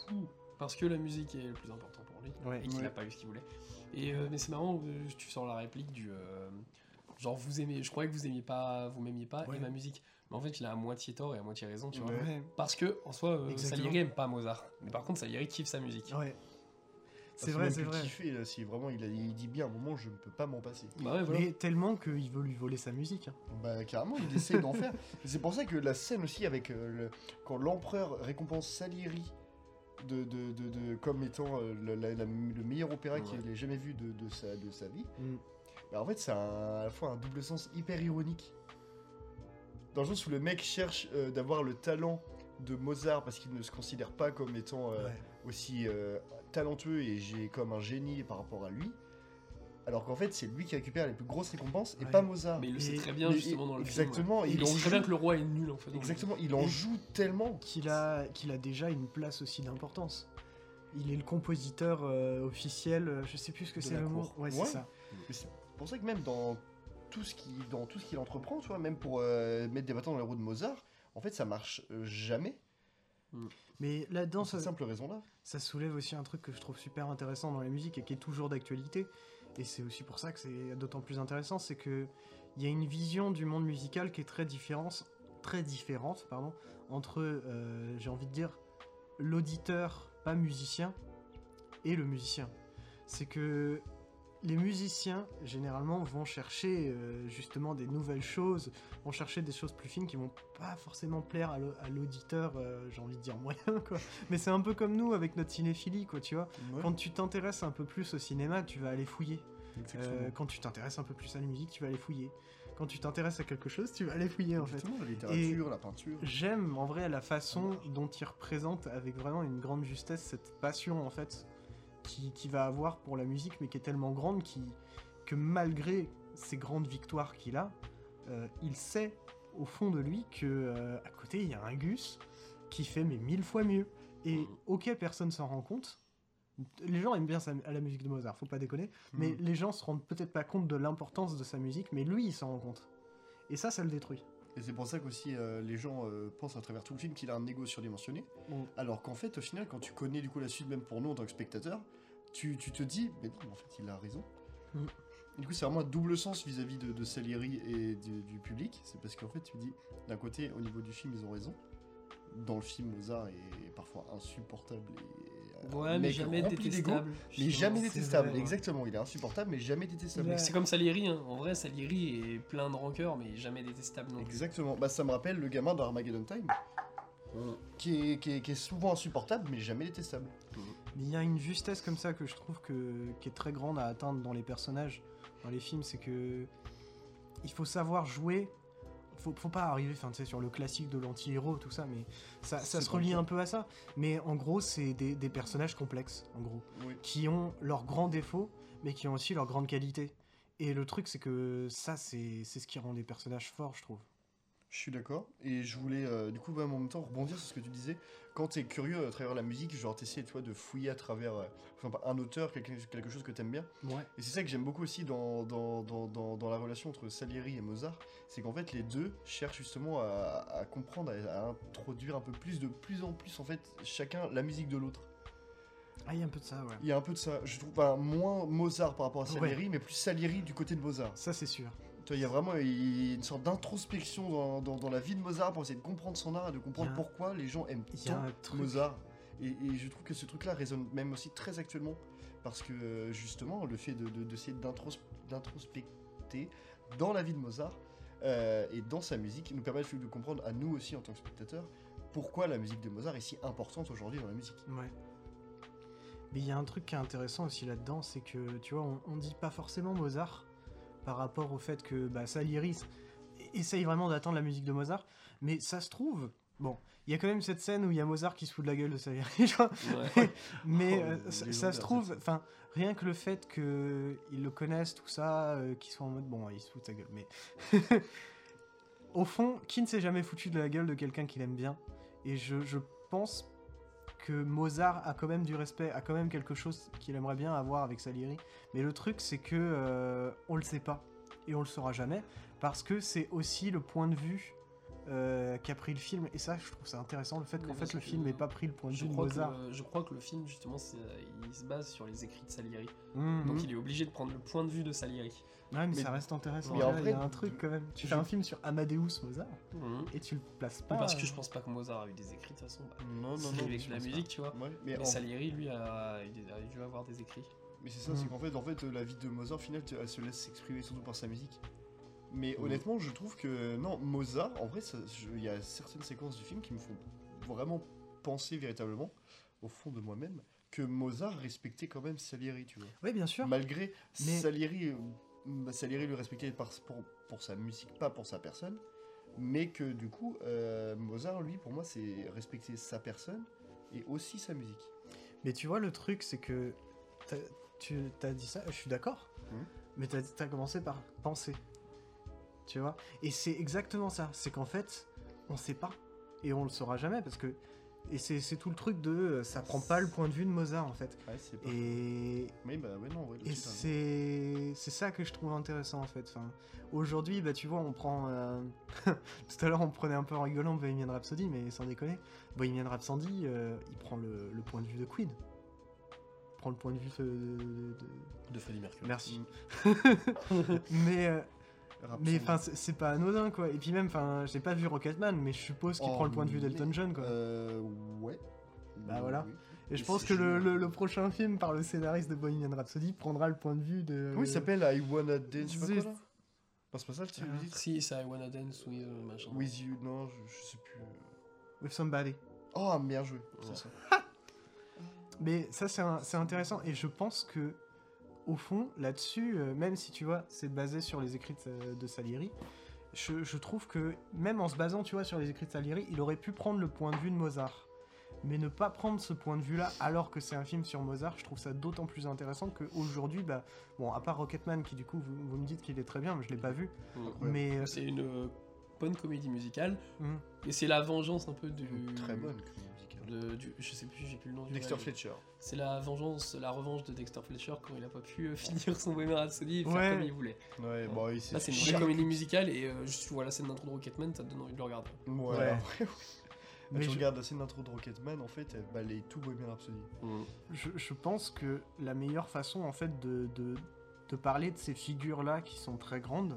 Fou. Parce que la musique est le plus important pour lui. Ouais. et qu'il Ouais. n'a pas eu ce qu'il voulait. Et euh, mais c'est marrant, euh, tu sors la réplique du euh, genre vous aimez, je croyais que vous aimiez pas, vous m'aimiez pas Ouais. et ma musique. Mais en fait, il a à moitié tort et à moitié raison, tu vois. Ouais. Parce que en soi, euh, Exactement. Salieri aime pas Mozart, mais par contre, Salieri kiffe sa musique. Ouais. C'est Parce vrai, que c'est même vrai. plus kiffé, là, si vraiment il, a- il dit bien à un moment, je ne peux pas m'en passer. Bah ouais, voilà. Mais tellement qu'il veut lui voler sa musique. hein. Bah carrément, il essaie d'en faire. Et C'est pour ça que la scène aussi avec euh, le- quand l'empereur récompense Salieri de, de, de- de- comme étant euh, la- la- la- le meilleur opéra qu'il ait jamais vu de, de sa, de sa vie. Mm. Bah, en fait, c'est un- à la fois un double sens hyper ironique. Dans le sens où le mec cherche euh, d'avoir le talent de Mozart parce qu'il ne se considère pas comme étant euh, Ouais. aussi euh, talentueux et j'ai comme un génie par rapport à lui. Alors qu'en fait, c'est lui qui récupère les plus grosses récompenses et Ouais. pas Mozart. Mais il le sait Et- très bien Mais justement dans le film. exactement, ouais. il il en sait très bien joue- que le roi est nul en fait. dans le film. Exactement, il en Et- joue tellement. qu'il a, qu'il a déjà une place aussi d'importance. Il est le compositeur euh, officiel, euh, je sais plus ce que De c'est la le mot. cour. Ouais, c'est Ouais. ça. Mais C'est pour ça que même dans tout ce qu'il dans tout ce qu'il entreprend, tu vois, même pour euh, mettre des bâtons dans les roues de Mozart, en fait, ça marche euh, jamais. Mais là-dedans, Pour cette ça, simple raison-là. ça soulève aussi un truc que je trouve super intéressant dans la musique et qui est toujours d'actualité. Et c'est aussi pour ça que c'est d'autant plus intéressant, c'est que il y a une vision du monde musical qui est très différente, très différente, pardon, entre, euh, j'ai envie de dire, l'auditeur pas musicien et le musicien. C'est que les musiciens, généralement, vont chercher euh, justement des nouvelles choses, vont chercher des choses plus fines qui vont pas forcément plaire à l'au- à l'auditeur, euh, j'ai envie de dire moyen, quoi. Mais c'est un peu comme nous avec notre cinéphilie, quoi, tu vois. Quand tu t'intéresses un peu plus au cinéma, tu vas aller fouiller. Exactement. Euh, quand tu t'intéresses un peu plus à la musique, tu vas aller fouiller. Quand tu t'intéresses à quelque chose, tu vas aller fouiller, en fait. Exactement, la littérature, la peinture. J'aime en vrai la façon dont il représente avec vraiment une grande justesse cette passion en fait qui, qui va avoir pour la musique mais qui est tellement grande qui, que malgré ces grandes victoires qu'il a, euh, il sait au fond de lui que euh, à côté il y a un Gus qui fait mais mille fois mieux. Et Mhm. ok personne s'en rend compte. Les gens aiment bien sa- la musique de Mozart, faut pas déconner. Mais Mm. les gens se rendent peut-être pas compte de l'importance de sa musique, mais lui il s'en rend compte. Et ça, ça le détruit. Et c'est pour ça qu'aussi euh, les gens euh, pensent à travers tout le film qu'il a un ego surdimensionné. Mm. Alors qu'en fait, au final, quand tu connais du coup la suite, même pour nous en tant que spectateur, tu, tu te dis, mais non, mais en fait, il a raison. Mm. Du coup, c'est vraiment un double sens vis-à-vis de, de Salieri et du, du public. C'est parce qu'en fait, tu dis, d'un côté, au niveau du film, ils ont raison. Dans le film, Mozart est parfois insupportable et. euh, Ouais, un mais mec jamais rempli d'ego, détestable. Mais jamais c'est détestable, vrai, ouais. exactement. Il est insupportable, mais jamais détestable. Mais C'est comme Salieri, hein. en vrai, Salieri est plein de rancœur, mais jamais détestable non plus. Exactement, bah ça me rappelle le gamin d'Armageddon Time. Qui, est, qui, est, qui est souvent insupportable mais jamais détestable. Mais il y a une justesse comme ça que je trouve que, qui est très grande à atteindre dans les personnages, dans les films, c'est que il faut savoir jouer. Faut, faut pas arriver, enfin, tu sais, sur le classique de l'anti-héros, tout ça, mais ça, ça C'est se pas relie le cas. un peu à ça. Mais en gros, c'est des, des personnages complexes, en gros, Oui. qui ont leurs grands défauts, mais qui ont aussi leurs grandes qualités. Et le truc, c'est que ça, c'est c'est ce qui rend les personnages forts, je trouve. Je suis d'accord. Et je voulais euh, du coup bah, en même temps rebondir sur ce que tu disais. Quand t'es curieux à travers la musique, genre t'essayes toi de fouiller à travers euh, enfin, pas un auteur, quelque, quelque chose que t'aimes bien. Ouais. Et c'est ça que j'aime beaucoup aussi dans, dans, dans, dans, dans la relation entre Salieri et Mozart, c'est qu'en fait les deux cherchent justement à, à comprendre, à, à introduire un peu plus, de plus en plus en fait chacun la musique de l'autre. Ah, il y a un peu de ça, ouais. Il y a un peu de ça. Je trouve pas moins Mozart par rapport à Salieri, mais plus Salieri du côté de Mozart. Ça, c'est sûr. Tu vois, Il y a vraiment il- une sorte d'introspection dans, dans- dans la vie de Mozart pour essayer de comprendre son art et de comprendre Il y a un- pourquoi les gens aiment Il y a tant un truc. Mozart. Et, et je trouve que ce truc-là résonne même aussi très actuellement. Parce que euh, justement, le fait de- de- d'essayer d'intros- d'introspecter dans la vie de Mozart euh, et dans sa musique nous permet de comprendre à nous aussi en tant que spectateurs pourquoi la musique de Mozart est si importante aujourd'hui dans la musique. Ouais. Mais il y a un truc qui est intéressant aussi là-dedans, c'est que, tu vois, on, on dit pas forcément Mozart par rapport au fait que bah, Salieri s- essaye vraiment d'atteindre la musique de Mozart, mais ça se trouve, bon, il y a quand même cette scène où il y a Mozart qui se fout de la gueule de Salieri, genre, Ouais. mais Oh, euh, le ça, ça légendaire, se cette trouve, scène. enfin, rien que le fait qu'ils le connaissent, tout ça, euh, qu'ils soient en mode, bon, ouais, il se fout de sa gueule, mais... Au fond, qui ne s'est jamais foutu de la gueule de quelqu'un qu'il aime bien Et je, je pense que Mozart a quand même du respect, a quand même quelque chose qu'il aimerait bien avoir avec Salieri. Mais le truc, c'est que euh, on le sait pas et on le saura jamais parce que c'est aussi le point de vue euh, qu'a pris le film. Et ça, je trouve ça intéressant le fait Mais qu'en parce fait le que- film n'ait pas pris le point de Je vue de crois, que Mozart. le, je crois que le film, justement, c'est- il se base sur les écrits de Salieri. Mhm. Donc il est obligé de prendre le point de vue de Salieri. Ouais, mais, mais- ça reste intéressant. mais Là, en il y vrai, a un truc quand même. Tu fais un film sur Amadeus Mozart et tu le places pas. Parce que euh, je pense pas que Mozart a eu des écrits de toute façon. Bah, Non, c'est avec la musique, tu vois. Ouais, mais Mais en- Salieri, lui, a, il a dû avoir des écrits. Mais c'est ça, Mm. c'est qu'en fait, en fait, la vie de Mozart, au final, elle se laisse s'exprimer surtout par sa musique. Mais Mm. honnêtement, je trouve que non, Mozart, en vrai, ça- je- il y a certaines séquences du film qui me font vraiment penser véritablement, au fond de moi-même, que Mozart respectait quand même Salieri, tu vois. Oui, bien sûr. Malgré Mais- Salieri, euh, bah, Salieri le respectait par, pour, pour sa musique, pas pour sa personne, mais que du coup, euh, Mozart, lui, pour moi, c'est respecter sa personne et aussi sa musique. Mais tu vois, le truc, c'est que t'as- tu as dit ça, je suis d'accord, Mhm. mais tu as, commencé par penser. Tu vois Et c'est exactement ça. C'est qu'en fait, on sait pas. Et on le saura jamais parce que. Et c'est c'est tout le truc de. euh, Ça prend pas le point de vue de Mozart en fait. Ouais, c'est pas. Et, Mais bah ouais, non, ouais, là-dessus, et t'as raison. c'est c'est ça que je trouve intéressant en fait. Enfin, Aujourd'hui, bah, tu vois, on prend. euh, Tout à l'heure, on prenait un peu en rigolant Bohemian Rhapsody, mais sans déconner. Bohemian Rhapsody, euh, il prend le, le point de vue de Queen. Il prend le point de vue de. de- de- De Freddie Mercury. Merci. mais euh, mais enfin, c'est c'est pas anodin quoi. Et puis même, enfin, j'ai pas vu Rocketman, mais euh, je suppose qu'il Oh, Euh, prend le point de vue d'Elton mais- John quoi. Euh, ouais. Bah voilà. Et je pense que le, le- le prochain film par le scénariste de Bohemian Rhapsody prendra le point de vue de. Comment il s'appelle I Wanna Dance je sais pas quoi, Zut. là Non, Ah, c'est pas ça le titre, le titre Si, c'est I Wanna Dance with euh, machin. With You, non, je, je sais plus. With Somebody. Oh, bien joué, c'est ça. Mais ça, c'est un- c'est intéressant. Et je pense que, au fond, là-dessus, euh, même si tu vois, c'est basé sur les écrits de, Sa- de Salieri, je, je trouve que, même en se basant, tu vois, sur les écrits de Salieri, il aurait pu prendre le point de vue de Mozart. Mais ne pas prendre ce point de vue-là alors que c'est un film sur Mozart, je trouve ça d'autant plus intéressant qu'aujourd'hui, bah, bon, à part Rocketman, qui du coup, vous, vous me dites qu'il est très bien, mais je l'ai pas vu, Mm. mais euh, C'est une euh, bonne comédie musicale. Mm. Et c'est la vengeance un peu du. Mmh, Très bonne hein. comédie musicale. de- du- je sais plus, j'ai plus le nom du. Dexter réel. Fletcher. C'est la vengeance, la revanche de Dexter Fletcher quand il a pas pu euh, finir son Bohemian Rhapsody et faire Ouais. comme il voulait. Ouais, bon, il Là, Ah, c'est une vraie comédie musicale et euh, juste tu vois la scène d'intro de Rocketman, ça te donne envie de le regarder. Ouais. mais tu je- regardes la scène d'intro de Rocketman, en fait, elle balaye tout Bohemian Rhapsody. je, je pense que la meilleure façon en fait de, de, de parler de ces figures là qui sont très grandes,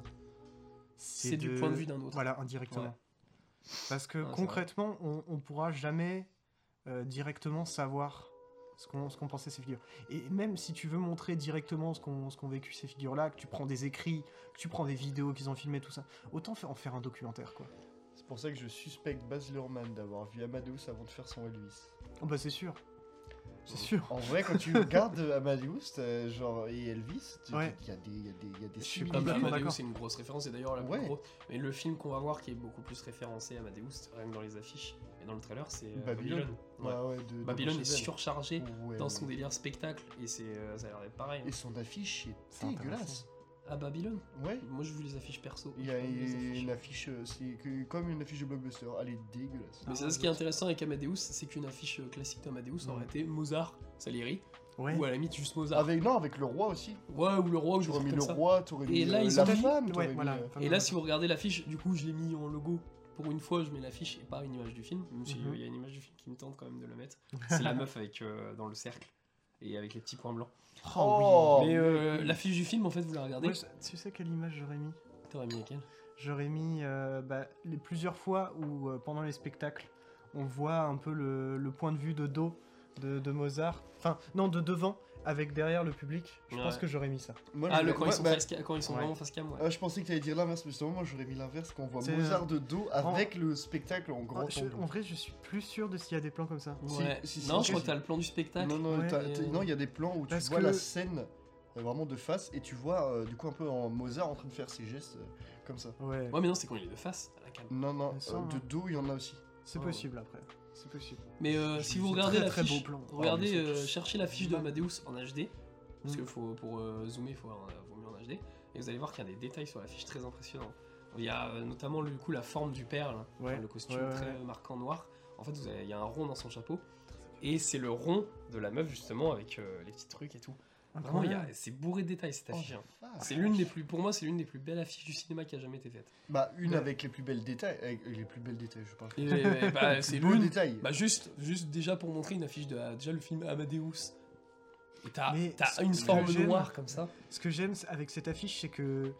C'est du point de vue d'un autre. Voilà, indirectement. Ouais. Parce que Ouais, c'est vrai. concrètement, on, on pourra jamais euh, directement savoir ce qu'on ce qu'on pensait ces figures. Et même si tu veux montrer directement ce qu'ont ce qu'ont vécu ces figures-là, que tu prends des écrits, que tu prends des vidéos qu'ils ont filmées, tout ça, autant fa- en faire un documentaire, quoi. C'est pour ça que je suspecte Baz Luhrmann d'avoir vu Amadeus avant de faire son Elvis. Oh, bah c'est sûr. C'est sûr. En vrai, quand tu regardes Amadeus euh, genre, et Elvis, il Ouais. y a des, y a des, y a des Je suis Comme similitudes. pas complètement Amadeus, d'accord. c'est une grosse référence, et d'ailleurs la plus Ouais. grosse. Mais le film qu'on va voir qui est beaucoup plus référencé à Amadeus, rien que dans les affiches et dans le trailer, c'est euh, Babylone. Babylone. Ouais. Ah ouais, de- de Babylone est Manchester. surchargé Ouais, dans ouais. son délire spectacle, et c'est euh, ça a l'air d'être pareil. Et son affiche C'est est dégueulasse. intéressant. À Babylone Ouais. Moi j'ai vu les affiches perso. Il y a j'ai pas vu les affiches. une affiche, euh, c'est que- comme une affiche de blockbuster, elle est dégueulasse. Mais c'est ça, ce qui est intéressant avec Amadeus, c'est qu'une affiche euh, classique d'Amadeus aurait été Mozart, Salieri, Ouais. ou à la limite juste Mozart. Mm. Avec, non, avec le roi aussi. Ouais, ou le roi, ou je T'aurais mis comme le ça. roi, t'aurais Et mis là, euh, ils la ont mis- femme, t'aurais Ouais, mis, voilà. euh, Et là, si vous regardez l'affiche, du coup, je l'ai mis en logo. Pour une fois, je mets l'affiche et pas une image du film. Même s'il Mhm. Mm-hmm. y a une image du film qui me tente quand même de la mettre. C'est la meuf avec euh, dans le cercle et avec les petits points blancs. Oh, Mais euh, l'affiche du film, en fait, vous la regardez. Moi, je- tu sais quelle image j'aurais mis T'aurais mis laquelle J'aurais mis euh, bah, les plusieurs fois où euh, pendant les spectacles, on voit un peu le, le point de vue de dos de, de Mozart, enfin non de devant, avec derrière le public. Je Ouais. pense que j'aurais mis ça. moi, Ah, je- le quand, moi, ils sont bah, face ca- quand ils sont Ouais. vraiment face cam, ouais. ah, je pensais que t'allais dire l'inverse, mais justement, moi j'aurais mis l'inverse qu'on voit C'est- Mozart de dos avec le spectacle en grand Ah, je- en angle. vrai, je suis plus sûr de s'il y a des plans comme ça. si, Ouais. si, si, non, si, je crois si. que t'as le plan du spectacle. Non, non, Ouais. t'as- t'es- Et- non, il y a des plans où tu Parce vois que- la scène euh, vraiment de face et tu vois euh, du coup un peu en Mozart en train de faire ses gestes euh, comme ça. Ouais, Ouais, mais non, c'est quand il est de face à la cam. Non, non, Mais ça, euh, de hein. dos, il y en a aussi. c'est Ah, possible après. C'est possible. Mais euh, Je- si vous c'est regardez très, très l'affiche, beau plan. Ah, regardez, mais ils sont euh, tous- cherchez l'affiche de Amadeus en HD, parce Mm. que faut, pour euh, zoomer, il faut avoir- vaut mieux en HD, et vous allez voir qu'il y a des détails sur l'affiche très impressionnants. Il y a euh, notamment du coup la forme du père, là, Ouais, enfin, le costume ouais, ouais, très ouais. marquant noir. En fait, vous avez- il y a un rond dans son chapeau, et c'est le rond de la meuf justement avec euh, les petits trucs et tout. Vraiment, il y a- Incroyable. Oh, c'est bourré de détails cette affiche. hein. Ah. C'est l'une des plus, pour moi, c'est l'une des plus belles affiches du cinéma qui a jamais été faite. Bah, une Ouais. avec les plus belles détails. Avec les plus belles détails, je parle. Et, euh, bah, c'est Les beaux l'une détails. Bah juste, juste déjà pour montrer une affiche de déjà le film Amadeus. Et t'as Mais t'as ce une que forme j'aime- noire comme ça. Ce que j'aime c'est- avec cette affiche, c'est que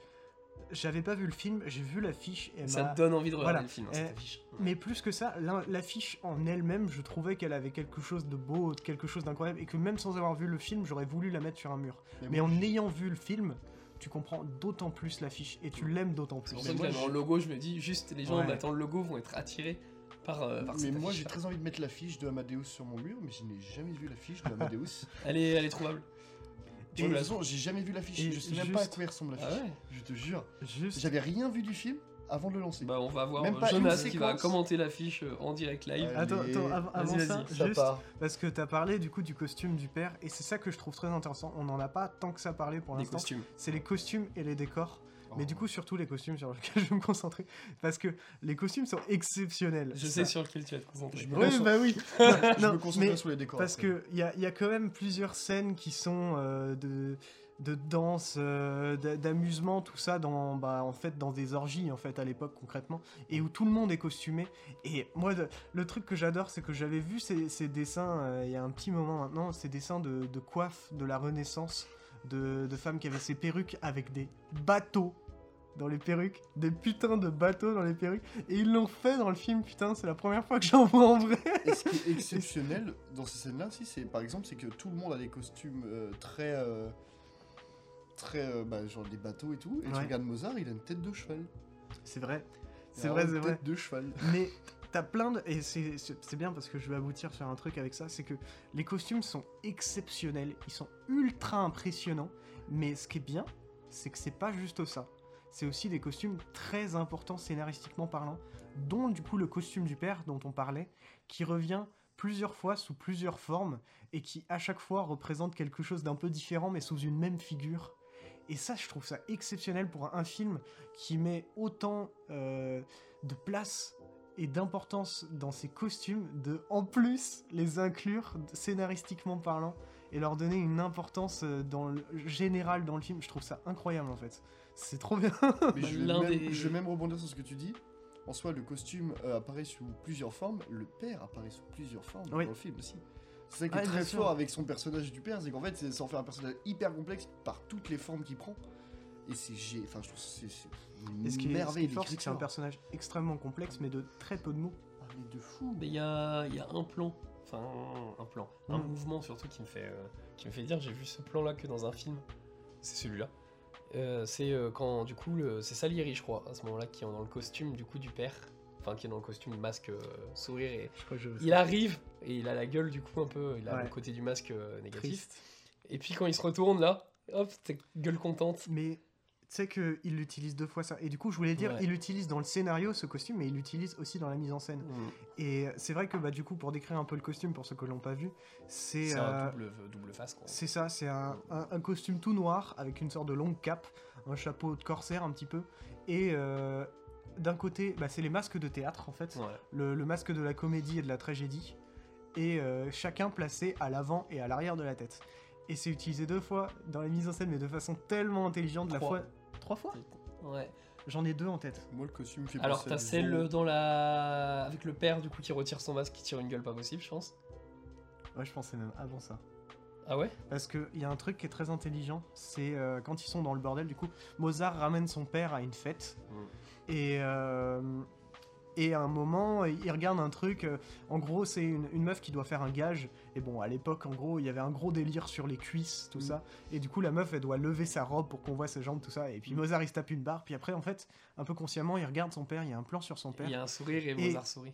j'avais pas vu le film, j'ai vu l'affiche et elle Ça m'a- bah, te donne envie de regarder voilà. le film, hein, Eh, cette affiche. Ouais. Mais plus que ça, l'in- l'affiche en elle-même, je trouvais qu'elle avait quelque chose de beau, quelque chose d'incroyable, et que même sans avoir vu le film, j'aurais voulu la mettre sur un mur. Mais Mais en ayant vu le film, tu comprends d'autant plus l'affiche, et tu l'aimes d'autant plus. C'est pour ça mais que moi, j'avais en je- logo, je me dis juste les gens Ouais. en attendant le logo vont être attirés par, euh, par mais cette moi, j'ai affiche. très envie de mettre l'affiche de Amadeus sur mon mur, mais je n'ai jamais vu l'affiche de Amadeus. Elle est, elle est trouvable. de toute façon, j'ai jamais vu l'affiche. et Je sais même pas à juste- quoi il ressemble Ah l'affiche. ouais Je te jure. Juste, J'avais rien vu du film avant de le lancer. Bah on va voir Même euh, pas une Jonas qui va séquence. commenter l'affiche euh, en direct live. Ouais. attends, Allez, attends, av- avant vas-y, ça, vas-y, ça juste, part. parce que t'as parlé du coup du costume du père, et c'est ça que je trouve très intéressant. On n'en a pas tant que ça parlé pour Des l'instant. costumes. C'est les costumes et les décors. Oh. Mais du coup, surtout les costumes sur lesquels je vais me concentrer. Parce que les costumes sont exceptionnels. Je Ça- sais sur lequel tu vas te concentrer. Je me Oui, concentre- bah oui. je non, me concentrais mais sur les décors. Parce après. que il y a, y a quand même plusieurs scènes qui sont euh, de, de danse, euh, d'a- d'amusement, tout ça dans, bah, en fait, dans des orgies en fait à l'époque concrètement, et où tout le monde est costumé. Et moi, le, le truc que j'adore, c'est que j'avais vu ces, ces dessins euh, il y a un petit moment maintenant, ces dessins de, de coiffes de la Renaissance, de, de femmes qui avaient ces perruques avec des bateaux dans les perruques, des putains de bateaux dans les perruques, et ils l'ont fait dans le film, putain, c'est la première fois que j'en vois en vrai. Et ce qui est exceptionnel dans ces scènes-là, si c'est par exemple, c'est que tout le monde a des costumes euh, très. euh, très. euh, bah, genre des bateaux et tout. Et tu Ouais. regardes Mozart, il a une tête de cheval. C'est vrai, Ah Il a c'est vraiment vrai, une c'est vrai. tête de cheval. Mais t'as plein de... Et c'est- c'est c'est bien parce que je vais aboutir sur un truc avec ça, c'est que les costumes sont exceptionnels, ils sont ultra impressionnants, mais ce qui est bien, c'est que c'est pas juste ça. C'est aussi des costumes très importants scénaristiquement parlant, dont du coup le costume du père dont on parlait, qui revient plusieurs fois sous plusieurs formes, et qui à chaque fois représente quelque chose d'un peu différent mais sous une même figure. Et ça, je trouve ça exceptionnel pour un film qui met autant euh, de place et d'importance dans ses costumes, de en plus les inclure scénaristiquement parlant et leur donner une importance euh, dans le, générale dans le film. Je trouve ça incroyable en fait. C'est trop bien. Mais Bah, je, vais l'un même, des- je vais même rebondir sur ce que tu dis. En soi, le costume euh, apparaît sous plusieurs formes. Le père apparaît sous plusieurs formes Oui. dans le film aussi. C'est ça qui Ouais, est bien très sûr. fort avec son personnage du père, c'est qu'en fait, c'est- ça en fait un personnage hyper complexe par toutes les formes qu'il prend. Et c'est gé- Enfin, je trouve que c'est- Et c'est ce ce qui est, ce qui est merveilleux fort, c'est que c'est un personnage extrêmement complexe, mais de très peu de mots. de fou. Ah, Mais Mais... il y a, il y a un plan. Enfin, un plan. Un Mm. mouvement surtout qui me fait, euh, qui me fait dire j'ai vu ce plan-là que dans un film. C'est celui-là. Euh, c'est euh, quand, du coup, le- c'est Salieri, je crois, à ce moment-là, qui est dans le costume du coup du père. Enfin, qui est dans le costume masque euh, sourire. Et... Je crois que je Il arrive et il a la gueule, du coup, un peu. Il a Ouais. le côté du masque euh, négatif. Et puis quand il se retourne là, hop, t'es gueule contente. Mais tu sais qu'il l'utilise deux fois ça. Et du coup, je voulais dire, Ouais. il l'utilise dans le scénario, ce costume, mais il l'utilise aussi dans la mise en scène. Et c'est vrai que bah, du coup, pour décrire un peu le costume, pour ceux que l'ont pas vu, c'est C'est euh, un double, double face quoi. c'est ça, c'est un, un- un costume tout noir avec une sorte de longue cape, un chapeau de corsaire un petit peu, et euh, d'un côté, bah, c'est les masques de théâtre en fait, Ouais. le, le masque de la comédie et de la tragédie, et euh, chacun placé à l'avant et à l'arrière de la tête. Et c'est utilisé deux fois dans la mise en scène, mais de façon tellement intelligente. La Trois. fois, trois fois Ouais. J'en ai deux en tête. Moi, le costume me fait Alors penser à t'as du celle Zorro. euh, dans la avec le père du coup qui retire son masque, qui tire une gueule pas possible, je pense. Ouais, je pensais même avant ça. Ah ouais. Parce qu'il y a un truc qui est très intelligent, c'est euh, quand ils sont dans le bordel, du coup, Mozart ramène son père à une fête. Et, euh, et à un moment, il il regarde un truc. euh, en gros, c'est une, une meuf qui doit faire un gage. Et bon, à l'époque, en gros, il y avait un gros délire sur les cuisses, tout ça. Et du coup, la meuf, elle doit lever sa robe pour qu'on voit ses jambes, tout ça. Et puis Mozart, il se tape une barre. Puis après, en fait, un peu consciemment, il regarde son père. Il y a un plan sur son père. Il y a un sourire et Mozart sourit.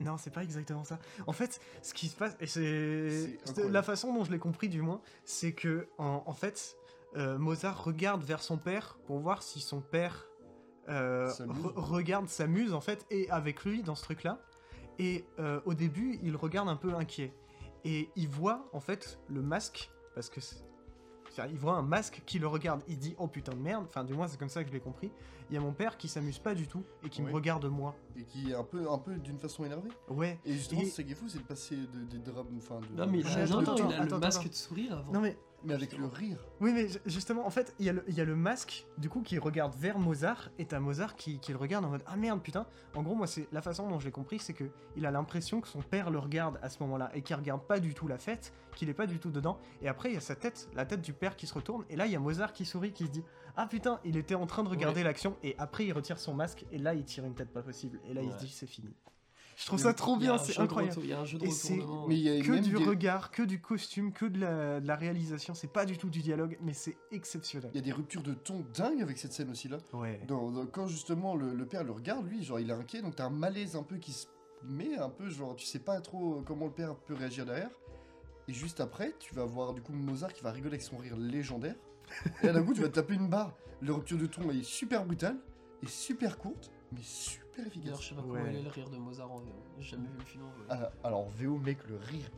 Non, c'est pas exactement ça. En fait, ce qui se passe, et c'est C'est c'est- la incroyable. façon dont je l'ai compris du moins, c'est que en, en fait, euh, Mozart regarde vers son père pour voir si son père euh, S'amuse. re- regarde s'amuse en fait et avec lui dans ce truc-là. Et euh, au début, il regarde un peu inquiet et il voit en fait le masque parce que c'est- c'est-à-dire, il voit un masque qui le regarde. Il dit oh putain de merde. Enfin, du moins c'est comme ça que je l'ai compris. Il y a mon père qui s'amuse pas du tout et qui me Oui. regarde moi. Et qui est un peu, un peu d'une façon énervée. Ouais. Et justement, Et- c'est ça qui est fou, c'est de passer de- des drames. Enfin, de... Non, mais il a, Attends, non, non, attends, il a attends, le masque attends. de sourire avant. Non mais mais avec le rire. Oui, mais ju- justement, en fait, il y, a le- il y a le masque, du coup, qui regarde vers Mozart, et t'as Mozart qui, qui le regarde en mode Ah merde, putain. En gros, moi, c'est la façon dont je l'ai compris, c'est que il a l'impression que son père le regarde à ce moment-là, et qu'il regarde pas du tout la fête, qu'il est pas du tout dedans. Et après, il y a sa tête, la tête du père qui se retourne, et là, il y a Mozart qui sourit, qui se dit Ah putain, il était en train de regarder l'action, et après, il retire son masque, et là, il tire une tête pas possible, et là, il se Ouais. dit C'est fini. Je trouve Il y a- ça trop Il y a bien, un c'est jeu de incroyable retour- Il y a un jeu de Et c'est- retournement. Mais il y a que même du des- regard, que du costume, que de la, de la réalisation. C'est pas du tout du dialogue, mais c'est exceptionnel. Il y a des ruptures de ton dingues avec cette scène aussi là. Ouais. Dans- dans- quand justement le, le père le regarde, lui, genre il est inquiet, donc t'as un malaise un peu qui se met, un peu genre tu sais pas trop comment le père peut réagir derrière. Et juste après, tu vas voir du coup Mozart qui va rigoler avec son rire légendaire. Et là, d'un coup, tu vas te taper une barre. Le rupture de ton est super brutale et super courte, mais super D'ailleurs, je efficace. sais pas comment Ouais. il est le rire de Mozart en VO. J'ai jamais vu le film en VO. Ah, Ah, alors VO mec, le rire,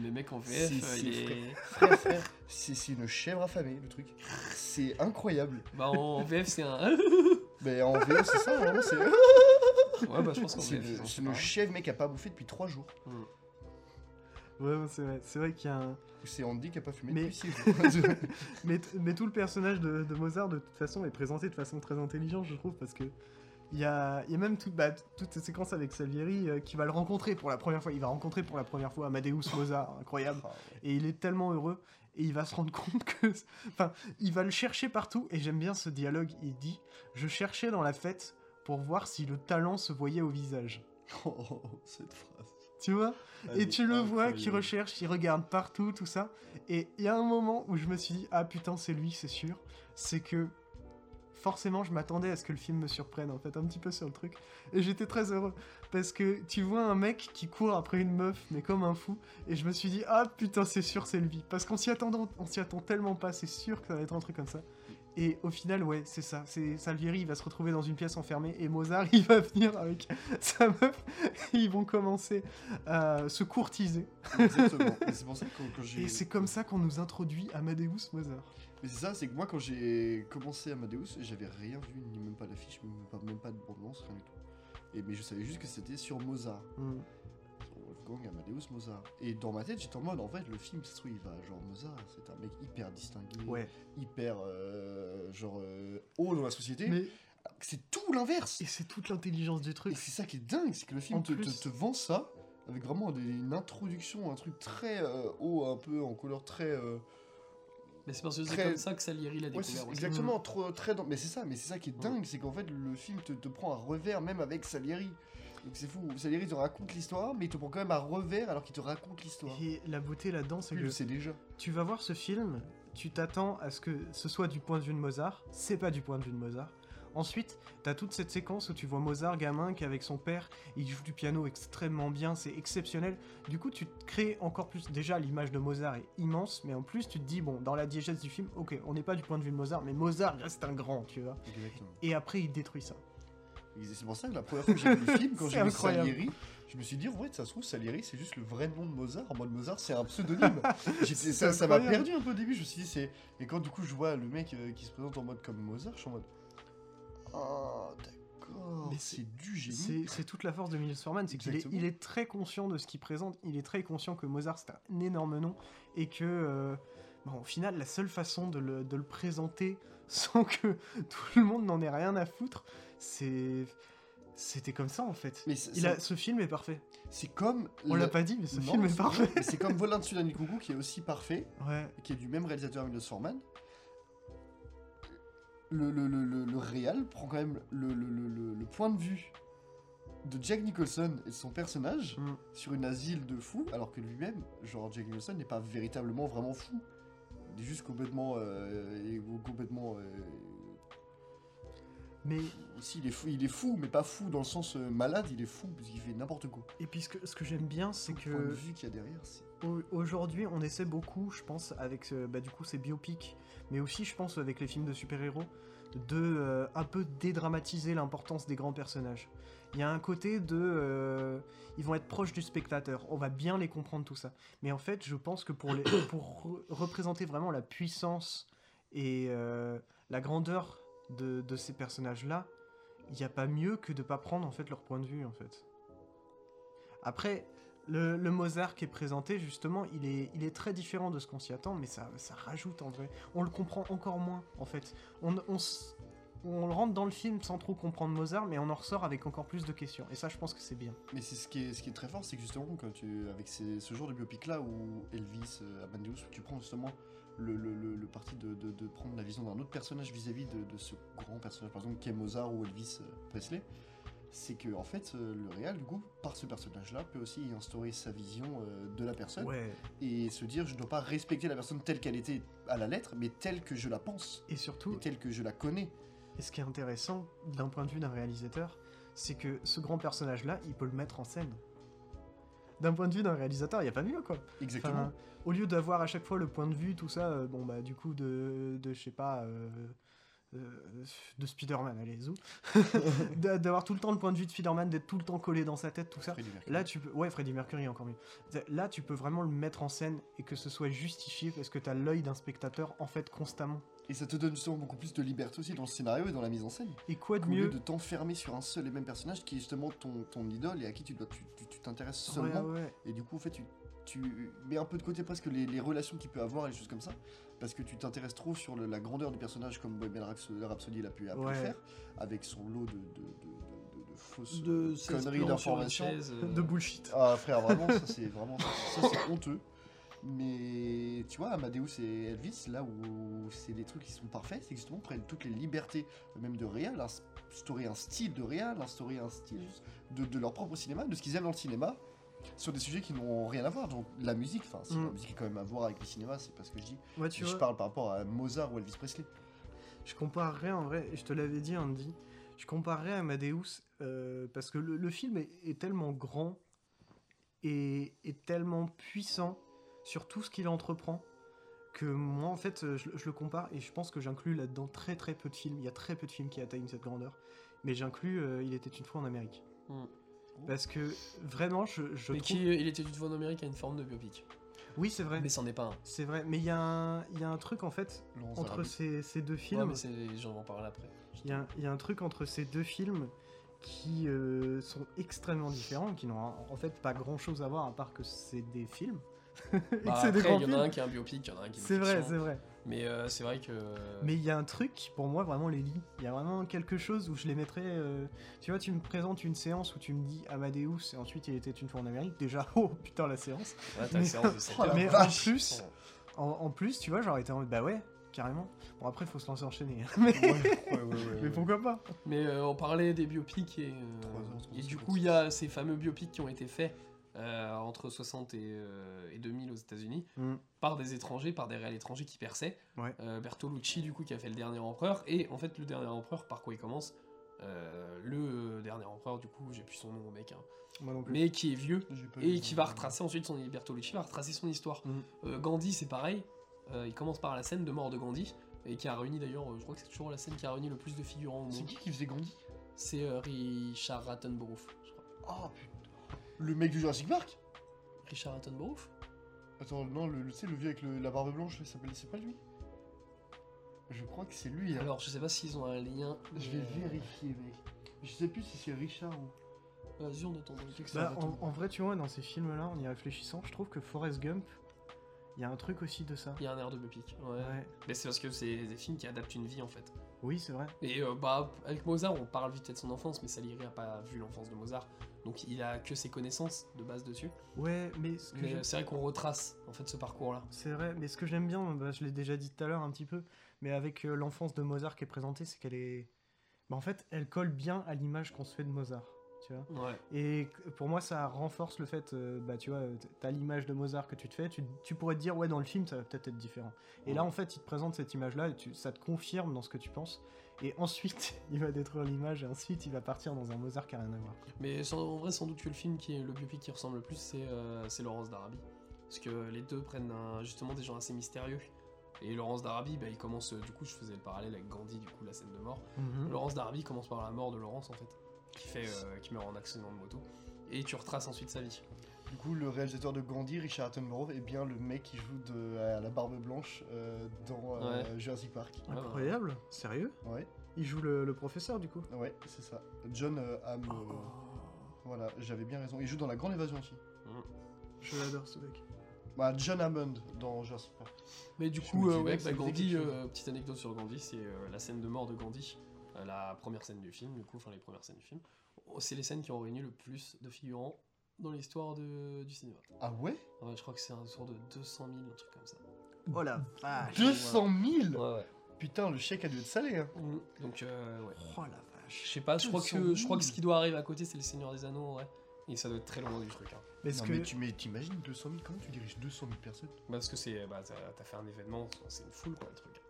mais mec, en VF, si, euh, si, il frère. est. frère, frère, c'est c'est une chèvre affamée le truc. C'est incroyable. Bah, en VF, c'est un. Mais en VO, c'est ça, vraiment, c'est. Ouais, bah, je pense qu'en C'est VF. le, j'en sais c'est le pas. chef mec qui a pas bouffé depuis 3 jours. Ouais, ouais, c'est vrai. C'est vrai qu'il y a un. C'est Andy qui a pas fumé Mais- depuis 6 jours. Mais, t- mais tout le personnage de, de Mozart, de toute façon, est présenté de façon très intelligente, je trouve, parce que. Il y a, il y a même tout- bah, toute cette séquence avec Salieri euh, qui va le rencontrer pour la première fois. Il va rencontrer pour la première fois Amadeus Mozart, incroyable. Ah, Et il est tellement heureux. et il va se rendre compte que. Enfin, il va le chercher partout, et j'aime bien ce dialogue. Il dit Je cherchais dans la fête pour voir si le talent se voyait au visage. Oh, cette phrase. Tu vois Elle Et est tu le vois qui incroyable. recherche, il regarde partout, tout ça. Et il y a un moment où je me suis dit, ah putain, c'est lui, c'est sûr. C'est que forcément, je m'attendais à ce que le film me surprenne, en fait, un petit peu sur le truc. Et j'étais très heureux. Parce que tu vois un mec qui court après une meuf, mais comme un fou. Et je me suis dit, ah putain, c'est sûr, c'est lui. Parce qu'on s'y attend, on s'y attend tellement pas, c'est sûr que ça va être un truc comme ça. Et au final, ouais, c'est ça. C'est Salvieri, il va se retrouver dans une pièce enfermée. Et Mozart, il va venir avec sa meuf. Et ils vont commencer à se courtiser. Exactement. Et c'est pour ça que quand- quand j'ai. Et c'est comme ça qu'on nous introduit Amadeus Mozart. Mais c'est ça, c'est que moi quand j'ai commencé Amadeus, j'avais rien vu, ni même pas d'affiche, même pas, même pas de bande-annonce, rien du tout. Et, mais je savais juste que c'était sur Mozart. Sur Wolfgang Amadeus Mozart. Et dans ma tête, j'étais en mode, en fait, le film, ça se trouve, il va genre Mozart, c'est un mec hyper distingué, Ouais. hyper, euh, genre, euh, haut dans la société. Mais Alors que C'est tout l'inverse et c'est toute l'intelligence du Et truc. c'est ça qui est dingue, c'est que le film En te, te- plus- te vend ça, avec vraiment des- une introduction, un truc très euh, haut, un peu en couleur très... euh, Mais c'est parce que c'est Très- comme ça que Salieri l'a Ouais, c'est- découvert aussi. Mmh. exactement, trop, très dans- Mais c'est ça, mais c'est ça qui est dingue, c'est qu'en fait le film te, te prend à revers même avec Salieri. Donc c'est fou, Salieri te raconte l'histoire, mais il te prend quand même à revers alors qu'il te raconte l'histoire. Et la beauté là-dedans, c'est Lui, il que le sait déjà. tu vas voir ce film, tu t'attends à ce que ce soit du point de vue de Mozart, c'est pas du point de vue de Mozart. Ensuite, t'as toute cette séquence où tu vois Mozart gamin qui avec son père, il joue du piano extrêmement bien, c'est exceptionnel. Du coup, tu te crées encore plus. Déjà, l'image de Mozart est immense, mais en plus, tu te dis bon, dans la diégèse du film, ok, on n'est pas du point de vue de Mozart, mais Mozart reste un grand, tu vois. Exactement. Et après, il détruit ça. C'est pour ça que la première fois que j'ai vu le film, quand C'est j'ai vu incroyable. Salieri, je me suis dit, ouais, ça se trouve, Salieri, c'est juste le vrai nom de Mozart. En mode Mozart, c'est un pseudonyme. J'ai- C'est ça ça m'a incroyable. perdu un peu au début. Je me suis dit, c'est. Et quand du coup, je vois le mec euh, qui se présente en mode comme Mozart, je suis en mode. Ah, d'accord. Mais C'est du génie. C'est c'est toute la force de Milos Forman, c'est qu'il est, Mhm. Exactement. il est très conscient de ce qu'il présente, il est très conscient que Mozart c'est un énorme nom et que, euh, bon, au final, la seule façon de le, de le présenter sans que tout le monde n'en ait rien à foutre, c'est. C'était comme ça en fait. Mais c'est- Il ça- a, ce film est parfait. c'est comme. On la- l'a pas dit, mais ce Non, film est c'est- parfait. mais C'est comme Volant de Tsunami Coucou qui est aussi parfait, Ouais. qui est du même réalisateur Milos Forman. Le, le, le, le, le réal prend quand même le, le, le- le- le point de vue de Jack Nicholson et de son personnage Mm. sur une asile de fous, alors que lui-même, genre Jack Nicholson, n'est pas véritablement vraiment fou. Il est juste complètement. euh, et- ou complètement euh, Mais si, il est, fou, il est fou, mais pas fou dans le sens euh, malade, il est fou parce qu'il fait n'importe quoi. et puis ce que, ce que j'aime bien, c'est Le point de que vue qu'il y a derrière, c'est. Au- Aujourd'hui, on essaie beaucoup, je pense, avec euh, bah, du coup ces biopics, mais aussi je pense avec les films de super-héros, de euh, un peu dédramatiser l'importance des grands personnages. Il y a un côté de, euh, ils vont être proches du spectateur, on va bien les comprendre tout ça. Mais en fait, je pense que pour les, pour re- représenter vraiment la puissance et euh, la grandeur de, de ces personnages-là, il n'y a pas mieux que de pas prendre en fait leur point de vue en fait. Après, le, le Mozart qui est présenté, justement, il est, il est très différent de ce qu'on s'y attend, mais ça, ça rajoute en vrai. On le comprend encore moins, en fait. On, on, s- on le rentre dans le film sans trop comprendre Mozart, mais on en ressort avec encore plus de questions. Et ça, je pense que c'est bien. Mais c'est ce qui est, ce qui est très fort, c'est que justement, quand tu, avec ces- ce genre de biopic là où Elvis, euh, Amadeus, où tu prends justement le, le, le- le parti de, de- de prendre la vision d'un autre personnage vis-à-vis de, de ce grand personnage, par exemple, qu'est Mozart ou Elvis euh, Presley, c'est que en fait, euh, le réal, du coup, par ce personnage là, peut aussi y instaurer sa vision euh, de la personne Ouais. et se dire je ne dois pas respecter la personne telle qu'elle était à la lettre, mais telle que je la pense Et surtout, et telle que je la connais. Et ce qui est intéressant d'un point de vue d'un réalisateur, c'est que ce grand personnage-là, il peut le mettre en scène. D'un point de vue d'un réalisateur, il n'y a pas mieux quoi. Enfin, Exactement. au lieu d'avoir à chaque fois le point de vue, tout ça, euh, bon bah du coup de, de je sais pas, euh, euh, de Spider-Man, allez zou, D'a- d'avoir tout le temps le point de vue de Spider-Man, d'être tout le temps collé dans sa tête, tout ça. Freddie Mercury. Là, tu peux... Ouais, Freddie Mercury, encore mieux. Là, tu peux vraiment le mettre en scène et que ce soit justifié parce que t'as l'œil d'un spectateur, en fait, constamment. Et ça te donne justement beaucoup plus de liberté aussi dans le scénario et dans la mise en scène. Et quoi de Au lieu mieux de t'enfermer sur un seul et même personnage qui est justement ton, ton idole et à qui tu dois tu- tu- tu t'intéresses Ouais, seulement. ouais. Et du coup, en fait, tu, tu mets un peu de côté presque les, les relations qu'il peut avoir et les choses comme ça. Parce que tu t'intéresses trop sur le- la grandeur du personnage comme Bohemian Raps- Rhapsody l'a pu, a pu Ouais. faire. Avec son lot de, de, de- de- de- de fausses De euh, conneries d'informations. euh, De bullshit. Ah frère, vraiment, ça c'est vraiment ça, c'est honteux. Mais tu vois, Amadeus et Elvis, là où c'est des trucs qui sont parfaits, c'est que justement prennent toutes les libertés, même de réal, instaurer un style de réal, instaurer un style de, de leur propre cinéma, de ce qu'ils aiment dans le cinéma, sur des sujets qui n'ont rien à voir. Donc la musique, enfin, si Mm. la musique a quand même à voir avec le cinéma, c'est pas ce que je dis. Ouais, tu je vois, parle par rapport à Mozart ou Elvis Presley. je comparerais en vrai, et je te l'avais dit, Andy, je comparerais Amadeus euh, parce que le, le film est, est tellement grand et, et tellement puissant sur tout ce qu'il entreprend que moi, en fait, euh, je, le- je le compare et je pense que j'inclus là-dedans très très peu de films. Il y a très peu de films qui atteignent cette grandeur, mais j'inclus euh, Il était une fois en Amérique. Mm. Parce que vraiment, je, je Mais trouve- qui, euh, il était une fois en Amérique à une forme de biopic. Oui, c'est vrai. Mais c'en est pas un. Ouais, C'est vrai, mais il y, a un- il y a un truc en fait Laurence entre Darabi. ces, ces deux films. mais c'est- j'en vais en parler après. Il y, a- il y a un truc entre ces deux films qui euh, sont extrêmement différents, qui n'ont en fait pas grand chose à voir à part que c'est des films. et que Bah, c'est des après, grands il y en a un films. qui est un biopic, il y en a un qui est une C'est vrai, fiction. c'est vrai. Mais euh, c'est vrai que. euh, Mais il y a un truc qui, pour moi vraiment les lie. Il y a vraiment quelque chose où je les mettrais. euh, Tu vois, tu me présentes une séance où tu me dis Amadeus et ensuite il était une fois en Amérique. Déjà, oh putain la séance. ouais, t'as mais- une séance de sept Oh la heures. mais en vache. plus, en, en plus, tu vois, j'aurais été en mode bah ouais, carrément. Bon après, faut se lancer enchaîner. mais, Ouais, ouais, ouais, ouais, mais ouais. pourquoi pas Euh, Mais euh, on parlait des biopics et, euh, Trois heures, trois et heures du cinquante. coup il y a ces fameux biopics qui ont été faits euh, entre 60 et, euh, et 2000 aux États-Unis Mm. par des étrangers, par des réels étrangers qui perçaient. Ouais. Euh, Bertolucci du coup qui a fait le dernier empereur et en fait le dernier empereur par quoi il commence Euh, le dernier empereur du coup j'ai plus son nom au mec hein. Moi non plus. mais qui est vieux J'ai pas et eu- qui va retracer ensuite son Bertolucci va retracer son histoire. Mhm. Euh, Gandhi c'est pareil, Euh, il commence par la scène de mort de Gandhi et qui a réuni d'ailleurs, euh, je crois que c'est toujours la scène qui a réuni le plus de figurants au C'est monde. qui qui faisait Gandhi C'est euh, Richard Attenborough, je crois. Oh putain. Le mec du Jurassic Park Richard Attenborough Attends, non, le, le- tu sais, le vieux avec le- la barbe blanche, il s'appelle- c'est pas lui Je crois que c'est lui. hein. Alors je sais pas s'ils ont un lien. Je mais, vais euh, vérifier, mec. Je sais plus si c'est Richard ou. euh, Vas-y, on attend. on check ça, Bah, on attend. en, en vrai, tu vois, dans ces films-là, en y réfléchissant, je trouve que Forrest Gump, il y a un truc aussi de ça. Il y a un air de biopic. Ouais. Ouais. Mais c'est parce que c'est des films qui adaptent une vie en fait. Oui, c'est vrai. Et euh, bah, avec Mozart, on parle vite fait de son enfance, mais Salieri a pas vu l'enfance de Mozart. Donc il a que ses connaissances de base dessus. Ouais, mais ce que Mais j'aime- euh, c'est vrai qu'on retrace en fait ce parcours-là. c'est vrai, mais ce que j'aime bien, bah, je l'ai déjà dit tout à l'heure un petit peu, mais avec euh, l'enfance de Mozart qui est présentée, c'est qu'elle est, bah, en fait, elle colle bien à l'image qu'on se fait de Mozart, tu vois. Ouais. Et que- pour moi, ça renforce le fait, euh, bah, tu vois, t- t'as l'image de Mozart que tu te fais, tu, tu pourrais te dire, ouais, dans le film, ça va peut-être être différent. Et là, en fait, il te présente cette image-là, et tu- ça te confirme dans ce que tu penses. Et ensuite, il va détruire l'image, et ensuite, il va partir dans un Mozart qui a rien à voir. Mais sans- en vrai, sans doute que le film qui est le biopic qui ressemble le plus, c'est euh, c'est Laurence d'Arabie. Parce que les deux prennent un- justement des gens assez mystérieux. Et Laurence d'Arabie, bah, il commence, euh, du coup, je faisais le parallèle avec Gandhi, du coup, la scène de mort. Mhm. Mm. Laurence d'Arabie commence par la mort de Laurence, en fait, qui, fait, euh, qui meurt en accident de moto. Et tu retraces ensuite sa vie. Du coup, le réalisateur de Gandhi, Richard Attenborough, est bien le mec qui joue de, à la barbe blanche euh, dans euh, Jurassic Park. Ouais, Incroyable, sérieux Ouais, Il joue le, le professeur, du coup ouais, c'est ça. John euh, Hamm. Oh. euh, Voilà, j'avais bien raison. Il joue dans La Grande Évasion aussi. Je l'adore, ce mec. Bah, John Hammond dans Jurassic Park. Mais du Je coup, me euh, disais ouais, que bah, ça me disait Gandhi, quelque chose. euh, petite anecdote sur Gandhi, c'est euh, la scène de mort de Gandhi, euh, la première scène du film, du coup, enfin les premières scènes du film. Oh, C'est les scènes qui ont réuni le plus de figurants dans l'histoire de- du cinéma. Ah ouais Ouais, je crois que c'est un tour de 200 000, un truc comme ça. Oh la vache 200 000 Ouais, ouais. Putain, le chèque a dû être salé, hein. Donc, euh, ouais. Oh la vache Je sais pas, je crois, 200 que, 000. je crois que ce qui doit arriver à côté, c'est le Seigneur des Anneaux, ouais. Et ça doit être très loin du truc, hein. Est-ce Non, que... mais tu mais t'imagines 200 000 Comment tu diriges 200 000 personnes Parce que c'est. Bah, t'as t'as fait un événement, c'est une foule, quoi, le truc.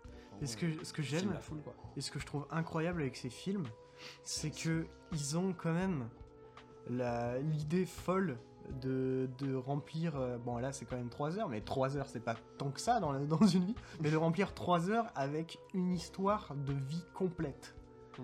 Est-ce que, ce que Filme j'aime, la foule, quoi. Et ce que je trouve incroyable avec ces films, c'est que ils ont quand même la- l'idée folle de, de remplir. euh, bon, là, c'est quand même 3 heures, mais 3 heures, c'est pas tant que ça dans, la- dans une vie. Mais de remplir 3 heures avec une histoire de vie complète. Mm.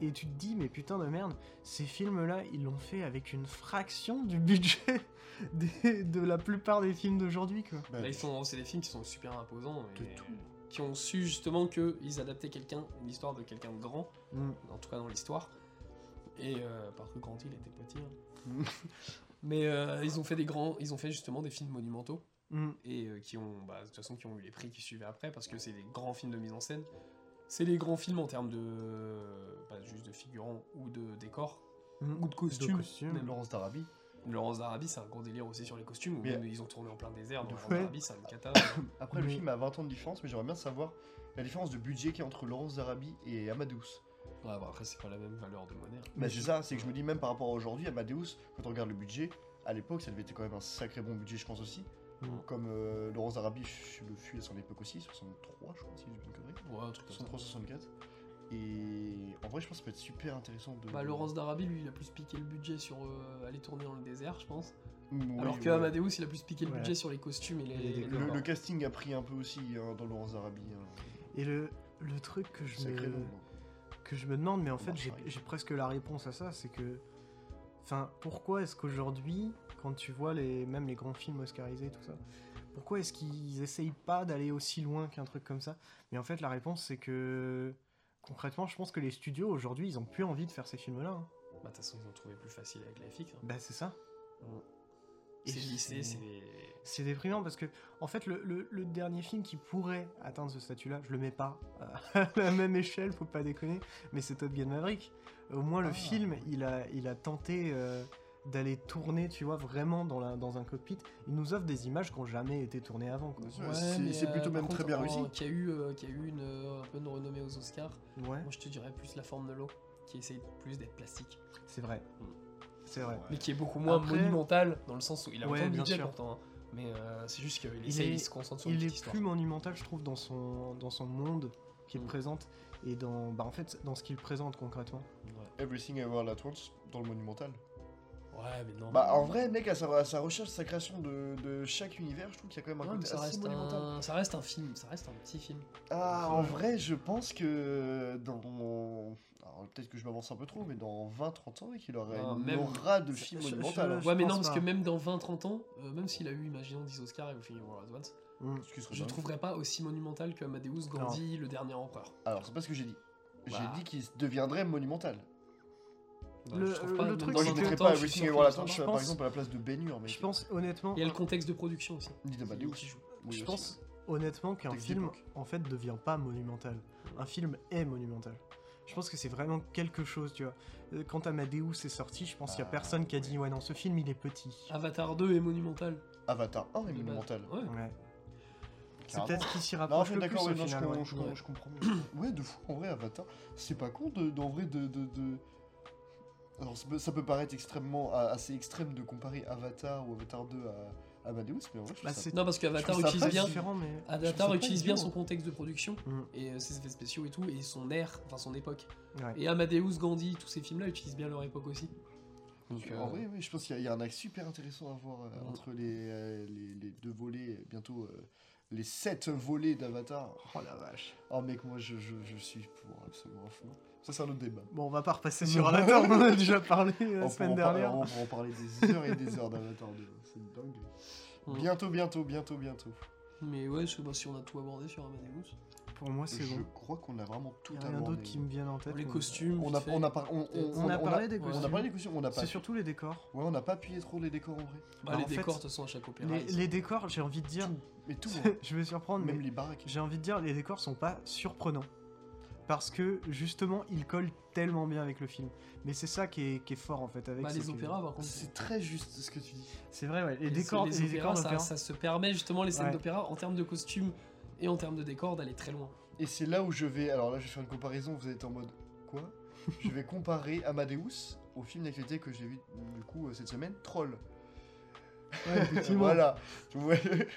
Et tu te dis, mais putain de merde, ces films-là, ils l'ont fait avec une fraction du budget des- de la plupart des films d'aujourd'hui, quoi. Bah, Là, ils sont, c'est des films qui sont super imposants et De tout. qui ont su justement que ils adaptaient quelqu'un, une histoire de quelqu'un de grand, Mm. en tout cas dans l'histoire. Et euh, parce que quand il était petit. hein. Mm. Mais euh, ils ont fait des grands, ils ont fait justement des films monumentaux Mm. et euh, qui ont, bah, de toute façon, qui ont eu les prix qui suivaient après parce que c'est des grands films de mise en scène. C'est les grands films en termes de, euh, pas juste de figurants ou de décors Mm. ou de costumes. costumes. même. Laurence d'Arabie. Laurence d'Arabie, c'est un gros délire aussi sur les costumes. Ou Mais- même, ils ont tourné en plein désert. Donc, fou. Laurence d'Arabie, c'est un cata. Après, le Mais- film a 20 ans de différence, mais j'aimerais bien savoir la différence de budget qu'il y a entre Laurence d'Arabie et Amadeus. Ouais, bah, après, c'est pas la même valeur de monnaie. Bah, c'est ça, c'est que je me dis même par rapport à aujourd'hui, Amadeus, quand on regarde le budget, à l'époque, ça devait être quand même un sacré bon budget, je pense aussi. Mhm. Comme euh, Laurence d'Arabie ch- le fut à son époque aussi, 63, je crois, si je dis pas de conneries. Ouais, un truc comme ça. 63, 64. Et en vrai, je pense que ça peut être super intéressant de. Bah, Laurence d'Arabie, lui, il a plus piqué le budget sur euh, aller tourner dans le désert, je pense. Oui, Alors oui, que oui. Amadeus, il a plus piqué le Ouais. budget sur les costumes et les. les les décors. Le, décors. le casting a pris un peu aussi hein, dans Laurence d'Arabie. hein. Et le, le truc que je, Sacré me, nom. que je me demande, mais en fait, Marche j'ai avec. j'ai presque la réponse à ça, c'est que. Enfin, pourquoi est-ce qu'aujourd'hui, quand tu vois les, même les grands films oscarisés, tout ça, pourquoi est-ce qu'ils essayent pas d'aller aussi loin qu'un truc comme ça Mais en fait, la réponse, c'est que. Concrètement, je pense que les studios aujourd'hui, ils ont plus envie de faire ces films-là. hein. Bah, de toute façon, ils ont trouvé plus facile avec la FX. hein. Bah, c'est ça. Et C'est le lycée, c'est- c'est les. C'est déprimant parce que, en fait, le, le- le dernier film qui pourrait atteindre ce statut-là, je le mets pas euh, à la même échelle, faut pas déconner, mais c'est Top Gun Maverick. Au moins, le Ah, film, il a, il a tenté euh, d'aller tourner, tu vois, vraiment dans, la, dans un cockpit. Il nous offre des images qui n'ont jamais été tournées avant. Quoi. Bien sûr. C'est- c'est euh, plutôt même très bien réussi. Qui a eu, euh, qui a eu une, euh, un peu une renommée aux Oscars. Ouais, Moi, je te dirais plus la forme de l'eau, qui essaye plus d'être plastique, c'est vrai. C'est vrai. mais qui est beaucoup moins Après- monumentale dans le sens où il a Ouais, autant de bien budget sûr. pourtant. hein. Mais euh, c'est juste qu'il Il essaye, est- il se concentre sur une Il petite est histoire. plus monumental, je trouve, dans son, dans son monde qu'il Mm. présente et dans, bah, en fait, dans ce qu'il présente concrètement. Ouais. Everything Ever All At Once dans le monumental. Ouais, mais non. Bah en vrai, mec, à sa, à sa recherche, sa création de, de chaque univers, je trouve qu'il y a quand même un Ouais, mais côté ça, assez reste monumental. un, ça reste un film, ça reste un petit film. Ah, en vrai, je pense que dans. Alors, peut-être que je m'avance un peu trop, mais dans 20-30 ans, et qu'il aura Ah, une même- aura de je- film je- monumental. hein. Je ouais, mais non, pense parce pas. que même dans 20-30 ans, euh, même s'il a eu, imaginons, 10 Oscars et au film World At Once, Mm. Ce qui serait je le dingue. trouverais pas aussi monumental que Amadeus, Gandhi, le dernier empereur. Alors, c'est pas ce que j'ai dit. Bah. J'ai dit qu'il deviendrait monumental. Bah, Le- je trouve pas, le même truc, dans Moi, c'est je les que- mettrais 30 pas ans, je suis Everything sûr Ever All que ça At Once, marche. je serais par pense- exemple à la place de Bénur, mais. Je pense honnêtement. Et elle contexte de production aussi. Ni Ah bah, de Amadeus. Qui joue. Oui, je aussi. pense honnêtement qu'un Contexte film, d'époque. en fait, devient pas monumental. Un film est monumental. Je pense que c'est vraiment quelque chose, tu vois. Euh, Quand Amadeus est sorti, je pense qu'il y a Ah, personne qui a ouais. dit ouais non, ce film il est petit. Avatar 2 est monumental. Avatar 1 de est base. monumental. Ouais. Ouais. C'est Carrément. peut-être qui s'y Non, je rapproche suis Ah, le plus d'accord, au ouais, non, je final. com- ouais. je com- je comprends. je comprends. Ouais, de fou, en vrai, Avatar, c'est pas con de, d'en vrai de. de, de- Alors, ça peut, ça peut paraître extrêmement a- assez extrême de comparer Avatar ou Avatar 2 à Amadeus, mais en vrai, je trouve Bah, ça- c'est Non, parce qu'Avatar Je trouve ça utilise pas bien. si- différent, mais je trouve Avatar ça utilise pas bien idiot. son contexte de production Mm. et euh, ses effets spéciaux et tout, et son air, enfin son époque. ouais. Et Amadeus, Gandhi, tous ces films-là utilisent bien leur époque aussi. Donc, En euh, vrai, oui, je pense qu'il y, a- il y a un axe super intéressant à voir euh, Mm. entre les, euh, les, les deux volets, euh, bientôt euh, les sept volets d'Avatar. Oh la vache. Oh mec, moi je, je, je suis pour absolument à fond. Ça, c'est un autre débat. Bon, on va pas repasser sur Avatar, on en a déjà parlé euh, la On pourra semaine en parler- dernière. on pourra en parler des heures et des heures d'Avatar 2. C'est dingue. Mm. Bientôt, bientôt, bientôt, bientôt. Mais ouais, je sais pas si on a tout abordé sur Amadeus. Pour moi, Ah, c'est Je bon. crois qu'on a vraiment tout Il y a rien abordé. d'autre qui me vient en tête. les mais- costumes, On vite a, fait. on a, par- on, On a parlé des on a- On a costumes. parlé des costumes, on a pas. C'est surtout les décors. Ouais, on n'a pas appuyé trop les décors en vrai. Bah, Bah, les en fait, décors, de toute façon, à chaque opéra. Les, ils sont- les décors, j'ai envie de dire, Mais tout, hein. je vais surprendre, mais même les baraques. J'ai envie de dire, les décors sont pas surprenants. Parce que justement, ils collent tellement bien avec le film. Mais c'est ça qui est, qui est fort en fait. avec Bah, c'est les que- opéras, par contre. C'est très juste ce que tu dis. C'est vrai, ouais. Les, Et décors, c'est- les les décors opéras, ça, d'opéra. ça se permet justement, les scènes Ouais. d'opéra, en termes de costumes et en termes de décors, d'aller très loin. Et c'est là où je vais. Alors là, je vais faire une comparaison. Vous êtes en mode quoi Je vais comparer Amadeus au film d'actualité que j'ai vu du coup euh, cette semaine, Troll. Ouais, effectivement. voilà. Tu vois, c'est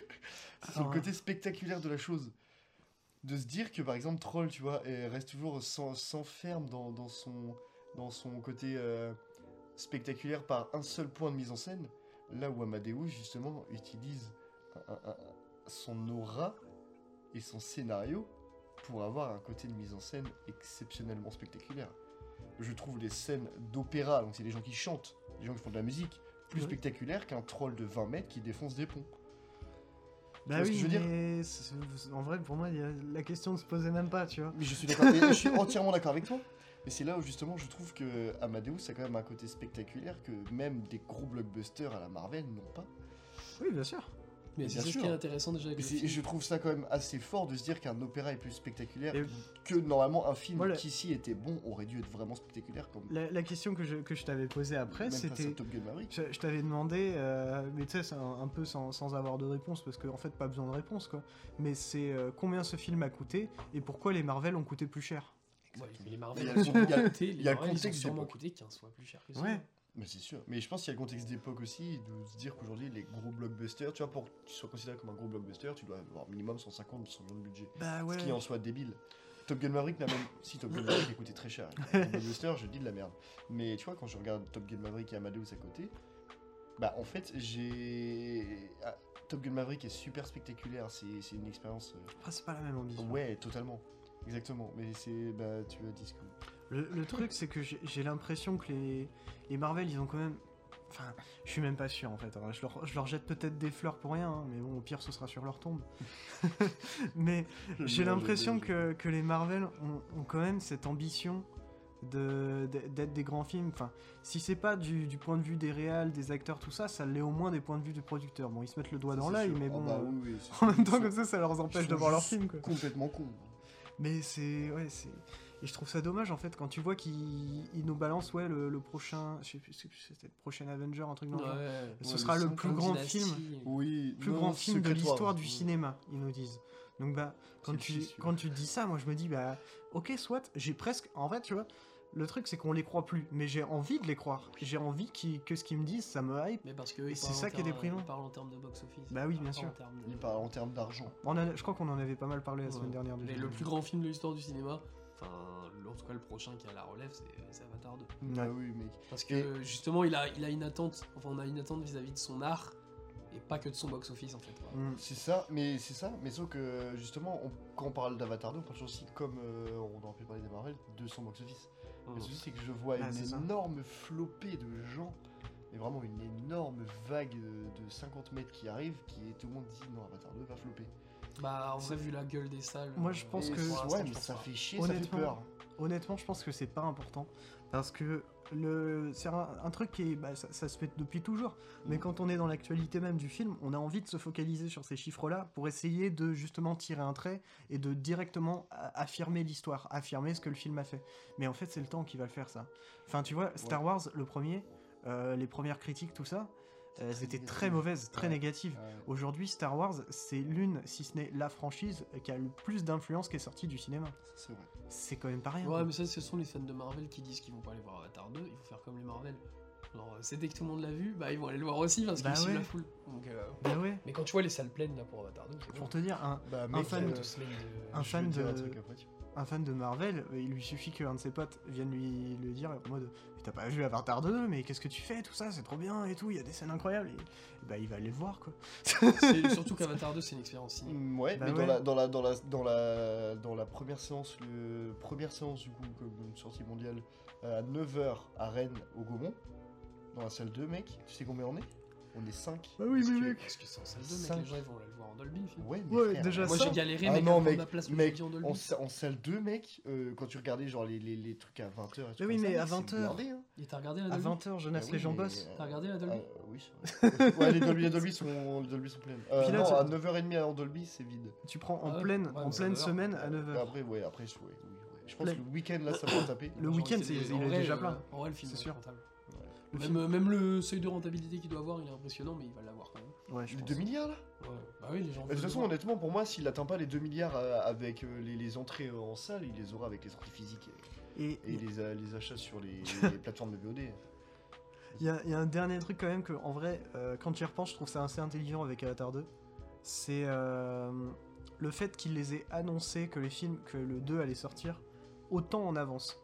Ah. le côté spectaculaire de la chose. De se dire que par exemple Troll, tu vois, elle reste toujours sans- s'enferme dans, dans son dans son côté euh, spectaculaire par un seul point de mise en scène, là où Amadeus justement utilise un- un- un- son aura et son scénario pour avoir un côté de mise en scène exceptionnellement spectaculaire. Je trouve les scènes d'opéra, donc c'est des gens qui chantent, des gens qui font de la musique, plus Oui. spectaculaire qu'un troll de 20 mètres qui défonce des ponts. Bah vois ce oui, que je veux dire mais c'est- en vrai, pour moi, il y a- la question ne se posait même pas, tu vois. Mais je suis d'accord, mais je suis entièrement d'accord avec toi. Mais c'est là où justement je trouve que Amadeus a quand même un côté spectaculaire que même des gros blockbusters à la Marvel n'ont pas. Oui, bien sûr. Mais Mais c'est bien ça ce sûr. qui est intéressant déjà avec Mais le c'est- film. je trouve ça quand même assez fort de se dire qu'un opéra est plus spectaculaire Et- que normalement un film Voilà. qui si était bon aurait dû être vraiment spectaculaire comme La, la question que je, que je t'avais posée après, même face à c'était. Top Gun Maverick. Je, je t'avais demandé, euh, mais tu sais, c'est un, un peu sans, sans avoir de réponse, parce qu'en en fait, pas besoin de réponse, quoi. Mais c'est euh, combien ce film a coûté et pourquoi les Marvel ont coûté plus cher Ouais, Exactement. mais les Il Marvel, y a- ils ont il y a- coûté- il les y a Marvel, ils ont contexte sûrement d'époque. coûté 15 fois plus cher que ça. Ouais. Mais c'est sûr. Mais je pense qu'il y a le contexte d'époque aussi, de se dire qu'aujourd'hui, les gros blockbusters, tu vois, pour qu'ils soient considérés comme un gros blockbuster, tu dois avoir minimum 150 100 millions de budget. Bah ouais. Ce qui en soit débile. Top Gun Maverick n'a même. Si Top Gun Maverick a coûté très cher. Un blockbuster, je dis de la merde. Mais tu vois, quand je regarde Top Gun Maverick et Amadeus à côté, bah en fait, j'ai. ah, Top Gun Maverick est super spectaculaire, c'est c'est une expérience. euh, Ah, c'est pas la même ambition. Ouais, totalement. Exactement. Mais c'est. Bah, tu as dit ce que. Le, le truc, c'est que j'ai j'ai l'impression que les, les Marvel, ils ont quand même. Enfin, je suis même pas sûr en fait. hein. Je, leur, je leur jette peut-être des fleurs pour rien, hein, mais bon, au pire, ce sera sur leur tombe. mais j'ai l'impression que, que les Marvel ont, ont quand même cette ambition de- de- d'être des grands films. Enfin, si c'est pas du, du point de vue des réals, des acteurs, tout ça, ça l'est au moins des points de vue du producteur. Bon, ils se mettent le doigt dans l'œil, Ah mais bon. bah euh, En même temps, comme ça, ça leur empêche de voir leur film. Quoi. Complètement con. Mais c'est. Ouais, c'est. Et je trouve ça dommage en fait quand tu vois qu'ils ils nous balancent ouais, le, le prochain. Je sais plus, c'est- c'était le prochain Avenger, un truc dans le genre. Ouais. Ce ouais, sera le le cinq plus en grand Dynasty, film. Oui, Plus non, grand film de Secret Wars. l'histoire du cinéma, ils nous disent. Donc bah, quand le tu, fils, celui-là. quand tu dis ça, moi je me dis, bah, ok, soit, j'ai presque. En fait, tu vois, le truc c'est qu'on les croit plus, mais j'ai envie de les croire. J'ai envie qu'ils- que ce qu'ils me disent, ça me hype. Mais parce que eux, Et ils c'est parlent ça en qui est termes- déprimant. Ils parlent en termes de box-office. Bah oui, ils parlent bien pas sûr. en termes de- Il parle en termes d'argent. On en a- je crois qu'on en avait pas mal parlé la Ouais. semaine dernière. Mais déjà. le plus grand film de l'histoire du cinéma, enfin, le- en tout cas le prochain qui a la relève, c'est c'est Avatar 2. Ah oui, mec. Parce que Et- justement, il a, il a une attente, enfin, on a une attente vis-à-vis de son art et pas que de son box-office en fait. quoi. Mm. C'est ça, mais c'est ça, mais sauf que justement, on- quand on parle d'Avatar 2, on parle aussi, comme euh, on en a pu parler des Marvel, de son box-office. Le souci, c'est que je vois Ah, c'est ça. une énorme flopée de gens, mais vraiment une énorme vague de, de 50 mètres qui arrive, qui est tout le monde dit non, Avatar 2 va flopper. Bah, en C'est- vrai, vu la gueule des salles. Moi, je euh, pense Et que- c'est- pour l'instant, ouais, je mais pense ça pas. fait chier, ça fait Honnêtement, peur. Honnêtement, je pense que c'est pas important parce que le c'est un, un truc qui est bah, ça, ça se fait depuis toujours. Mais Mm. quand on est dans l'actualité même du film, on a envie de se focaliser sur ces chiffres-là pour essayer de justement tirer un trait et de directement a- affirmer l'histoire, affirmer ce que le film a fait. Mais en fait, c'est le temps qui va le faire ça. Enfin, tu vois, Star Wars, le premier, euh, les premières critiques, tout ça, euh, c'était très mauvaise, très Ouais. négative. Ouais. Aujourd'hui, Star Wars, c'est l'une, si ce n'est la franchise qui a le plus d'influence qui est sortie du cinéma. C'est vrai. C'est quand même pas rien. Ouais, quoi. mais ça, ce sont les fans de Marvel qui disent qu'ils vont pas aller voir Avatar 2, ils vont faire comme les Marvel. Genre, euh, c'est dès que tout le monde l'a vu, bah ils vont aller le voir aussi parce qu'ils Bah suivent ouais. la foule. Donc, euh, Bah ouais, Mais quand tu vois les salles pleines là pour Avatar 2, c'est pour te dire, un, Bah, fan euh, de- semaines de. un je fan vais te dire de- un truc après, tu- un fan de Marvel, euh, il lui suffit qu'un de ses potes vienne lui le dire en mode Mais T'as pas vu Avatar 2, mais qu'est-ce que tu fais Tout ça, c'est trop bien et tout, il y a des scènes incroyables. Et, bah, il va aller le voir quoi. C'est- Surtout qu'Avatar 2, c'est une expérience ciné. Mm, Ouais, Bah mais ouais. Dans, la, dans, la, dans, la, dans, la, dans la première séance, le, première séance du coup, comme une sortie mondiale, euh, à 9h à Rennes, au Gaumont, dans la salle 2, mec, tu sais combien on est On est 5. Bah oui, mais mec. Parce que c'est en salle 2, mec, Cinq. les gens ils vont aller le voir en Dolby. le film. Ouais, mais Ouais, frère, déjà moi, Moi ça. j'ai galéré, Ah mec, non, à prendre mec, ma place mec, mec, en En, Dolby. sa- en salle 2, mec, euh, quand tu regardais genre les, les, les trucs à 20h et tout Mais Bah oui, comme ça, mais à mec, c'est 20 heures. blindé, hein. Et t'as regardé la À Dolby 20h, jeunesse, Ah oui, les gens mais, bossent. euh, T'as regardé la Dolby ah, oui, c'est vrai. ouais, les Dolby, les Dolby sont, les Dolby sont pleines. Euh, Puis là, non, tu- à 9h30 en Dolby, c'est vide. Tu prends en Ah ouais, pleine, ouais, en mais ça pleine va. semaine à 9h. euh, Après, ouais, après, je, ouais, oui, ouais. je pense Plein. que le week-end, là, ça va taper. Le Genre, week-end, c'est- c'est- en il est vrai, déjà euh, plein. En vrai, le film C'est est sûr. rentable. Le Même, film- euh, même le seuil de rentabilité qu'il doit avoir, il est impressionnant, mais il va l'avoir quand même. Ouais, je Les pense. 2 milliards, là Bah oui, les gens. De toute veulent façon, le voir. honnêtement, pour moi, s'il atteint pas les 2 milliards euh, avec euh, les, les entrées euh, en salle, il les aura avec les sorties physiques Et et, et les, euh, les achats sur les, les plateformes de VOD. il y, a- il y a un dernier truc quand même que, en vrai, euh, quand j'y repense, je trouve ça assez intelligent avec Avatar 2. C'est euh, le fait qu'ils les aient annoncé que les films, que le 2 allait sortir autant en avance.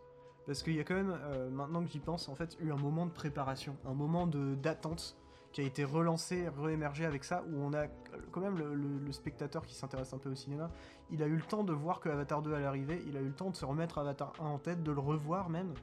Parce qu'il y a quand même, euh, maintenant que j'y pense, en fait, eu un moment de préparation, un moment de d'attente qui a été relancé, réémergé avec ça, où on a quand même le, le- le spectateur qui s'intéresse un peu au cinéma, il a eu le temps de voir que Avatar 2 allait arriver, il a eu le temps de se remettre Avatar 1 en tête, de le revoir même,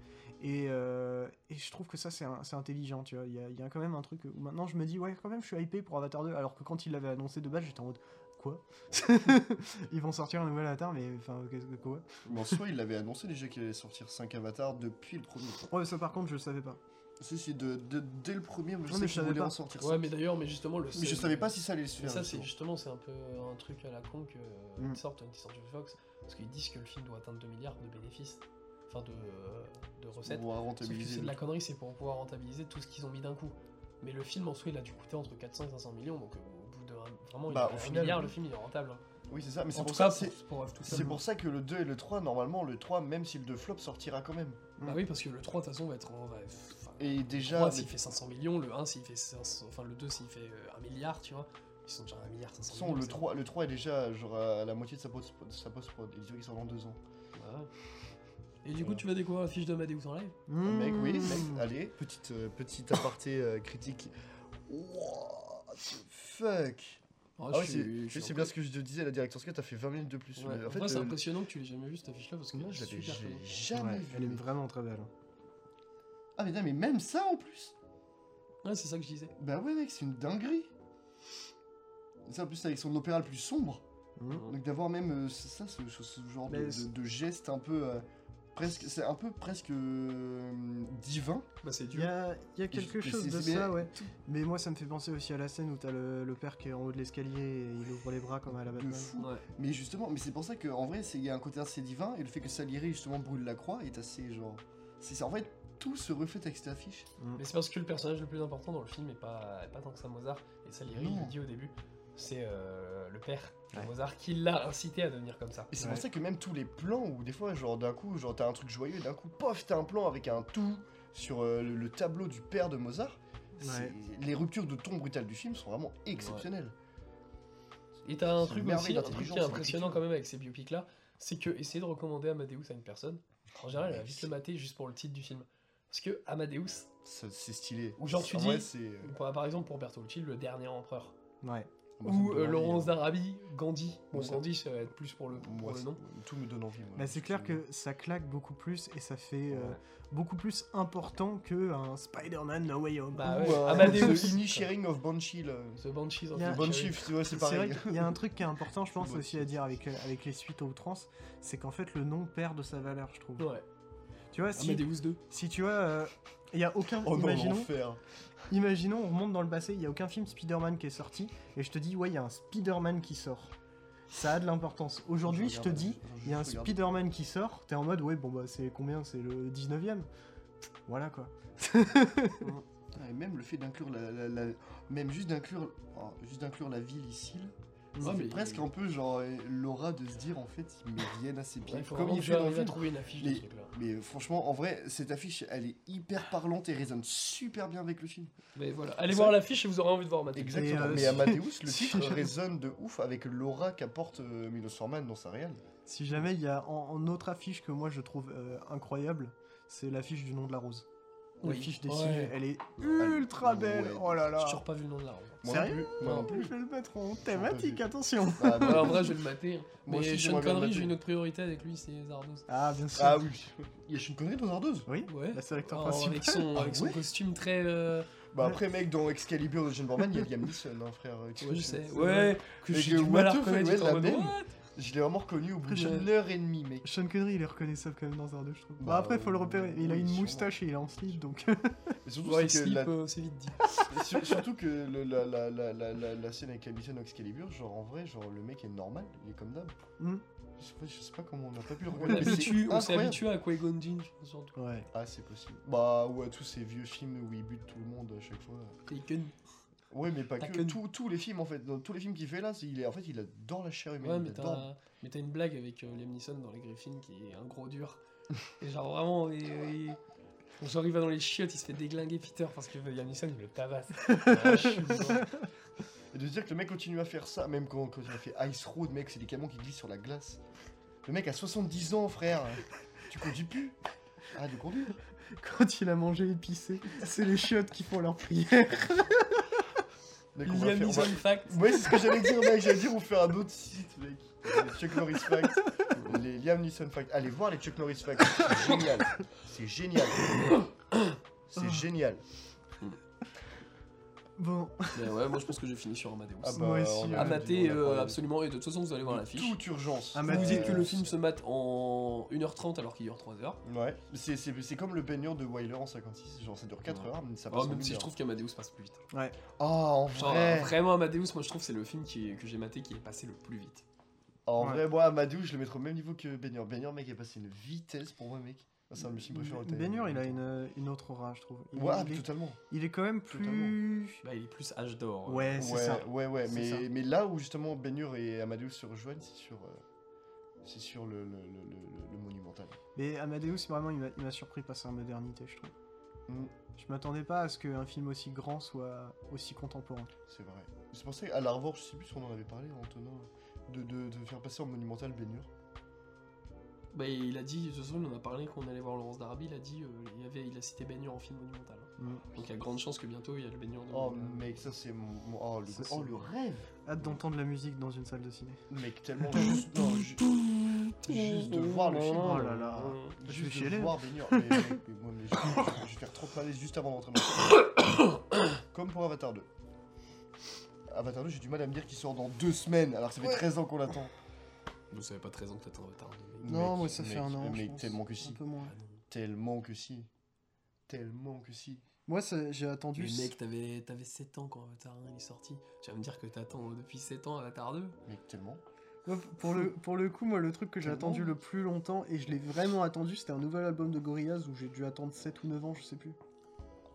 et, euh, et je trouve que ça, c'est un- c'est intelligent, tu vois. Il y a, il y a quand même un truc où maintenant je me dis, ouais, quand même, je suis hypé pour Avatar 2, alors que quand il l'avait annoncé de base, j'étais en mode, quoi Ils vont sortir un nouvel Avatar, mais enfin, qu'est-ce que quoi Mais en soi, il avait annoncé déjà qu'il allait sortir 5 avatars depuis le premier. Ouais, ça par contre, je le savais pas. Si, si, de, de- dès le premier, je mais sais je que je savais voulais pas. en sortir. Ouais, ça. mais d'ailleurs, mais justement, le. Mais je savais pas si ça allait se Mais faire. ça, c'est justement. justement, c'est un peu un truc à la con que euh, Mm. ils sortent 20th Century Fox, parce qu'ils disent que le film doit atteindre 2 milliards de bénéfices, enfin de, euh, de recettes. Pour Sauf que rentabiliser. c'est le de la connerie, c'est pour pouvoir rentabiliser tout ce qu'ils ont mis d'un coup. Mais le film en soi, il a dû coûter entre 400 et 500 millions, donc euh, au bout de vraiment Bah, il- au un final, milliard, oui. le film il est rentable. hein. Oui, c'est ça, mais c'est En pour tout ça. cas, c'est- pour, pour, euh, tout ça. C'est pour ça que le 2 et le 3, normalement, le 3, même si le 2 flop, sortira quand même. Bah oui, parce que le 3 de toute façon va être. en- va- enfin, Et le déjà. 3 mais- s'il fait 500 millions, le 1 s'il fait 500, enfin le 2 s'il fait euh, 1 milliard, tu vois. Ils sont déjà à 1 milliard 500 Son, millions. le, c'est- 3, le 3 est déjà genre à la moitié de sa post- de sa post-prod. il dit qu'il sort dans deux ans. Ouais. Et du coup, tu vas découvrir la fiche de Amadeus en live Mec, oui, Mmh. mec, allez. Petite, euh, petite aparté euh, critique. What the fuck Ah ouais, c'est- c'est bien ce que je te disais, la director's cut a fait 20 minutes de plus. Ouais, Mais en vrai, c'est euh, impressionnant que tu l'aies jamais vu cette affiche-là parce que moi, je c'est l'avais super j'ai connant. jamais Ouais, Elle est vu. vraiment très belle. hein. Ah, mais non, mais même ça en plus Ouais, c'est ça que je disais. Bah ouais, mec, c'est une dinguerie Et ça en plus avec son opéra le plus sombre. Mmh. Donc d'avoir même euh, c'est ça, ce, ce- ce genre de, Mais de- c'est- de geste un peu euh, presque, c'est un peu presque euh, divin. Bah, c'est Il y a, il y a quelque mais chose c'est- de c'est- ça, ouais. Mais moi, ça me fait penser aussi à la scène où t'as le, le père qui est en haut de l'escalier et il ouvre les bras comme à la de Batman. fou. Ouais. Mais justement, mais c'est pour ça qu'en vrai, c'est- il y a un côté assez divin et le fait que Salieri justement brûle la croix est assez genre. C'est c'est- en fait tout se reflète avec cette affiche. Mais c'est parce que le personnage le plus important dans le film est pas, est pas tant que ça Mozart. Et Salieri il Non. le dit au début c'est euh, le père de Ouais. Mozart qui l'a incité à devenir comme ça. Et c'est Ouais. pour ça que même tous les plans où des fois, genre d'un coup, genre t'as un truc joyeux, et d'un coup, pof, t'as un plan avec un tout sur euh, le, le tableau du père de Mozart. c'est- Les ruptures de ton brutales du film sont vraiment exceptionnelles. Et t'as un C'est truc une merveille aussi, un truc qui d'intelligence, est c'est impressionnant compliqué. quand même avec ces biopics là, c'est que essayer de recommander Amadeus à une personne, en général, elle va vite le mater juste pour le titre du film. Parce que Amadeus, Ça, C'est stylé. Ou genre, tu En dis- vrai, c'est- euh, pour- par exemple pour Bertolucci, le dernier empereur. Ouais. Moi, ça me Ou donne euh, envie, Laurence hein. d'Arabie, Gandhi. Bon, Moi, ça- Gandhi, ça va être plus pour le, pour Moi, le ça- nom. tout me donne envie. moi. Bah, c'est clair Je- que ça claque beaucoup plus et ça fait euh, Ouais. beaucoup plus important que un Spider-Man No Way Home. Bah Ou, ouais, euh, Amadeus. The Inisharing of Banshee. là. The Banshees of Il y a- The Banshee, tu vois, Ah, c'est C'est vrai pareil. qu'il y a un truc qui est important, je pense, Bon, aussi à dire avec, euh, avec les suites aux outrances, c'est qu'en fait le nom perd de sa valeur, je trouve. Ouais, Tu vois, si, Amadeus 2. si tu vois, euh, il y a aucun. Ah, Oh non, imaginons, l'enfer. imaginons, on remonte dans le passé, il y a aucun film Spider-Man qui est sorti, et je te dis, ouais, il y a un Spider-Man qui sort. Ça a de l'importance. Aujourd'hui, je te regarde, dis, je- je- il y a un je regarde. Spider-Man qui sort, t'es en mode, ouais, bon, bah, c'est combien C'est le 19ème Voilà quoi. Ah, et même le fait d'inclure la, la- la- Même juste d'inclure. oh, juste d'inclure la ville ici. là, ça Ouais, fait mais- presque un peu genre euh, l'aura de se dire en fait, ils me viennent assez bien. Il faut comme vraiment il que fait dans le j'arrive à film. trouver une affiche de Mais- ce truc là. Mais euh, franchement, en vrai, cette affiche, elle est hyper parlante et résonne super bien avec le film. Mais voilà, allez Ça- voir l'affiche et vous aurez envie de voir Amadeus. Exactement. Et, euh, mais si- Amadeus, le si titre jamais- résonne de ouf avec l'aura qu'apporte euh, Milos Forman dans sa réelle. Si jamais il y a en, en autre affiche que moi je trouve euh, incroyable, c'est l'affiche du nom de la rose. Oui. L'affiche des Ouais. signes, elle est Ah, ultra Ouais. belle. Oh là J'ai là. toujours pas vu le nom de la rose. Moi Sérieux non plus. Moi non plus. Je vais le mettre en thématique, thématique, attention. Ah, bah, Ouais, en vrai, je vais le mater. hein. Moi Mais aussi, Sean j'aimerais bien le Connery, mater. j'ai une autre priorité avec lui, c'est Zardos. Ah bien sûr. Ah oui. Il y a une connerie dans Zardoz. Oui. Ouais. Bah, c'est l'acteur Alors, principal. Oh, avec son, Ah avec son ouais costume très. euh, Bah après, mec, dans Excalibur de Jane Borman, il y a Liam Neeson, hein, frère. Tu Ouais, vois, je c'est- sais. Ouais, que Mais j'ai que du mal à what the fuck, reconnaître. ouais, j'étais en la mode, même. what Je l'ai vraiment reconnu au bout Après, je- d'une heure et demie, mec. Sean Connery, il est reconnaissable quand même dans Zardo, je trouve. Bah, Bah, après, faut le repérer. Il a oui, une sûrement. moustache et il est en slip, donc. Et surtout, Ouais, c'est que slip, la- euh, c'est vite dit. sur- surtout que le- la, la, la, la, la- la scène avec Alison dans Excalibur, genre en vrai, genre le mec est normal, il est comme d'hab. Hmm. Je sais pas- je sais pas comment on n'a pas pu le On reconnaître. mais c'est l'habitue- on s'est incroyable. habitué à Qui-Gon Jinn, je pense, surtout. Ouais. Ah, c'est possible. Bah, ou à tous ces vieux films où il bute tout le monde à chaque fois. Taken. Ouais, mais pas que. Taken. Tous- tous les films, en fait. Dans tous les films qu'il fait là, c'est- il est, en fait, il adore la chair humaine. Ouais, il mais adore- t'as mais t'as une blague avec euh, Liam Neeson dans Les Griffins qui est un gros dur. Et genre vraiment, et, et- genre il va dans les chiottes, il se fait déglinguer Peter parce que Liam Neeson il le tabasse. Ah, je suis mort. Et de se dire que le mec continue à faire ça, même quand, quand il a fait Ice Road, mec, c'est des camions qui glissent sur la glace. Le mec a 70 ans, frère. Tu conduis plus. Ah, de conduire. Quand il a mangé épicé, c'est les chiottes qui font leur prière. Mec, on va Liam faire- on va- Neeson fact. Ouais, c'est ce que j'allais dire, mec. J'allais dire, on fait un autre site, mec. Les Chuck Norris Facts. Les Liam Neeson Facts. Allez voir les Chuck Norris Facts. C'est génial. C'est génial. C'est génial. Bon, Mais ouais, moi je pense que j'ai fini sur Amadeus. Ah moi bah, aussi, on a ouais. à dit, mater on a euh, parlé de- absolument, et de toute façon vous allez voir l'affiche. Toute urgence. À Vous mater, dites que le euh, film se mate en 1h30 alors qu'il dure 3h. Ouais, c'est- c'est c'est comme le peignant de Weiler en 56, genre ça dure 4 Ouais. heures, mais ça passe hein. Oh, en même une si je heure. trouve qu'Amadeus passe plus vite. Ah, en Genre, vrai, Vraiment, Amadeus, moi je trouve que c'est le film qui, que j'ai maté qui est passé le plus vite. en Ouais. vrai, moi, Amadou, je le mettrais au même niveau que Baigneur. Baigneur, mec, il a passé une vitesse pour moi, mec. Ah, C'est un de mes films préférés au Taïwan. Bénur, il a une, une autre aura, je trouve. Il, Ouais, ah, il est, totalement. il est quand même plus. Là, Bah, il est plus âge d'or. euh. Ouais, Eh, c'est ouais, ça. ouais, ouais, C'est ça. mais, mais là où justement Baigneur et Amadou se rejoignent, c'est sur, euh, c'est sur le, le, le, le- le monumental. Mais Amadeus, vraiment, il m'a- il m'a surpris par sa modernité, je trouve. Mm. Je m'attendais pas à ce qu'un film aussi grand soit aussi contemporain. C'est vrai. C'est pour ça qu'à la revoir, je sais plus si on en avait parlé, Antonin, de, de, de faire passer en monumental Baigneur. Bah, il a dit, de toute façon, il en a parlé quand on allait voir Laurence Darby, il a dit, euh, il, y avait, il a cité Baigneur en film monumental. hein. Mm. Donc il y a grande chance que bientôt il y a le Baigneur de Oh, mec, ça c'est mon. mon- Oh, le, Ça, oh, c'est- le rêve! Hâte d'entendre la musique dans une salle de ciné. Mec, tellement juste, non, ju- juste de voir le film. Oh là là. Je vais Juste de chialer. voir venir. Mais, mais- mais moi, mais je, je vais faire trop de malaise juste avant d'entrer dans le film. Comme pour Avatar 2. Avatar 2, j'ai du mal à me dire qu'il sort dans deux semaines, alors que ça fait 13 ans qu'on l'attend. Vous savez pas 13 ans que t'attends Avatar. mais- Non, Mec, moi, ça fait mec, un an, Mec, je pense. tellement que Un si. peu moins. Ah non. Tellement que si. Tellement que si. Moi, ça- j'ai attendu. Mais c- mec, t'avais, t'avais 7 ans quand Avatar 1 est sorti. Tu vas me dire que t'attends depuis 7 ans Avatar 2 Mec, tellement. Ouais, pour, le, pour le coup, moi, le truc que j'ai Tellement. attendu le plus longtemps, et je l'ai vraiment attendu, c'était un nouvel album de Gorillaz où j'ai dû attendre 7 ou 9 ans, je sais plus.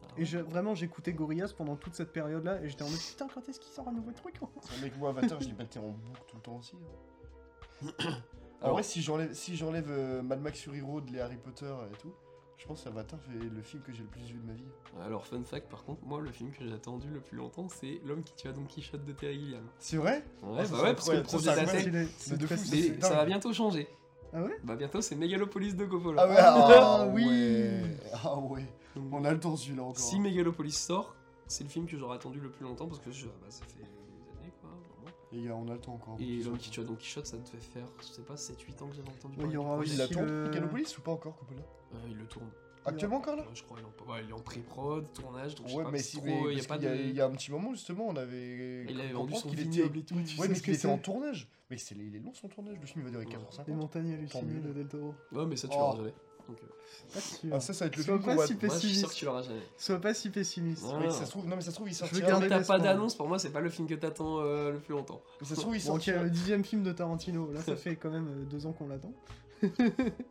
Ah Et j'ai- vraiment, j'écoutais Gorillaz pendant toute cette période-là, et j'étais en mode putain, quand est-ce qu'il sort un nouveau truc hein Mec, moi, Avatar, je l'ai batté en boucle tout le temps aussi. hein. en Alors- vrai, si j'enlève si j'enlève euh, Mad Max Fury Road, les Harry Potter et tout, je pense que Avatar fait le film que j'ai le plus vu de ma vie. Alors, fun fact, par contre, moi, le film que j'ai attendu le plus longtemps, c'est L'homme qui tua Don Quichotte de Terry Gilliam. C'est vrai Ouais, ça, bah c'est ouais, parce que le incroyable. Ça, projet c'est datait. incroyable. Il est- Mais de fou, presque- ça, c'est Mais ça dingue. va bientôt changer. Ah ouais Bah bientôt c'est Megalopolis de Coppola. Ah ouais, Ah, ah oui. ouais, Ah ouais Donc, On a le temps celui-là encore. Si Megalopolis sort, c'est le film que j'aurais attendu le plus longtemps parce que je- bah, ça fait des années quoi. vraiment. Les gars, on a le temps encore. Et L'homme qui tue Don Quichotte, ça devait faire, je sais pas, 7-8 ans que j'avais entendu. Oui, parler il y du aura projet. Il aussi attend le- Megalopolis ou pas encore, Coppola Euh, il le tourne. Actuellement encore là Ouais, je crois il est en, ouais, il est en pré-prod, tournage, donc je sais Ouais, pas mais c'est si, trop, mais il y a parce pas qu'il y, a- de. il y a un petit moment justement, on avait. Il avait cru vendu comprendre son qu'il vignoble était- et tout. tu Ouais, sais mais ce qu'il que était en c'est tournage. Mais c'est il est long son tournage, le film va durer 4h50. Les montagnes hallucinées mieux. de Del Toro. Ouais, mais ça tu Oh. l'auras jamais. Donc, euh, Pas sûr. Ah, ça, ça va être le Sois film pas qu'on va. si Ouais, moi je suis sûr pessimiste. que tu l'auras jamais. Sois pas si pessimiste. Ouais. mais ça se trouve, non, mais ça se trouve, il veux sortira. garder- Quand Regardez t'as les pas stands. d'annonce, pour moi c'est pas le film que t'attends euh, le plus longtemps. mais Ça se trouve, il Bon, ok, sortira. le dixième film de Tarantino. Là, ça fait quand même euh, deux ans qu'on l'attend.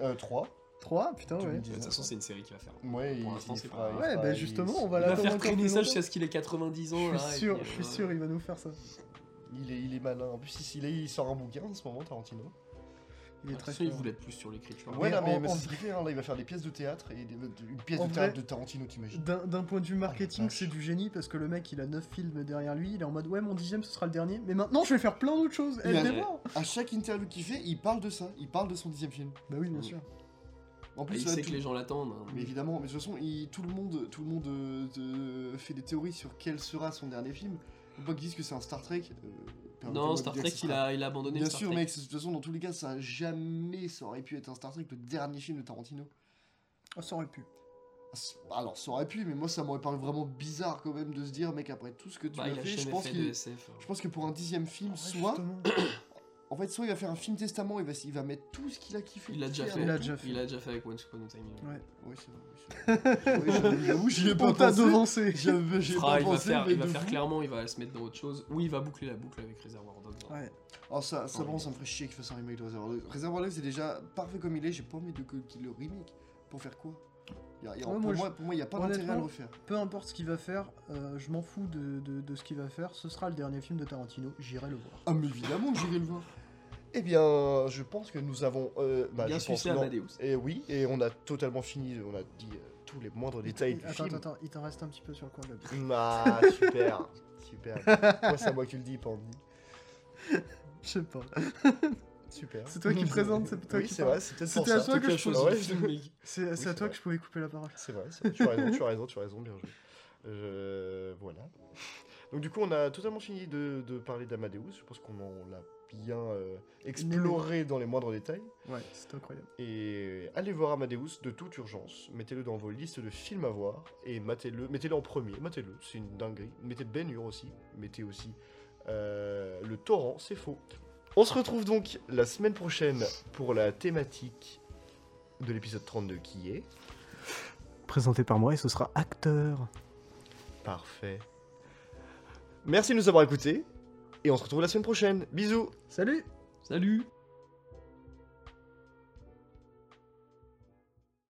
Euh, 3. 3, putain, ouais. De toute façon c'est une série qui va faire. Ouais, ben, il Pour il l'instant, c'est fera- pas- il Ouais, fera- bah il- justement, on va Il va l'attendre faire encore plus traîner ça longtemps. jusqu'à ce qu'il ait 90 ans. Je là, suis et sûr, puis, je suis euh, sûr, il va nous faire ça. Il est, il est malin. En plus, il, il est- il sort un bouquin en ce moment, Tarantino. Il Ah, est très Attention, il fort. voulait être plus sur l'écriture. Ouais, non, en- mais, mais en c'est ce qu'il fait, hein, là, il va faire des pièces de théâtre et des- une pièce En de vrai- théâtre de Tarantino, t'imagines D'un d'un point de vue marketing, Ah, vache. c'est du génie parce que le mec il a 9 films derrière lui, il est en mode ouais, mon dixième ce sera le dernier, mais maintenant je vais faire plein d'autres choses. Eh, Il a- dément À chaque interview qu'il fait, il parle de ça. Il parle de son dixième film. Bah oui, bien Mm. sûr. En Et plus, Ah, il là, sait tout- que les gens l'attendent. hein. mais évidemment, mais de toute façon, il- tout le monde, tout le monde euh, de- fait des théories sur quel sera son dernier film. Faut pas qu'ils disent que c'est un Star Trek. euh, permettez-moi Non, de Star dire Trek, que ce il sera- a, il a abandonné Bien Star sûr, Trek. mec, c'est- de toute façon, dans tous les cas, ça a jamais, ça aurait pu être un Star Trek, le dernier film de Tarantino. Ah, Ah, ça aurait pu. Alors, ça aurait pu, mais moi, ça m'aurait paru vraiment bizarre quand même de se dire, mec, après tout ce que tu Bah, as il a fait, je jamais pense fait de qu'il SF. hein. Je pense que pour un dixième film, Ah Ouais, soit. justement. En fait, soit il va faire un film testament, il va, il va mettre tout ce qu'il a kiffé. Il l'a déjà fait. Il l'a déjà fait. Il l'a déjà fait avec Once Upon a Time. in Ouais. Hollywood. Oui, c'est vrai. oui, c'est vrai. Oui, j'avoue, j'avoue, j'y ai pas On t'a pensé. devancé. J'avais- J'y ai Fera, pas Ah, il va pensé, faire, mais il va de faire fou. clairement, il va se mettre dans autre chose. Ou il va boucler la boucle avec Reservoir Dogs. hein. Ouais. Oh, ça, ça, Ouais. vraiment, ça me ferait chier qu'il fasse un remake de Reservoir Dogs. Reservoir Dogs, c'est déjà parfait comme il est, j'ai pas envie de que- qu'il le remake. Pour faire quoi Il y a- il y a- Ouais, Pour moi, moi, pour moi, il n'y a pas honnêtement, d'intérêt à le refaire. Peu importe ce qu'il va faire, euh, je m'en fous de, de- de ce qu'il va faire, ce sera le dernier film de Tarantino, j'irai le voir. Ah, mais évidemment que j'irai le voir. Eh bien, je pense que nous avons. euh, bah, Bien je pense, sucé non. Amadeus. Et oui, et on a totalement fini, on a dit euh, tous les moindres détails du attends, film. attends, attends, il t'en reste un petit peu sur le coin de la bouche. Ah, super, super. Moi, c'est à moi que tu le dis, Pandy. Je sais pas. Super. C'est toi qui présente, c'est toi oui, qui c'est parle. vrai, c'est peut-être C'était pour à ça. toi que je chose. posais. Ouais, je- C'est c'est c'est à toi vrai. que je pouvais couper la parole. C'est vrai, c'est vrai, tu as raison, tu as raison, tu as raison, bien joué. Je... Euh, Voilà. Donc du coup, on a totalement fini de, de parler d'Amadeus. Je pense qu'on en- on l'a bien euh, exploré dans les moindres détails. Ouais, c'est incroyable. Et allez voir Amadeus de toute urgence. Mettez-le dans vos listes de films à voir et matez-le. Mettez-le en premier. Mettez-le. C'est une dinguerie. Mettez Ben Hur aussi. Mettez aussi euh, le torrent. C'est faux. On se retrouve donc la semaine prochaine pour la thématique de l'épisode 32 qui est Présenté par moi et ce sera acteur. parfait. Merci de nous avoir écoutés et on se retrouve la semaine prochaine. Bisous. Salut Salut